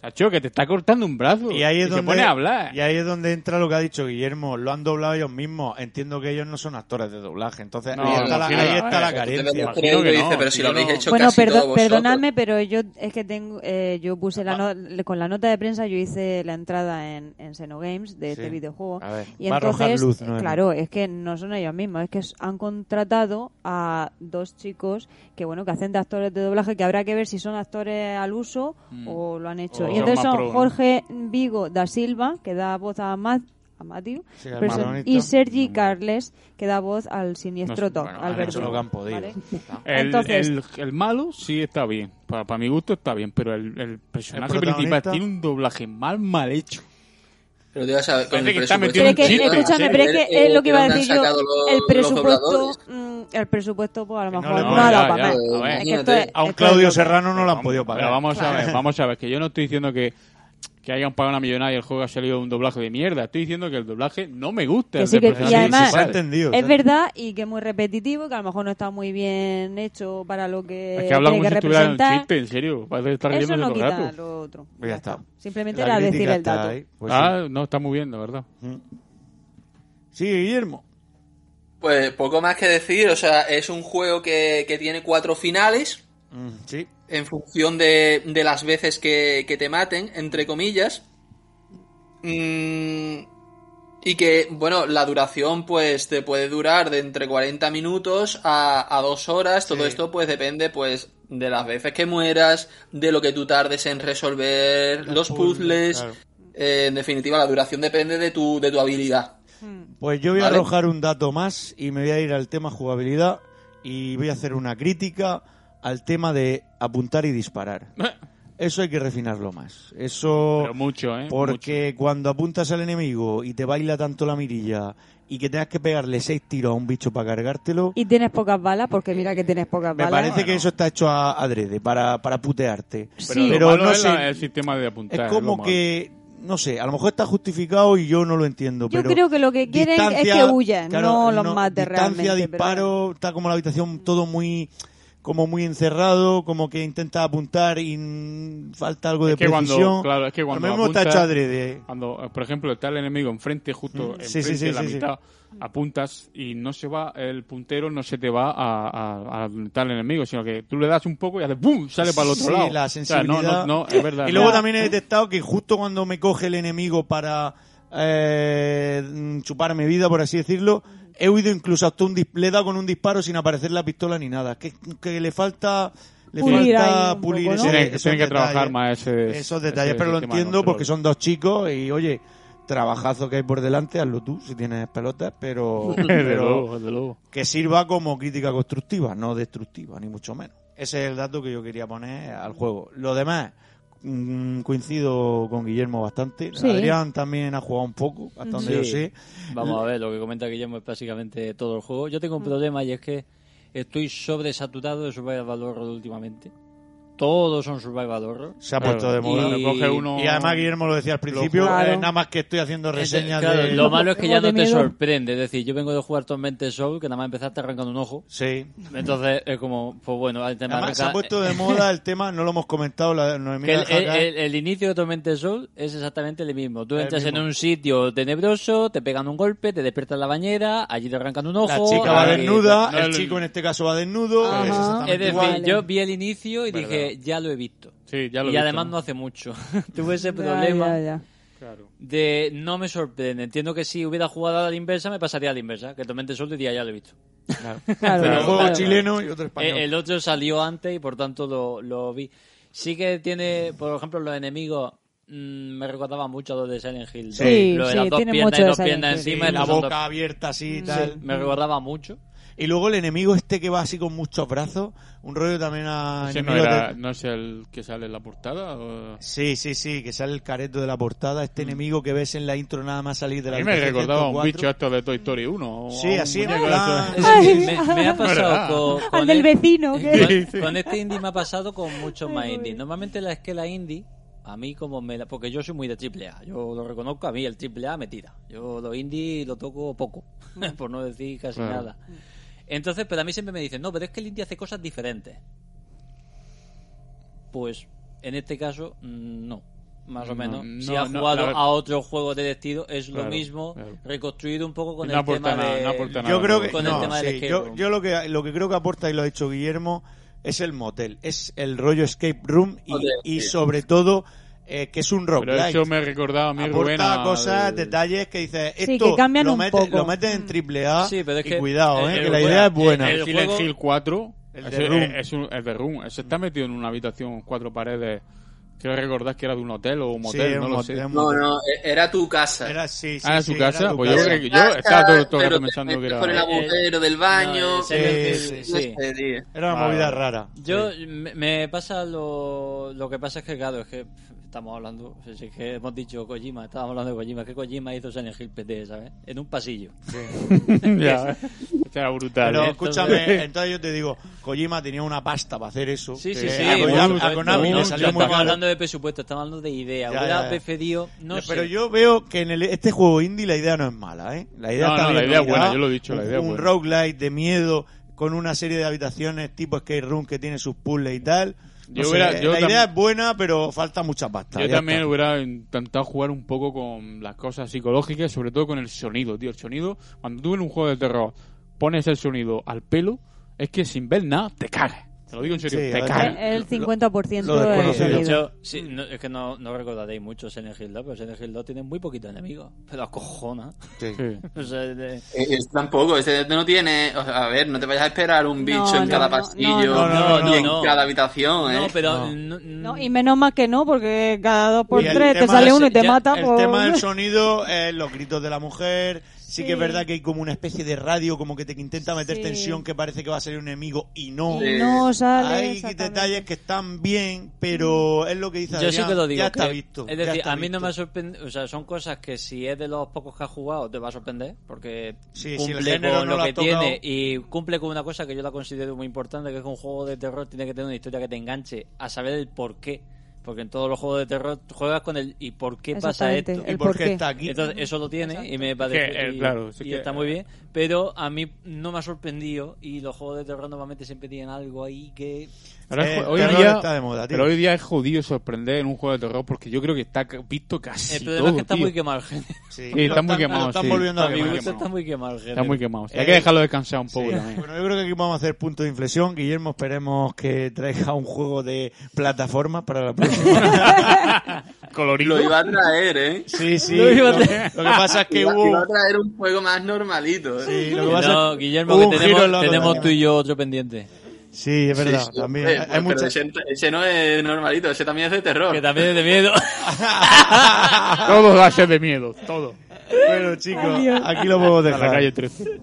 G: Tacho, que te está cortando un brazo.
D: Y ahí es
G: te
D: donde
G: pone a hablar.
D: y ahí es donde entra lo que ha dicho Guillermo. Lo han doblado ellos mismos. Entiendo que ellos no son actores de doblaje. Entonces
G: No,
D: ahí está
I: no,
D: la,
I: sí,
D: ahí
G: no,
D: está la
G: eh,
D: carencia.
G: te- Imagino que
I: dice,
G: no,
I: pero si
G: yo
I: lo habéis
G: no.
I: hecho
E: Bueno,
I: casi
E: perdón-
I: todos vosotros.
E: perdonadme, pero yo es que tengo, eh, yo puse la no- con la nota de prensa, yo hice la entrada en, en Xenogames de este videojuego.
D: A ver,
E: Y
D: Ah, va a arrojar
E: entonces,
D: luz,
E: eh,
D: Noemi.
E: claro, es que no son ellos mismos, es que s- han contratado a dos chicos que bueno que hacen de actores de doblaje, que habrá que ver si son actores al uso o lo han hecho.
G: O
E: y
G: son
E: entonces
G: más
E: son
G: pro, ¿no?
E: Jorge Vigo da Silva, que da voz a Matt, a Matthew,
D: Sí, al
E: pero son-
D: Marlonito.
E: y Sergi Carles, que da voz al siniestro
G: No sé,
E: Tom,
G: bueno,
E: al
G: han hecho
D: lo
E: verdugo,
D: que han podido.
E: ¿vale?
G: El,
E: Entonces-
G: el, el malo sí está bien. Para, para mi gusto está bien. Pero el, el personaje
D: ¿El
G: principal
D: protagonista?
G: tiene un doblaje mal, mal hecho.
I: Pero te vas a con
G: Parece
I: el
G: que está
I: presupuesto
E: Pero
G: metido Tiene
I: que
E: que,
G: un chiste,
I: tienen,
E: escúchame,
G: sí.
E: pero es
I: el-
E: que
I: el-
E: es lo que iba a
I: han
E: decir yo.
I: sacado los-
E: El
I: los
E: presupuesto,
I: dobladores.
E: mm, el presupuesto, pues a lo
D: Que no
E: mejor
D: le
E: no,
D: ponen,
E: ha dado
G: ya,
E: para
G: ya,
E: más.
G: a ver.
E: Es que esto es-
D: A un
E: esto es
D: Claudio
E: loco.
D: Serrano no lo han podido
G: Pero
D: pagar.
G: vamos a ver, vamos a ver, que yo no estoy diciendo que, que hayan pagado una millonada y el juego ha salido un doblaje de mierda. Estoy diciendo que el doblaje no me gusta.
E: Que
G: el
E: sí,
G: del
E: que-
G: personaje
E: y además-
D: se ha
G: principal.
D: entendido. se
E: Es
D: ha
E: verdad y que es muy repetitivo, que a lo mejor no está muy bien hecho para lo que
G: Es que habla
E: eh, tiene
G: como
E: que
G: si estuviera en un
E: representar.
G: chiste, en serio. Parece que está
E: Eso
G: riéndose
E: no
G: todo el
E: quita
G: rato.
E: lo otro.
D: Pues ya está.
E: Simplemente
D: La
E: era
D: crítica
E: decir el
D: está
E: dato.
D: ahí, pues sí.
G: ah, no, está muy bien, la verdad.
D: Sí, Guillermo.
I: Pues poco más que decir, o sea, es un juego que, que tiene cuatro finales
D: Mm, Sí.
I: en función de, de las veces que, que te maten, entre comillas. Mm, y que, bueno, la duración pues te puede durar de entre 40 minutos a, a dos horas. Todo esto pues depende pues de las veces que mueras, de lo que tú tardes en resolver los, puzzles.
D: claro.
I: Eh, en definitiva, la duración depende de tu, de tu habilidad.
D: Pues yo voy a
I: Vale.
D: arrojar un dato más y me voy a ir al tema jugabilidad y voy a hacer una crítica al tema de apuntar y disparar. Eso hay que refinarlo más. Eso
G: Eh. Pero mucho, ¿eh?
D: porque cuando apuntas al enemigo y te baila tanto la mirilla y que tengas que pegarle seis tiros a un bicho para cargártelo,
E: Y tienes pocas balas, porque mira que tienes pocas
D: me
E: balas.
D: parece que eso está hecho a adrede para, para putearte.
E: Sí.
D: Pero
G: Pero, lo malo
D: no
G: es la-
D: sé.
G: el sistema de apuntar.
D: Es
G: lo
D: como
G: malo.
D: que no sé, a lo mejor está justificado y yo no lo entiendo.
E: Yo
D: pero
E: creo que lo que quieren es
D: distancia,
E: que huyan, no los
D: distancia,
E: mates realmente, pero-
D: disparo, está como la habitación todo muy como muy encerrado, como que intenta apuntar y mm, falta algo de
G: Es que cuando-
D: precisión.
G: claro, es que cuando
D: lo mismo está
G: apuntas-
D: hecho adrede.
G: Cuando, eh, por ejemplo, está el enemigo enfrente, justo
D: Mm,
G: enfrente
D: sí, sí, sí,
G: de la
D: sí, sí.
G: mitad, apuntas y no se va, el puntero no se te va a, a, a tal enemigo, sino que tú le das un poco y haces ¡bum! sale para el otro
D: Sí,
G: lado.
D: la
G: O sea, no,
D: sensibilidad.
G: no, no, es verdad.
D: Y luego
G: no.
D: también he detectado que justo cuando me coge el enemigo para eh, chuparme vida, por así decirlo, he huido incluso hasta un dis- le he dado con un disparo sin aparecer la pistola ni nada. Que, que le falta le
E: Pulir ahí
D: falta
E: un
D: pulir
E: poco, ¿no?
D: ese-
G: Tienen,
D: esos
G: tienen que trabajar
D: detalles.
G: más ese,
D: esos
G: ese
D: detalles, pero lo
G: sistema de
D: entiendo porque
G: control.
D: son dos chicos y oye, trabajazo que hay por delante, hazlo tú si tienes pelotas, pero,
G: de
D: pero
G: luego, de luego.
D: que sirva como crítica constructiva, no destructiva, ni mucho menos. Ese es el dato que yo quería poner al juego. Lo demás, mm, coincido con Guillermo bastante.
E: Sí.
D: Adrián también ha jugado un poco, hasta donde
F: Sí.
D: yo sé.
F: Vamos a ver, lo que comenta Guillermo es básicamente todo el juego. Yo
D: Mm.
F: tengo un problema y es que estoy sobresaturado de Survival Horror últimamente. Todos son Survival Horror.
D: Se ha
G: Claro.
D: puesto de moda.
G: Cuando coge uno-
D: Y además Guillermo lo decía al principio,
E: Claro.
D: eh, nada más que estoy haciendo reseñas
F: Claro,
D: de...
F: Lo malo es que ya
E: Juegos
F: no
E: de
F: te
E: miedo.
F: sorprende. Es decir, yo vengo de jugar Tormented Soul, que nada más empezaste arrancando un ojo.
D: Sí.
F: Entonces es como, pues bueno, antes me
D: Además, se ha
F: arranca-
D: puesto de moda el tema, no lo hemos comentado, la Noemí
F: Que el,
D: la Jaca.
F: el- el- el inicio de Tormented Soul es exactamente el mismo. Tú
D: El
F: entras
D: mismo.
F: en un sitio tenebroso, te pegan un golpe, te despiertas en la bañera, allí te arrancan un
D: La
F: ojo.
D: chica va
F: aquí-
D: desnuda,
G: No,
D: el
G: el-
D: chico en este caso va desnudo.
E: Ajá.
D: es exactamente
F: Es decir,
D: igual.
E: Vale.
F: yo vi el inicio y
G: Verdad.
F: dije, ya lo he visto.
G: Sí, ya lo
F: y
G: he visto.
F: además no hace mucho. Tuve ese
E: Ya,
F: problema
E: ya, ya.
G: Claro.
F: de no me sorprende. Entiendo que si hubiera jugado a la inversa, me pasaría a la inversa. Que Tormented Soul diría, ya lo he visto.
E: Claro,
D: Pero
E: claro.
D: un juego chileno y otro español.
F: Eh, El otro salió antes y por tanto lo, lo vi. Sí que tiene, por ejemplo, los enemigos mm, me recordaban mucho a los de Silent Hill.
E: Sí,
F: lo de
E: sí,
F: las dos
E: tiene
F: piernas
E: mucho
F: y
E: de
F: dos
E: Silent
F: piernas
E: Hill.
D: Sí,
F: encima. y
D: la
F: los dos-
D: boca abierta así y tal.
F: Me recordaba mucho.
D: Y luego el enemigo este que va así con muchos brazos, un rollo también a
G: Ese no,
D: enemigos
G: era-
D: de-
G: no es el que sale en la portada? o-
D: Sí, sí, sí, que sale el careto de la portada, este enemigo que ves en la intro nada más salir de la
G: Mm. A mí me
D: habitación
G: recordaba a un
D: 104.
G: bicho esto de Toy Story 1. o
D: Sí,
G: a un
D: así en
G: muñeco de
D: plan-
G: estos.
F: Es
E: Ay.
F: que me, me ha
G: Verdad.
F: pasado con,
E: Al
F: con
E: del
F: el-
E: vecino, que-
F: Con, con este indie me ha pasado con muchos más indie. Normalmente la esquela indie, a mí como me la... Porque yo soy muy de triple A, yo lo reconozco, a mí el triple A me tira. Yo lo indie lo toco poco, por no decir casi
G: Claro.
F: nada. Entonces, pero a mí siempre me dicen, no, pero es que el indie hace cosas diferentes. Pues, en este caso, mm, no. más o
G: No,
F: menos.
G: no,
F: si ha
G: no,
F: jugado
G: la verdad-
F: a otro juego de estilo, es
G: Claro,
F: lo mismo,
G: claro.
F: reconstruido un poco con
G: No
F: el
G: aporta
F: tema
G: nada,
F: de...
G: no aporta nada.
D: Yo creo que
F: Con el
D: no,
F: tema del
D: sí,
F: escape
D: yo,
F: room.
D: yo lo que lo que creo que aporta y lo ha dicho Guillermo es el motel, es el rollo escape room y,
I: Motel,
D: y
I: sí.
D: sobre todo eh, que es un
G: Pero eso
D: roguelike.
G: me recordaba a mí Rubén.
D: Aporta
G: al-
D: cosas, detalles que dices,
E: Sí,
D: esto
E: que cambian
D: lo,
E: un
D: metes-
E: poco.
D: lo metes en triple A
F: Sí, pero es
D: y
F: que
D: cuidado,
F: el-
D: eh,
F: el
D: que la
F: juego-
D: idea es buena.
F: el-
G: El Silent
F: juego-
G: Hill 4.
D: El
G: ese-
D: de Room.
G: Es, un, el de Room. Ese está metido en una habitación, cuatro paredes. Quiero recordar que era de un hotel o un
D: Sí,
G: motel,
D: es
G: no
D: un
G: lo
D: motel,
G: sé.
D: es un
I: No,
D: motel.
I: no, e- era tu casa.
D: Era, sí, sí,
G: Ah,
D: sí,
G: su
D: era
G: casa.
D: tu
G: Pues yo
D: casa.
G: creo que yo estaba todo, todo el
I: pero
G: rato
I: te
G: pensando que
I: metes
G: era.
I: Por el
F: Eh,
I: agujero del baño.
F: no, ese-
D: Sí,
I: no
F: sí, sí.
I: sé, tío.
D: Era una
G: Vale.
D: movida rara.
F: Yo me, me pasa lo, lo que pasa es que claro, es que pff, estamos hablando, es que hemos dicho Kojima, estábamos hablando de Kojima, que Kojima hizo Silent Hill PT, ¿sabes? En un pasillo.
G: ya, esto era brutal.
D: Pero
G: ¿eh?
D: escúchame, entonces yo te digo, Kojima tenía una pasta para hacer eso.
F: Sí,
D: que
F: sí, sí.
D: Eh, A,
F: por
D: Kojima-
F: supuesto.
D: a Konami
F: No,
D: le
F: no
D: salió muy
F: estamos
D: mal.
F: hablando de presupuesto, estamos hablando de idea.
D: Ya,
F: Hubiera
D: ya, ya.
F: preferido, no sé.
D: Pero yo veo que en el- este juego indie la idea no es mala, ¿eh? La idea
G: No,
D: está
G: no, la
D: bien
G: idea es
D: cuidada.
G: buena, yo lo he dicho, la idea es
D: Un, un
G: buena.
D: roguelite de miedo con una serie de habitaciones tipo skate room que tiene sus puzzles y tal. No
G: Yo
D: sé,
G: hubiera- yo
D: la
G: tam-
D: idea es buena, pero falta mucha pasta.
G: Yo
D: ya
G: también
D: está.
G: hubiera intentado jugar un poco con las cosas psicológicas, sobre todo con el sonido, tío. El sonido, cuando tú en un juego de terror pones el sonido al pelo, es que sin ver nada te cagas. Te lo digo en serio,
D: Sí,
G: te
D: además-
G: cagas.
D: Eh,
E: El 50%
D: Lo
E: del
D: desconocido.
F: De
E: sonido.
F: hecho, sí, no- es que no, no recordaréis mucho Silent Hill 2, pero Silent Hill 2 tiene muy poquitos enemigos. Pero acojona.
D: Sí.
G: Sí.
F: O sea, de-
I: Eh, eh, tampoco, este no tiene. o sea, a ver, no te vayas a esperar un bicho en
E: no,
I: cada
E: no,
I: pasillo
E: no,
D: no,
I: y
D: no,
I: en
F: no.
I: cada habitación, ¿eh?
F: no, pero...
D: No.
F: no-
B: No, y menos más que no, porque cada dos por
D: Y el
B: tres te
D: tema
B: sale
D: de-
B: uno y te
F: ya-
B: mata.
D: El
B: por...
D: tema del sonido, eh, los gritos de la mujer. Sí. que es
B: Sí.
D: verdad que hay como una especie de radio, como que te intenta meter
B: Sí.
D: tensión, que parece que va a salir un enemigo y no.
B: Y no sale.
D: Hay
B: exactamente.
D: detalles que están bien, pero es lo que dice
F: Yo sí
D: Adrián,
F: que lo digo.
D: Ya está
F: que-
D: visto.
F: Es
D: ya
F: decir,
D: está
F: a mí no
D: visto.
F: me ha sorprendido. O sea, son cosas que si es de los pocos que has jugado, te va a sorprender. Porque
D: Sí, si el
F: cumple
D: género
F: con
D: no lo
F: lo que
D: has tocado.
F: tiene. Y cumple con una cosa que yo la considero muy importante: que es que un juego de terror tiene que tener una historia que te enganche a saber el por qué. Porque en todos los juegos de terror tú juegas con el y por qué pasa
B: Exactamente.
F: esto.
D: ¿Y
B: el
D: por
B: por
D: qué
B: qué.
D: está aquí?
F: Entonces, eso lo tiene y me parece.
G: Que, eh,
F: y,
G: claro, sí
F: y
G: que-
F: está muy bien. Pero a mí no me ha sorprendido. Y los juegos de terror normalmente siempre tienen algo ahí que.
G: Pero
D: Eh,
G: es- hoy
D: terror
G: día,
D: está de moda, tío.
G: pero hoy día es jodido sorprender en un juego de terror porque yo creo que está ca- visto casi
F: El problema
G: todo,
F: es que está
G: tío.
F: muy quemado el género.
D: Sí,
G: Sí,
D: lo
G: está muy
D: están-
G: quemado,
D: lo están
G: sí.
D: volviendo a
G: A mí me
F: Mi
D: quemar.
F: gusto está muy quemado el género.
G: Está muy quemado.
D: Eh,
G: Hay que dejarlo descansar un poco
D: Sí.
G: también.
D: Bueno, yo creo que aquí vamos a hacer punto de inflexión. Guillermo, esperemos que traiga un juego de plataformas para la próxima.
G: Colorido.
I: Lo iba a traer, ¿eh?
D: Sí, sí.
F: Lo iba
D: lo, lo
F: a
D: que
F: traer.
D: pasa es que
I: Iba, iba a
D: hubo,
I: traer un juego más normalito, ¿eh?
D: sí, lo que pasa
F: No,
D: es-
F: Guillermo,
D: hubo un
F: que
D: giro en la
F: tenemos, tenemos tú
D: plataforma.
F: y yo otro pendiente.
D: Sí, es verdad,
I: Sí, sí,
D: también.
I: eh,
D: Hay- hay
I: pero
D: muchas-
I: ese, ese no es normalito, ese también es de terror.
F: Que también es de miedo.
G: Todo va a ser de miedo. Todo.
D: Bueno, chicos, aquí lo podemos
G: A la
D: dejar.
G: calle 13.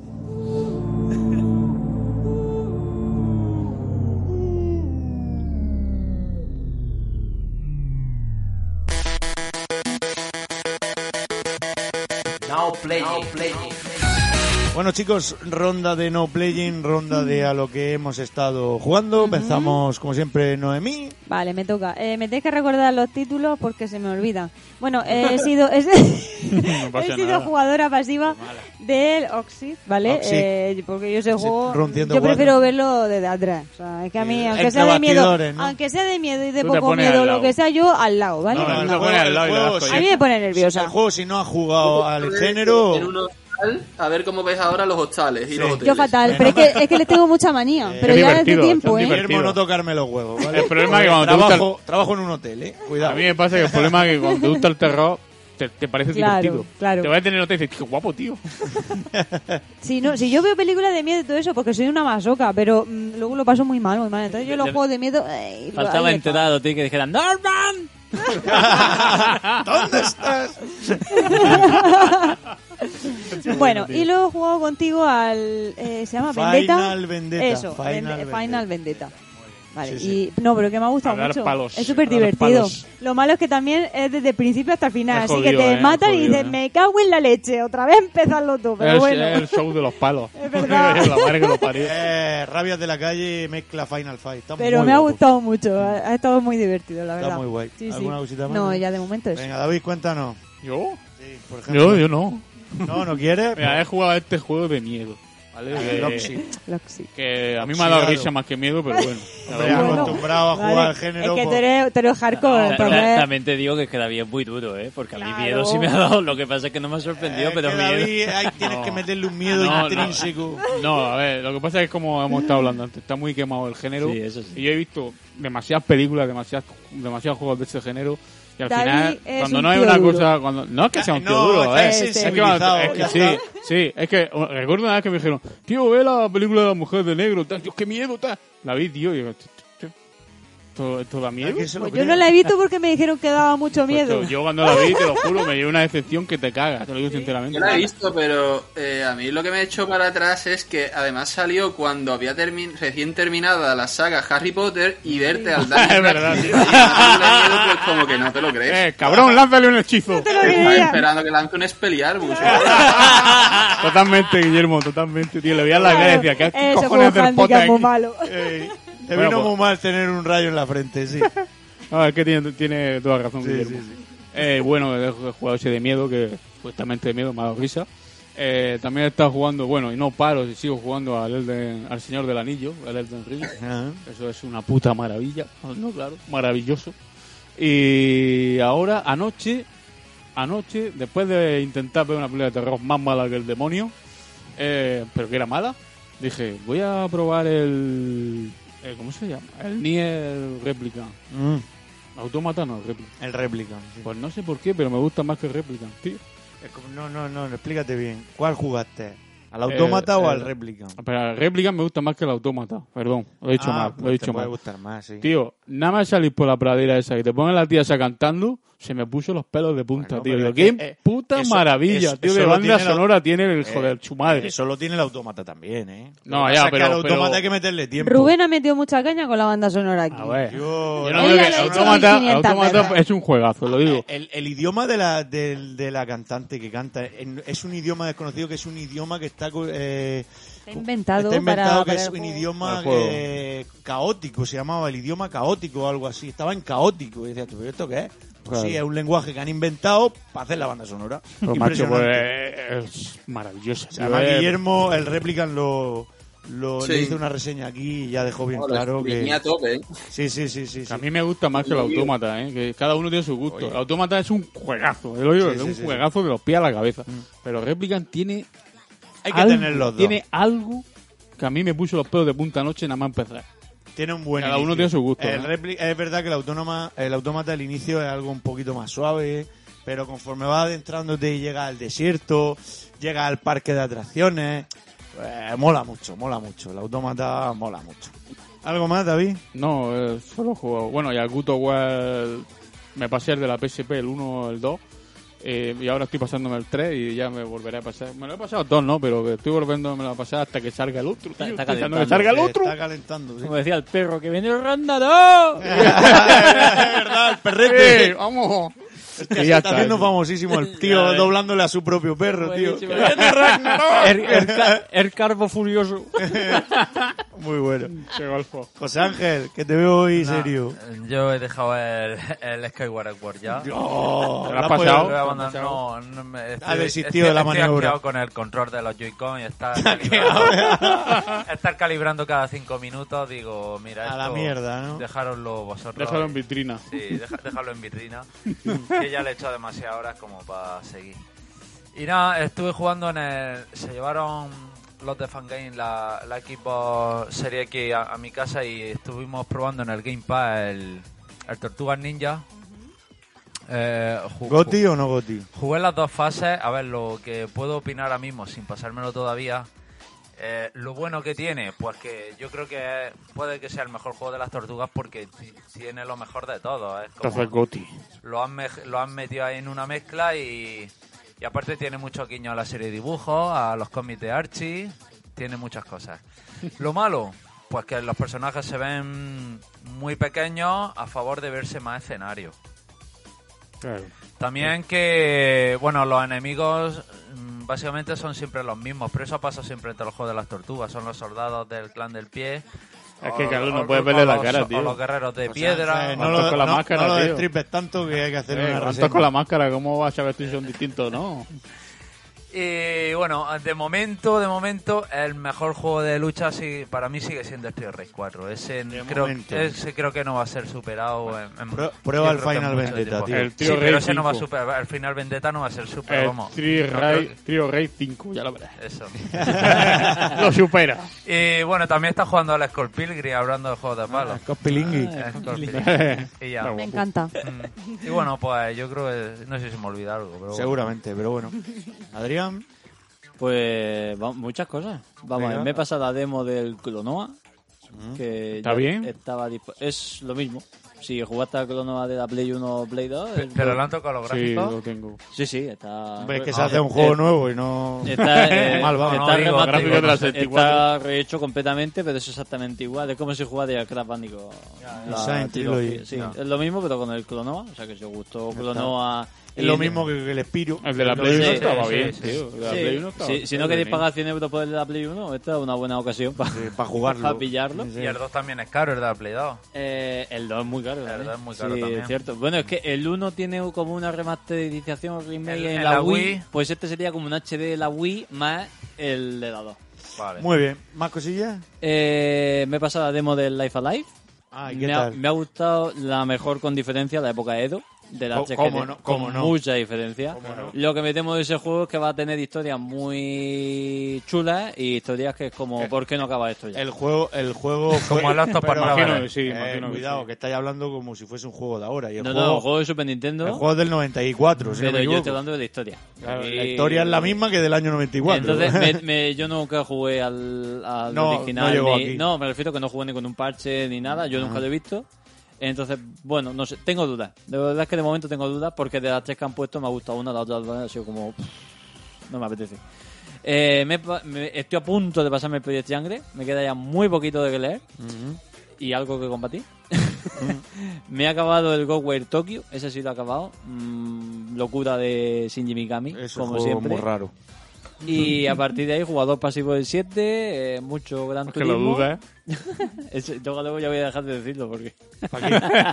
D: Bueno, chicos, ronda de no playing, ronda de a lo que hemos estado jugando. Empezamos, como siempre, Noemí.
E: Vale, me toca. Eh, me tenéis que recordar los títulos porque se me olvidan. Bueno, eh, he sido, he,
G: pasa
E: he sido
G: nada.
E: jugadora pasiva del Oxid, ¿vale?
D: Oxid.
E: Eh, porque yo ese
D: Oxid,
E: juego,
D: Room 104.
E: yo prefiero verlo desde atrás. O sea, es que a mí,
D: Sí.
E: aunque
D: Eh, Entre
E: sea de miedo,
D: bastidores, ¿no?
E: aunque sea de miedo y de
G: Tú te
E: poco
G: pones
E: miedo,
G: al
E: lo
G: lado.
E: que sea yo, al lado, ¿vale?
G: No, no,
D: el
G: no, pone al lado y le das
D: si-
E: a mí me pone nerviosa.
D: el juego, si no has jugado al
I: En un
D: género,
I: hostal, a ver cómo ves ahora los hostales y
D: Sí.
I: los hoteles.
E: Yo fatal, pero es que, es que le tengo mucha
D: Eh,
E: manía. pero
G: es
E: ya desde
G: divertido,
E: tiempo,
G: son
E: ¿eh?
G: divertidos.
D: Guillermo, no tocarme los huevos. ¿vale?
G: El problema es que cuando te gusta el-
D: trabajo, trabajo en un hotel, ¿eh? Cuidado.
G: A mí me pasa que el problema es que cuando te gusta el terror, te, te parece
E: Claro,
G: divertido.
E: claro.
G: Te vas a tener nota y dices, qué guapo, tío.
E: Si, no, si yo veo películas de miedo y todo eso, porque soy una masoca, pero mm, luego lo paso muy mal, muy mal. Entonces yo los
F: Le-
E: juegos de miedo... ay, lo-
F: Faltaba
E: ahí está.
F: enterado, tío, que dijeran ¡Norman!
D: ¿Dónde estás?
E: Bueno, y luego he jugado contigo al... eh, ¿Se llama
D: Final
E: Vendetta?
D: Vendetta,
E: Eso,
D: Final
E: Vende-
D: Vendetta.
E: Final Vendetta. Vale,
D: Sí, sí.
E: y no, pero que me ha gustado
G: A dar
E: mucho.
G: palos,
E: es súper
G: a dar
E: divertido.
G: palos.
E: Lo malo es que también es desde el principio hasta el final,
G: Es
E: así que
G: jodido,
E: te
G: eh,
E: matan y
G: jodido,
E: dices,
G: eh.
E: me cago en la leche, otra vez empezarlo tú, pero
G: es,
E: bueno.
G: es el show de los palos.
E: Es verdad.
G: la madre que lo parió.
D: Eh, rabias de la calle mezcla Final Fight. Está
E: Pero
D: muy
E: me ha
D: guapo.
E: gustado mucho, ha, ha estado muy divertido, la
D: Está
E: verdad.
D: muy guay.
E: Sí, sí.
D: ¿Alguna cosita más?
E: No, ya de momento es.
D: Venga, David, cuéntanos.
G: ¿Yo?
D: Sí, por ejemplo.
G: Yo, yo no.
D: No, ¿no quieres?
G: Mira, he jugado a este juego de miedo. ¿vale? Eh,
D: Loxy.
E: Loxy.
G: que a mí me ha dado
D: Oxidado.
G: risa más que miedo, pero bueno.
D: Hombre, acostumbrado a jugar
E: Vale,
D: al género. pues.
E: Es que
D: por-
E: tú eres, tú eres hardcore,
F: Ta-
E: entonces-
F: ta- También te digo que es que David es muy duro, ¿eh? Porque a mí
E: Claro.
F: miedo sí me ha dado. Lo que pasa es que no me ha sorprendido,
D: Eh,
F: pero
D: que
F: miedo.
D: David, ahí tienes
G: No.
D: que meterle un miedo
G: No, no.
D: intrínseco.
G: No, a ver, lo que pasa es que como hemos estado hablando antes, está muy quemado el género.
F: Sí, eso sí.
G: Y yo he visto demasiadas películas, demasiadas, demasiados juegos de ese género. Y al
E: David
G: final,
E: es
G: cuando
E: un
G: no es
E: tío
G: una
E: duro.
G: cosa. Cuando, no es que sea un tío
D: No,
G: duro,
D: está
G: eh.
D: insensibilizado,
G: es que,
D: ya
G: sí, sí, es que o- recuerdo una vez que me dijeron, tío, ve la película de la mujer de negro, tal, Dios, qué miedo, tal. La vi, tío, y yo, "Ch- ch- ch- ¿esto, esto da miedo?
D: que se lo
E: Pues yo
D: creo.
E: no la he visto porque me dijeron que daba mucho
G: Pues,
E: miedo.
G: yo cuando la vi, te lo juro, me dio una decepción que te cagas, te lo digo sinceramente.
I: Yo la he visto, pero eh, a mí lo que me he hecho para atrás es que además salió cuando había termin- recién terminada la saga Harry Potter y verte al Daniel
G: Es verdad,
I: Radcliffe
G: tío.
I: ahí dándole miedo, pues como que no te lo crees.
G: Eh, cabrón, lánzale un hechizo.
I: Estaba esperando que pues, lance un Expelliarmus.
G: Totalmente, Guillermo, totalmente, tío. Le veía la cara y decía, ¿qué
E: Eso fue
G: cojones
E: un
G: del pote
E: handicap muy
G: aquí?
E: malo.
D: Eh, te
G: Bueno,
D: vino
G: pues-
D: muy mal tener un rayo en la frente, sí.
G: No, es que tiene, tiene toda razón,
D: Sí,
G: Guillermo.
D: sí,
G: Eh, bueno, he jugado ese de miedo, que justamente de miedo me ha dado risa. Eh, también he estado jugando, bueno, y no paro, y sigo jugando al, Elden- al Señor del Anillo, al Elden Ring.
D: Ajá.
G: Eso es una puta maravilla. No, claro, maravilloso. Y ahora, anoche, anoche, después de intentar ver una película de terror más mala que el demonio, eh, pero que era mala, dije, voy a probar el... el- ¿Cómo se llama? El Nier Replica.
D: Mm,
G: Autómata no, Replica.
D: el réplica. sí.
G: Pues no sé por qué, pero me gusta más que el Replica, tío.
D: Es como- No, no, no, explícate bien. ¿Cuál jugaste? ¿Al autómata
G: Eh,
D: o
G: eh,
D: al réplica?
G: Pero el Replica me gusta más que el Autómata. Perdón, lo he dicho
D: Ah,
G: mal,
D: pues
G: lo he
D: te
G: dicho
D: puede
G: mal.
D: gustar más, sí.
G: Tío, nada más salir por la pradera esa y te ponen la tía esa cantando, se me puso los pelos de punta,
D: Bueno,
G: tío.
D: pero
G: Digo,
D: es que,
G: qué
D: eh,
G: puta
D: eso-
G: maravilla,
D: eso-
G: tío,
D: eso
G: de
D: lo
G: banda
D: tiene la-
G: sonora tiene el
D: Eh,
G: joder, su madre.
D: Eso lo tiene el autómata también, ¿eh?
G: No,
D: Lo que
G: ya,
D: pasa es que
G: pero-
D: al autómata
G: pero-
D: hay que meterle tiempo.
E: Rubén ha metido mucha caña con la banda sonora aquí.
G: A ver. Yo,
D: Yo-
G: no
E: Él
G: creo
E: ya
G: que
E: lo ha hecho
G: Autómata-
E: 1500
G: Autómata
E: veces.
G: es un juegazo, lo digo.
D: El, el idioma de la, del- de, la cantante que canta en- es un idioma desconocido que es un idioma que está... co- Eh,
E: Está inventado
D: está inventado
E: para-
D: que
E: para
D: es
E: el
D: un
E: juego.
D: idioma
G: Para el juego.
D: eh, caótico, se llamaba el idioma caótico o algo así. Estaba en caótico. Y decía, ¿tú, pero esto qué es? Pues
G: Claro.
D: Sí, es un lenguaje que han inventado para hacer la banda sonora.
G: Pero, macho,
D: Impresionante.
G: pues, eh, es maravilloso.
D: Se llama
G: tío, eh.
D: Guillermo, el Replicant lo, lo
I: Sí.
D: le hizo una reseña aquí y ya dejó bien
I: Hola,
D: claro
I: Ni a
D: que.
I: tope, ¿eh?
D: Sí, sí, sí, sí. sí.
G: A mí me gusta más que el autómata, ¿eh? que cada uno tiene su gusto. El autómata es un juegazo, yo lo digo,
D: Sí,
G: es
D: sí,
G: un
D: sí,
G: juegazo de los pies a la cabeza. Pero Replicant tiene
D: Hay que
G: algo-
D: tener los dos.
G: Tiene
D: Tiene,
G: algo que a mí me puso los pelos de punta anoche nada más empezar.
D: un buen.
G: Cada uno
D: inicio.
G: tiene su gusto,
D: El
G: ¿eh?
D: Repli- Es verdad que el autónoma, el autómata al inicio es algo un poquito más suave, pero conforme vas adentrándote y llegas al desierto, llegas al parque de atracciones, pues, mola mucho, mola mucho. El autómata mola mucho. ¿Algo más, David?
G: No, eh, solo juego. Bueno, y al Guto Wild me pasé el de la PSP, el 1, el 2. eh, y ahora estoy pasándome el 3 y ya me volveré a pasar. Me lo he pasado dos, ¿no? Pero que estoy volviéndome a pasar hasta que salga el otro.
F: Está-
G: tío.
F: está
G: Estoy deseando
F: calentando,
G: que salga el
D: Se
G: otro.
D: Está calentando, sí.
F: Como decía el perro, que viene el randador.
D: es verdad, el perrete.
G: Sí, ¡Eh, vamos.
D: Que
G: Y
D: se
G: ya
D: está
G: está.
D: haciendo famosísimo el tío doblándole a su propio perro, tío.
F: Buenísimo. el, el ca- el carbo furioso.
D: Muy bueno.
G: Qué golfo.
D: José Ángel, que te veo hoy
H: No,
D: serio.
H: eh, Yo he dejado el, el Skyward Sword ya.
D: Oh,
G: ¿Te lo
D: la
G: has
D: puedo-
H: Lo he
G: pasado?
H: abandonado, no, no me- estoy-
D: Ha desistido
H: estoy-
D: de la
H: estoy
D: maniobra.
H: asqueado con el control de los Joy-Con y estar calibrando, estar calibrando cada cinco minutos. Digo, mira,
D: A la
H: esto,
D: mierda, ¿no?
H: Dejaronlo vosotros.
G: Déjalo en vitrina.
H: Sí, deja- déjalo en vitrina. que ya le he echado demasiadas horas como para seguir. Y nada, estuve jugando en el. Se llevaron los de Fangame la, la Xbox Serie X a, a mi casa y estuvimos probando en el Game Pass el, el Tortugas Ninja. Eh, ju-
D: ¿Goti o no Goti?
H: Jugué las dos fases. A ver, lo que puedo opinar ahora mismo, sin pasármelo todavía. eh, lo bueno que tiene, pues que yo creo que puede que sea el mejor juego de las tortugas porque ti- tiene lo mejor de todo. Es como-
G: Entonces, Goti.
H: lo han, mej- lo han metido ahí en una mezcla y, y aparte tiene mucho guiño a la serie de dibujos, a los cómics de Archie, tiene muchas cosas. Lo malo, pues que los personajes se ven muy pequeños a favor de verse más escenario.
G: Claro.
H: También que, bueno, los enemigos mm, básicamente son siempre los mismos, pero eso pasa siempre entre los juegos de las tortugas, son los soldados del clan del pie.
G: Es
H: o-
G: que, Carlos, no
H: o-
G: puedes
H: o
G: verle la
H: los-
G: cara,
H: o
G: tío.
H: los guerreros de piedra.
D: Eh,
G: no lo- con la
D: no-
G: máscara,
D: no lo
G: tío.
D: destripes tanto que hay que hacer
G: Eh,
D: una
G: antes
D: reseña.
G: con la máscara, ¿cómo vas a ver tú si son distintos o no?
H: Y bueno, de momento, de momento, el mejor juego de lucha sí, para mí sigue siendo Street Race 4. Ese,
D: De
H: creo,
D: momento.
H: ese creo que no va a ser superado. En, en-
D: Prue- prueba
H: yo
D: el
H: creo que en
D: Final
H: mucho
D: Vendetta,
H: tiempo.
D: tío.
G: El tío
H: sí, pero
G: Rey
H: ese no va a
G: cinco.
H: superar. El Final Vendetta no va a ser superado,
G: El
H: vamos.
G: Eh, Trio
H: No
G: Rey-
H: creo
G: Trio Rey 5, ya lo verás.
H: que- Eso.
G: lo supera.
H: Y bueno, también está jugando al Skull Pilgrim, hablando de juegos de palos.
D: Cospilingui.
H: El Skull Pilgrim. Y ya.
B: Me encanta.
H: Mm. Y bueno, pues yo creo que. No sé si me olvida algo, pero. bueno.
D: Seguramente, pero bueno. Adrián,
F: Pues va- muchas cosas. Vamos, a ver,
D: Venga. Mm.
F: me he pasado la demo del Clonoa. Que
G: ¿Está
F: ya
G: bien?
F: Estaba disp- es lo mismo. Si jugaste al Clonoa de la Play 1 o Play 2.
H: Pe-
F: el-
H: Pero lo han tocado los
G: Sí,
H: gráficos.
G: lo tengo.
F: Sí, sí, está.
D: ves que
F: Ah,
D: se hace un
F: eh,
D: juego
F: eh,
D: nuevo y no.
F: Está, eh,
D: Mal vamos.
F: está
H: No, digo,
F: remate-
G: gráfico de la 64.
F: está rehecho completamente, pero es exactamente igual. Es como si jugara al Crash Bandicoot. la
D: Silent Trilogy.
F: trilogía, sí.
D: Ya.
F: Es lo mismo, pero con el Clonoa. O sea que si os gustó Clonoa.
D: Es lo mismo que, que el Espiro.
G: El de la
F: Lo
G: Play
F: sé,
G: 1
F: sí,
G: estaba
H: sí,
G: bien,
H: sí.
G: tío. El de la
F: Sí,
G: Play 1 estaba
F: sí, si no
G: estaba
F: queréis
G: bien.
F: pagar 100 euros por el de la Play 1, esta es una buena ocasión para
D: para eh, jugarlo.
F: pillarlo.
D: Sí.
H: Y el 2 también es caro, el de la Play 2.
F: Eh, el 2 es muy caro.
H: El
F: ¿eh?
H: 2 es muy caro
F: sí,
H: también.
F: es cierto. Bueno, es que el 1 tiene como una remasterización o remake
H: El-
F: en,
H: en
F: la,
H: la
F: Wii,
H: Wii.
F: Pues este sería como un HD de la Wii más el de la 2.
H: Vale.
D: Muy bien. ¿Más cosillas?
F: Eh, me he pasado la demo del Life Alive.
D: Ah, ¿y qué
F: Me ha,
D: tal?
F: me ha gustado la mejor con diferencia la época Edo. De la
D: Co-
F: HGT,
D: cómo no, cómo
F: con
D: no.
F: mucha diferencia.
D: no.
F: Lo que me temo de ese juego es que va a tener historias muy chulas y historias que es como, ¿por qué no acaba esto ya?
D: El juego, el juego fue-
H: Como el pues, Octopus
D: pero-
H: Traveler.
G: Imagino que sí,
D: Eh,
G: imagino que
D: cuidado,
G: sí.
D: que estáis hablando como si fuese un juego de ahora. Y el
F: no,
D: juego,
F: no, el juego de Super Nintendo.
D: el juego es del 94, si no me
F: Pero yo
D: equivoco.
F: estoy hablando de la historia.
D: Claro,
F: Y-
D: La historia es la misma que del año 94.
F: Entonces, me- me- yo nunca jugué al, al
D: No,
F: original.
D: no llegó
F: ni-
D: aquí.
F: no, me refiero que no jugué ni con un parche ni nada. Yo nunca lo he visto. Entonces, bueno, no sé, tengo dudas. De verdad es que de momento tengo dudas porque de las tres que han puesto me ha gustado una, la otra la otra, ha sido como. pff, No me apetece. Eh, me, pa- me- estoy a punto de pasarme el Project Sangre. Me queda ya muy poquito de que leer y algo que combatir. me he acabado el GoWare Tokyo, ese sí lo he acabado. Mm, locura de Shinji Mikami,
D: es un
F: como
D: juego
F: siempre.
D: muy raro.
F: Y a partir de ahí, jugador pasivo del 7, eh, mucho gran
G: Que lo ¿eh?
F: turismo.
G: dudes.
F: Ese- luego, luego ya voy a dejar de decirlo porque.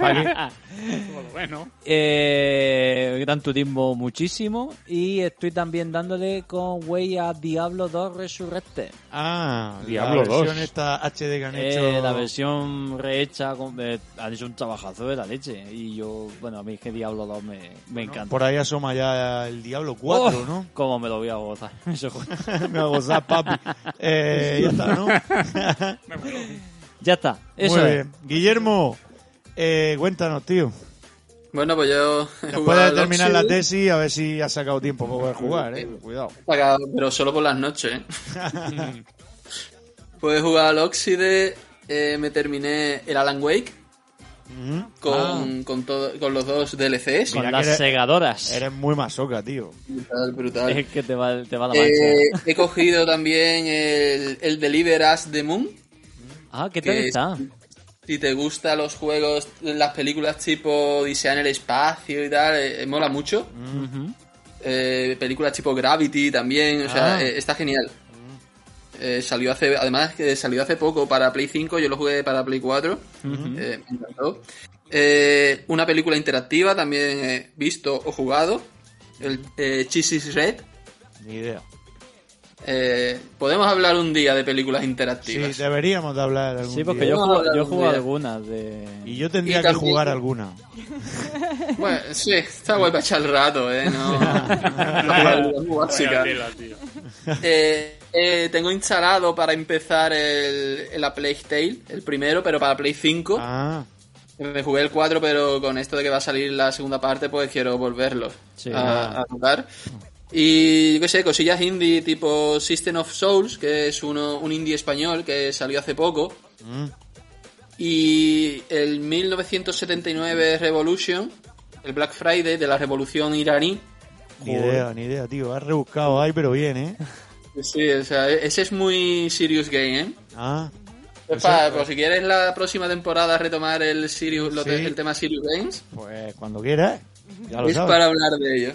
G: Bueno.
F: Eh, gran turismo muchísimo. Y estoy también dándole con Way a Diablo 2 Resurrected.
D: Ah,
G: Diablo
D: la versión
G: 2.
D: esta HD que han
F: Eh,
D: hecho.
F: la versión rehecha con- eh, han hecho un trabajazo de la leche. Y yo, bueno, a mí es que Diablo 2 me, me encanta.
D: Por ahí asoma ya el Diablo 4,
F: Oh,
D: ¿no?
F: Cómo me lo voy a gozar ese juego.
D: Me va a gozar, papi. Eh, ya está, ¿no?
F: ya está. Eso
D: Muy
F: es.
D: bien. Guillermo, eh, cuéntanos, tío.
I: Bueno, pues yo. he jugado
D: Después
I: al
D: de terminar
I: Oxid,
D: la tesis, a ver si has sacado tiempo para poder jugar, eh. Cuidado.
I: pagado, Pero solo por las noches, ¿eh? Pues he jugado al Oxide, eh, me terminé el Alan Wake
D: Ah.
I: con, con, todo, con los dos DLCs.
F: Con
D: Mira
F: las
D: que eres-
F: segadoras.
D: Eres muy masoca, tío.
I: Brutal, brutal.
F: Es que te va, te va la mancha.
I: Eh, he cogido también el, el Deliver Us the Moon.
F: ah, ¿qué tal
I: que-
F: está?
I: Si te gustan los juegos, las películas tipo Odisea en el espacio y tal, eh, eh, mola mucho.
F: Mm.
I: Eh, películas tipo Gravity también, o sea,
D: Ah.
I: eh, está genial. Eh, salió hace, además que salió hace poco para Play 5, yo lo jugué para Play 4. Eh, me encantó. Eh, una película interactiva también he visto o jugado, el eh, Cheese is Red.
D: Ni idea.
I: Eh, podemos hablar un día de películas
D: Sí,
I: interactivas.
D: deberíamos de hablar algún
F: Sí, porque
D: día.
F: yo
I: No,
F: juego,
I: no,
F: yo
I: no,
F: juego
I: mira.
F: algunas de...
D: Y yo tendría
I: Y
D: que
I: también-
D: jugar alguna.
I: Bueno, sí, está guay para echar el rato, ¿eh? No, no, muy básica. Eh, eh, tengo instalado para empezar el, el A Plague Tale, el primero, pero para Play 5.
D: Ah,
I: Me jugué el 4, pero con esto de que va a salir la segunda parte, pues quiero volverlo
F: Sí.
I: a, a jugar. Y yo qué sé, cosillas indie tipo System of Souls, que es uno, un indie español que salió hace poco. Y el 1979 Revolution, el Black Friday de la revolución iraní.
D: ni idea, ni idea, tío. Has rebuscado ahí, pero bien, ¿eh?
I: Sí, o sea, e-, ese es muy serious game, ¿eh?
D: Ah,
I: Pues, pa, pues si quieres la próxima temporada retomar el, serious, lo de-
D: Sí.
I: el tema Serious Games,
D: pues cuando quieras. Ya lo
I: es
D: sabes.
I: para hablar de ello.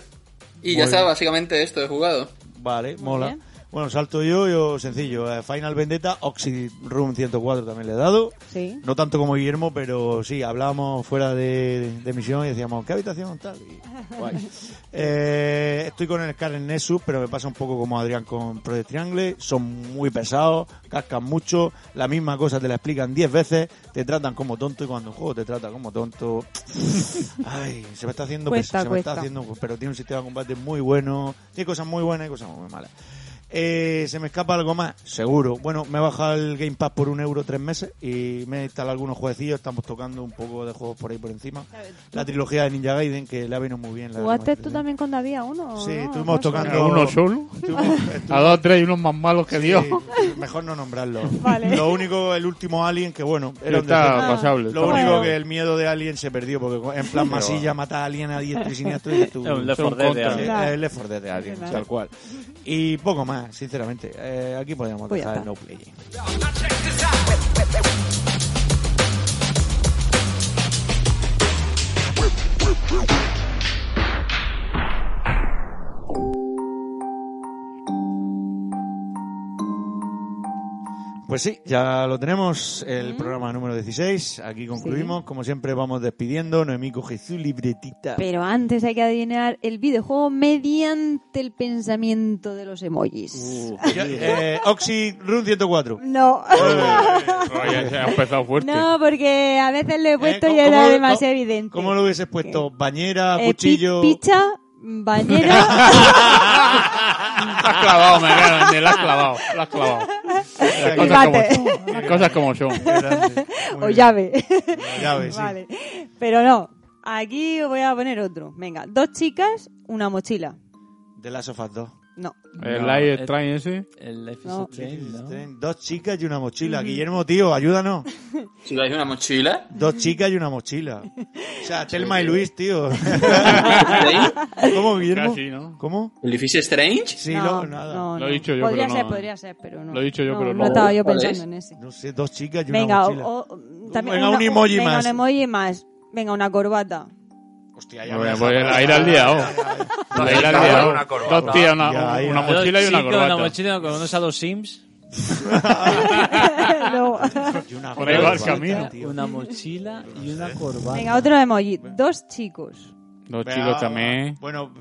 I: Y
D: Muy
I: ya está,
D: bien.
I: básicamente esto he jugado.
D: Vale,
B: Muy
D: mola.
B: bien.
D: Bueno, salto yo, yo sencillo. eh, Final Vendetta, Oxy Room 104 también le he dado.
E: Sí.
D: No tanto como Guillermo, pero sí, hablábamos fuera de, de misión y decíamos, ¿qué habitación tal? Y, guay. Eh, estoy con el Karen Nexus, pero me pasa un poco como Adrián con Project Triangle. Son muy pesados, cascan mucho, la misma cosa te la explican 10 veces, te tratan como tonto y cuando un juego te trata como tonto... Ay, se me está haciendo... pes-
E: Cuesta,
D: se me está
E: cuesta.
D: haciendo pero tiene un sistema de combate muy bueno, tiene cosas muy buenas y cosas muy malas. Eh, ¿Se me escapa algo más? Seguro. Bueno, me he bajado el Game Pass por un euro tres meses y me he instalado algunos jueguecillos. Estamos tocando un poco de juegos por ahí por encima. La trilogía de Ninja Gaiden, que le ha venido muy bien.
E: ¿Jugaste
D: La nueva
E: tú
D: trilogía.
E: también cuando había uno?
D: Sí,
E: ¿no?
D: estuvimos
E: Alfonso?
D: tocando-
G: A uno solo.
D: Estuvimos-
G: A dos, tres y unos más malos que Dios.
D: Sí, mejor no nombrarlo.
E: Vale. Ah.
D: Lo único, el último Alien, que bueno, era un
G: Está
D: desastre.
G: pasable.
D: Lo
G: está
D: único
E: Bueno.
D: que el miedo de Alien se perdió, porque en plan masilla mata a Alien a diestro y siniestro. Y tú,
F: Es un Left
G: Son
F: 4 Dead de
G: contra.
F: alguien.
D: Sí,
E: Claro.
D: el Left 4 Dead de Alien,
E: Claro.
D: tal cual. Y poco más, sinceramente. Eh, aquí podríamos
E: Pues ya
D: dejar el
E: está.
D: no play. Pues sí, ya lo tenemos, el programa número 16. Aquí concluimos. Como siempre, vamos despidiendo. Noemí coge su libretita.
E: Pero antes hay que adivinar el videojuego mediante el pensamiento de los emojis.
D: Ya, eh, Oxy Run 104.
E: No.
G: Oye, se ha empezado fuerte.
E: No, porque a veces lo he puesto
D: Eh,
E: y
D: ¿cómo-
E: era
D: cómo-
E: demasiado
D: cómo-
E: evidente.
D: ¿Cómo lo hubieses puesto? Bañera,
E: Eh, pi-
D: cuchillo.
E: picha, bañera.
G: La has clavado, me cago en- la has clavado, la has clavado. Las cosas como
E: Empate.
G: son. Las cosas como son.
D: Qué grande. Muy
E: o
D: bien.
E: llave.
D: llave, sí.
E: Vale. Pero no. Aquí os voy a poner otro. Venga, dos chicas, una mochila.
D: De las sofás 2.
E: No.
G: El
F: No,
G: Light
F: es-
G: Strange ese.
F: El Life is
E: No.
F: a Train, ¿no?
D: Dos chicas y una mochila. Guillermo, tío, ayúdanos.
I: Si traes una mochila,
D: Dos chicas y una mochila. O sea, Telma y Luis, tío.
I: ¿veis?
D: ¿Cómo, Guillermo?
G: Casi, ¿no?
D: ¿Cómo?
I: ¿El Life is Strange?
D: Sí,
E: no,
D: lo- nada. No.
E: no,
G: Lo he
E: no.
G: dicho yo,
E: Podría
G: pero
E: ser,
G: no.
E: podría ser, pero no.
G: Lo he dicho yo,
E: no,
G: pero
E: no
G: no.
E: estaba yo
I: ¿Cuál es?
E: pensando en ese.
D: sé, dos chicas y una
E: Venga,
D: mochila.
E: o- o- también
D: Venga,
E: una-
D: un emoji
E: venga,
D: más.
E: un emoji más. Venga, una corbata.
D: Hostia, ya
G: Bueno,
D: me
G: pues
D: has-
G: ahí la has liado. Ahí la
H: Dos
G: has liado.
H: tías, una corbata.
G: Dos tías, una,
D: Ya, ya.
G: una mochila y una
F: Dos chicos, Una
G: corbata.
F: mochila con unos Shadow Sims.
E: No.
D: Y una
G: Por ahí va el
D: corbata,
G: camino.
D: tío.
F: Una mochila y una corbata.
E: Venga, otro emoji. Dos chicos.
G: Dos
D: Venga,
G: chicos
D: va,
G: también.
D: Bueno,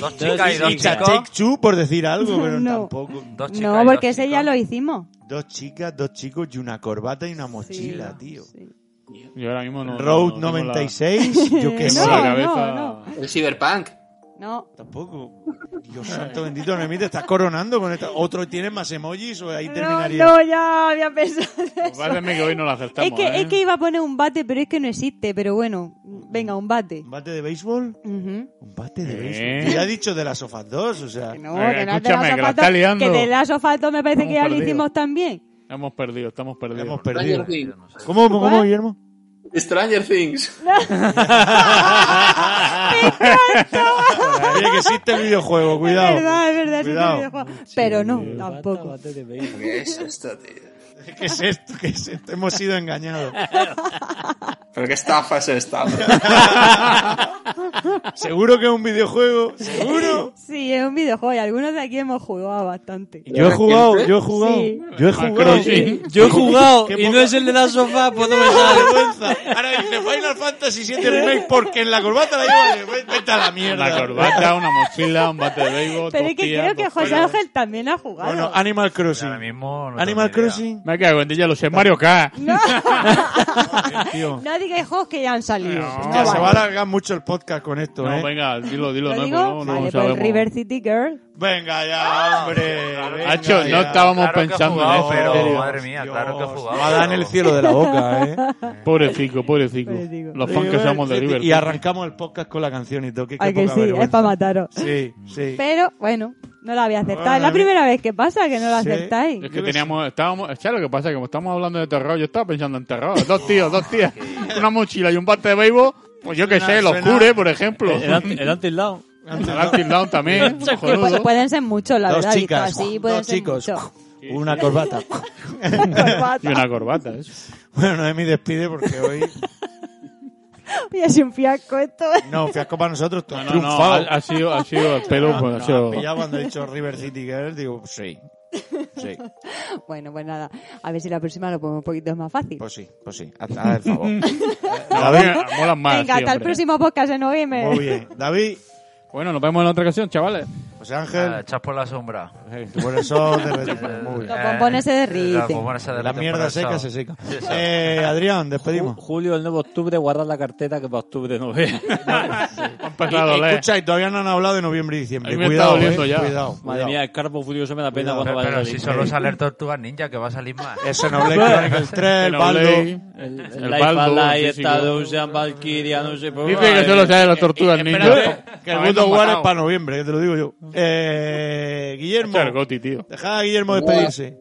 H: Dos chicas y dos
F: chicas.
H: chicos.
D: Take Two por decir algo, pero
E: No.
D: tampoco.
H: Dos chicas
E: No,
H: y
E: porque
H: dos
E: ese ya
H: chicos.
E: lo hicimos.
D: Dos chicas, dos chicos y una corbata y una
E: Sí,
D: mochila, tío.
E: sí.
G: Yo ahora mismo no.
D: Road
G: no- no tengo la-
D: 96, yo qué sé.
G: tengo la
E: No,
G: cabeza-
E: no,
I: El Cyberpunk.
E: No.
D: Tampoco. Dios santo bendito, Noemí, te estás coronando con esta. Otro tiene más emojis o ahí
E: No,
D: terminaría.
E: no, ya había pensado. en
G: Pues
E: eso.
G: parece que hoy no la aceptamos.
E: Es que,
G: ¿eh?
E: es que iba a poner un bate, pero es que no existe. Pero bueno, venga, un bate.
D: ¿Un bate de béisbol?
E: Ujú.
D: ¿Un bate de
G: Eh.
D: béisbol? Ya he dicho de las sofás 2, o sea.
E: Que no,
G: Eh,
E: que no,
G: escúchame, que la está
E: de la
G: liando.
E: de la sofato me parece
G: Hemos
E: que ya lo
G: perdido.
E: hicimos también.
G: Hemos perdido, estamos perdidos.
D: Hemos
I: Stranger
D: perdido.
I: Things.
D: ¿Cómo, cómo,
E: ¿Cuál?
D: Guillermo?
I: Stranger Things.
D: Oye, que existe el videojuego, cuidado.
E: Es verdad, es verdad, es un
D: Cuidado.
E: videojuego. Pero no, tampoco.
F: Bate de béisbol.
I: ¿Qué es esto, tío?
D: ¿Qué es esto? ¿Qué es esto? Hemos sido engañados.
I: ¿Pero qué estafa es esta?
D: Seguro que es un videojuego. Seguro.
E: Sí, es un videojuego y algunos de aquí hemos jugado bastante.
D: Yo he jugado, yo he jugado.
E: Sí.
D: Yo he
G: Macro,
D: jugado.
G: sí.
F: Yo he jugado
D: Qué
F: y no
D: poca-
F: es el de la sofá, pues no me
D: ¡Qué
F: sale.
D: vergüenza! Ahora dice Final Fantasy 7 Remake porque en la corbata la llevo. de- Vete a la mierda.
G: Una corbata, una mochila, un bate de béisbol.
E: Pero
G: dos
E: es que
G: tías,
E: creo que
G: dos
E: José
G: tías.
E: Ángel también ha jugado.
D: Bueno, Animal
H: Ahora
D: Crossing.
H: mismo no
D: Animal
H: tengo ni idea.
D: Crossing.
G: Me cago en ella, lo sé. Mario K.
D: Tío.
E: No digáis juegos que ya han salido.
G: No.
E: No
D: Hostia, se
E: vale.
D: va a alargar mucho el podcast con esto,
G: No,
D: ¿eh?
G: venga, dilo, dilo.
E: ¿Lo
G: No,
E: digo?
G: no, no
E: vale, pues
G: sabemos.
E: River City Girl.
D: Venga ya, hombre. venga
G: Hacho,
D: ya.
G: no estábamos
H: Claro que ha
G: pensando
H: jugado,
G: en eso.
H: pero-
G: Pero...
H: madre mía, claro que ha jugado.
D: Va a dar en el cielo de la boca, ¿eh?
G: Pobrecico, pobrecico.
E: Pobrecico.
G: Los fans que somos de River.
D: Y arrancamos el podcast con la canción y toque.
E: Ay, que sí, es para mataros.
D: Sí, sí.
E: Pero bueno, no la había acertado.
D: Bueno,
E: es
D: a
E: la
D: mí-
E: primera vez que pasa que no la
D: Sí.
E: acertáis.
G: Es
D: Yo
G: que
D: que
G: teníamos, estábamos, es que lo que pasa es que como estamos hablando de terror, yo estaba pensando en terror. Dos tíos, dos tías, una mochila y un bate de béisbol, pues yo que
D: Suena-
G: sé, los
D: suena- Eh,
G: cure, por ejemplo.
F: El anti- el Until Dawn.
G: El Down también,
E: Es que pu-
G: cojonudo.
E: pueden ser muchos, la
D: Dos
E: verdad. visto
D: chicas,
E: así, pueden
D: dos
E: ser
D: chicos,
E: muchos. Pues
D: una corbata.
E: Corbata.
G: Y una corbata, eso.
D: Bueno, Noemi despide porque hoy
E: Y es un fiasco esto.
D: No, fiasco para nosotros.
G: No, no, no, ha,
D: triunfado.
G: ha sido, ha sido el pelo,
D: No,
G: pues,
D: no,
G: ha sido-
D: has pillado cuando he dicho River City Girls, digo, sí. Sí,
E: Bueno, pues nada. A ver si la próxima lo pongo un poquito más fácil.
D: pues sí, pues sí. Haz, haz el favor.
G: No,
D: David,
G: mira, molan más,
E: Venga,
G: sí,
E: hasta el
G: hombre.
E: próximo podcast en noviembre.
D: muy bien. David,
G: Bueno, nos vemos en otra ocasión, chavales.
D: José
H: Ah,
D: Ángel,
H: Echas por la sombra. Eh,
D: tú por el sol te retumbas. Muy bien.
E: Los bombones se derriten.
H: Los bombones se
D: La
H: derriten por
D: mierda
H: el
D: seca
H: sol.
D: se seca.
H: Sí, sí.
D: Eh, Adrián,
G: Ah.
D: despedimos.
F: Julio, el nuevo octubre, guardad la cartera que para octubre no veas.
G: Ha empezado a
D: Y-
G: doler.
D: Escucha, y todavía no han hablado de noviembre y diciembre.
G: A mí me
D: Cuidado,
G: está doliendo
D: eh,
G: ya.
D: cuidado.
F: Madre
D: cuidado.
F: mía, el carpo furioso me da pena
D: Cuidado.
F: cuando
H: Pero,
F: va a
H: pero
F: salir.
H: si solo sale el Tortuga Ninja, que va a salir más.
D: Ese Noble Chronicles 3, el Baldo.
G: Olay,
F: El, el,
G: el
F: Life
G: Baldo,
F: Alive,
G: el físico.
F: está Dungeon, Valkyria, no sé pues, por
G: Dice que solo sale las
I: Eh,
G: tortugas Ah, ninja.
D: Eh, Que el Good of War es para noviembre, que te lo digo yo. Eh, Guillermo,
G: Esto es el goti, tío.
D: dejad a Guillermo despedirse.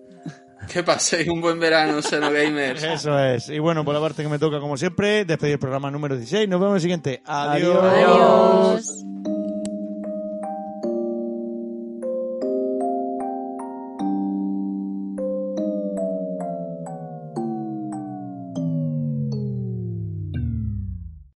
I: Que paséis un buen verano, Xenogamers.
D: Eso es. Y bueno, por la parte que me toca, como siempre, despedir el programa número 16. Nos vemos en el siguiente. Adiós.
E: Adiós.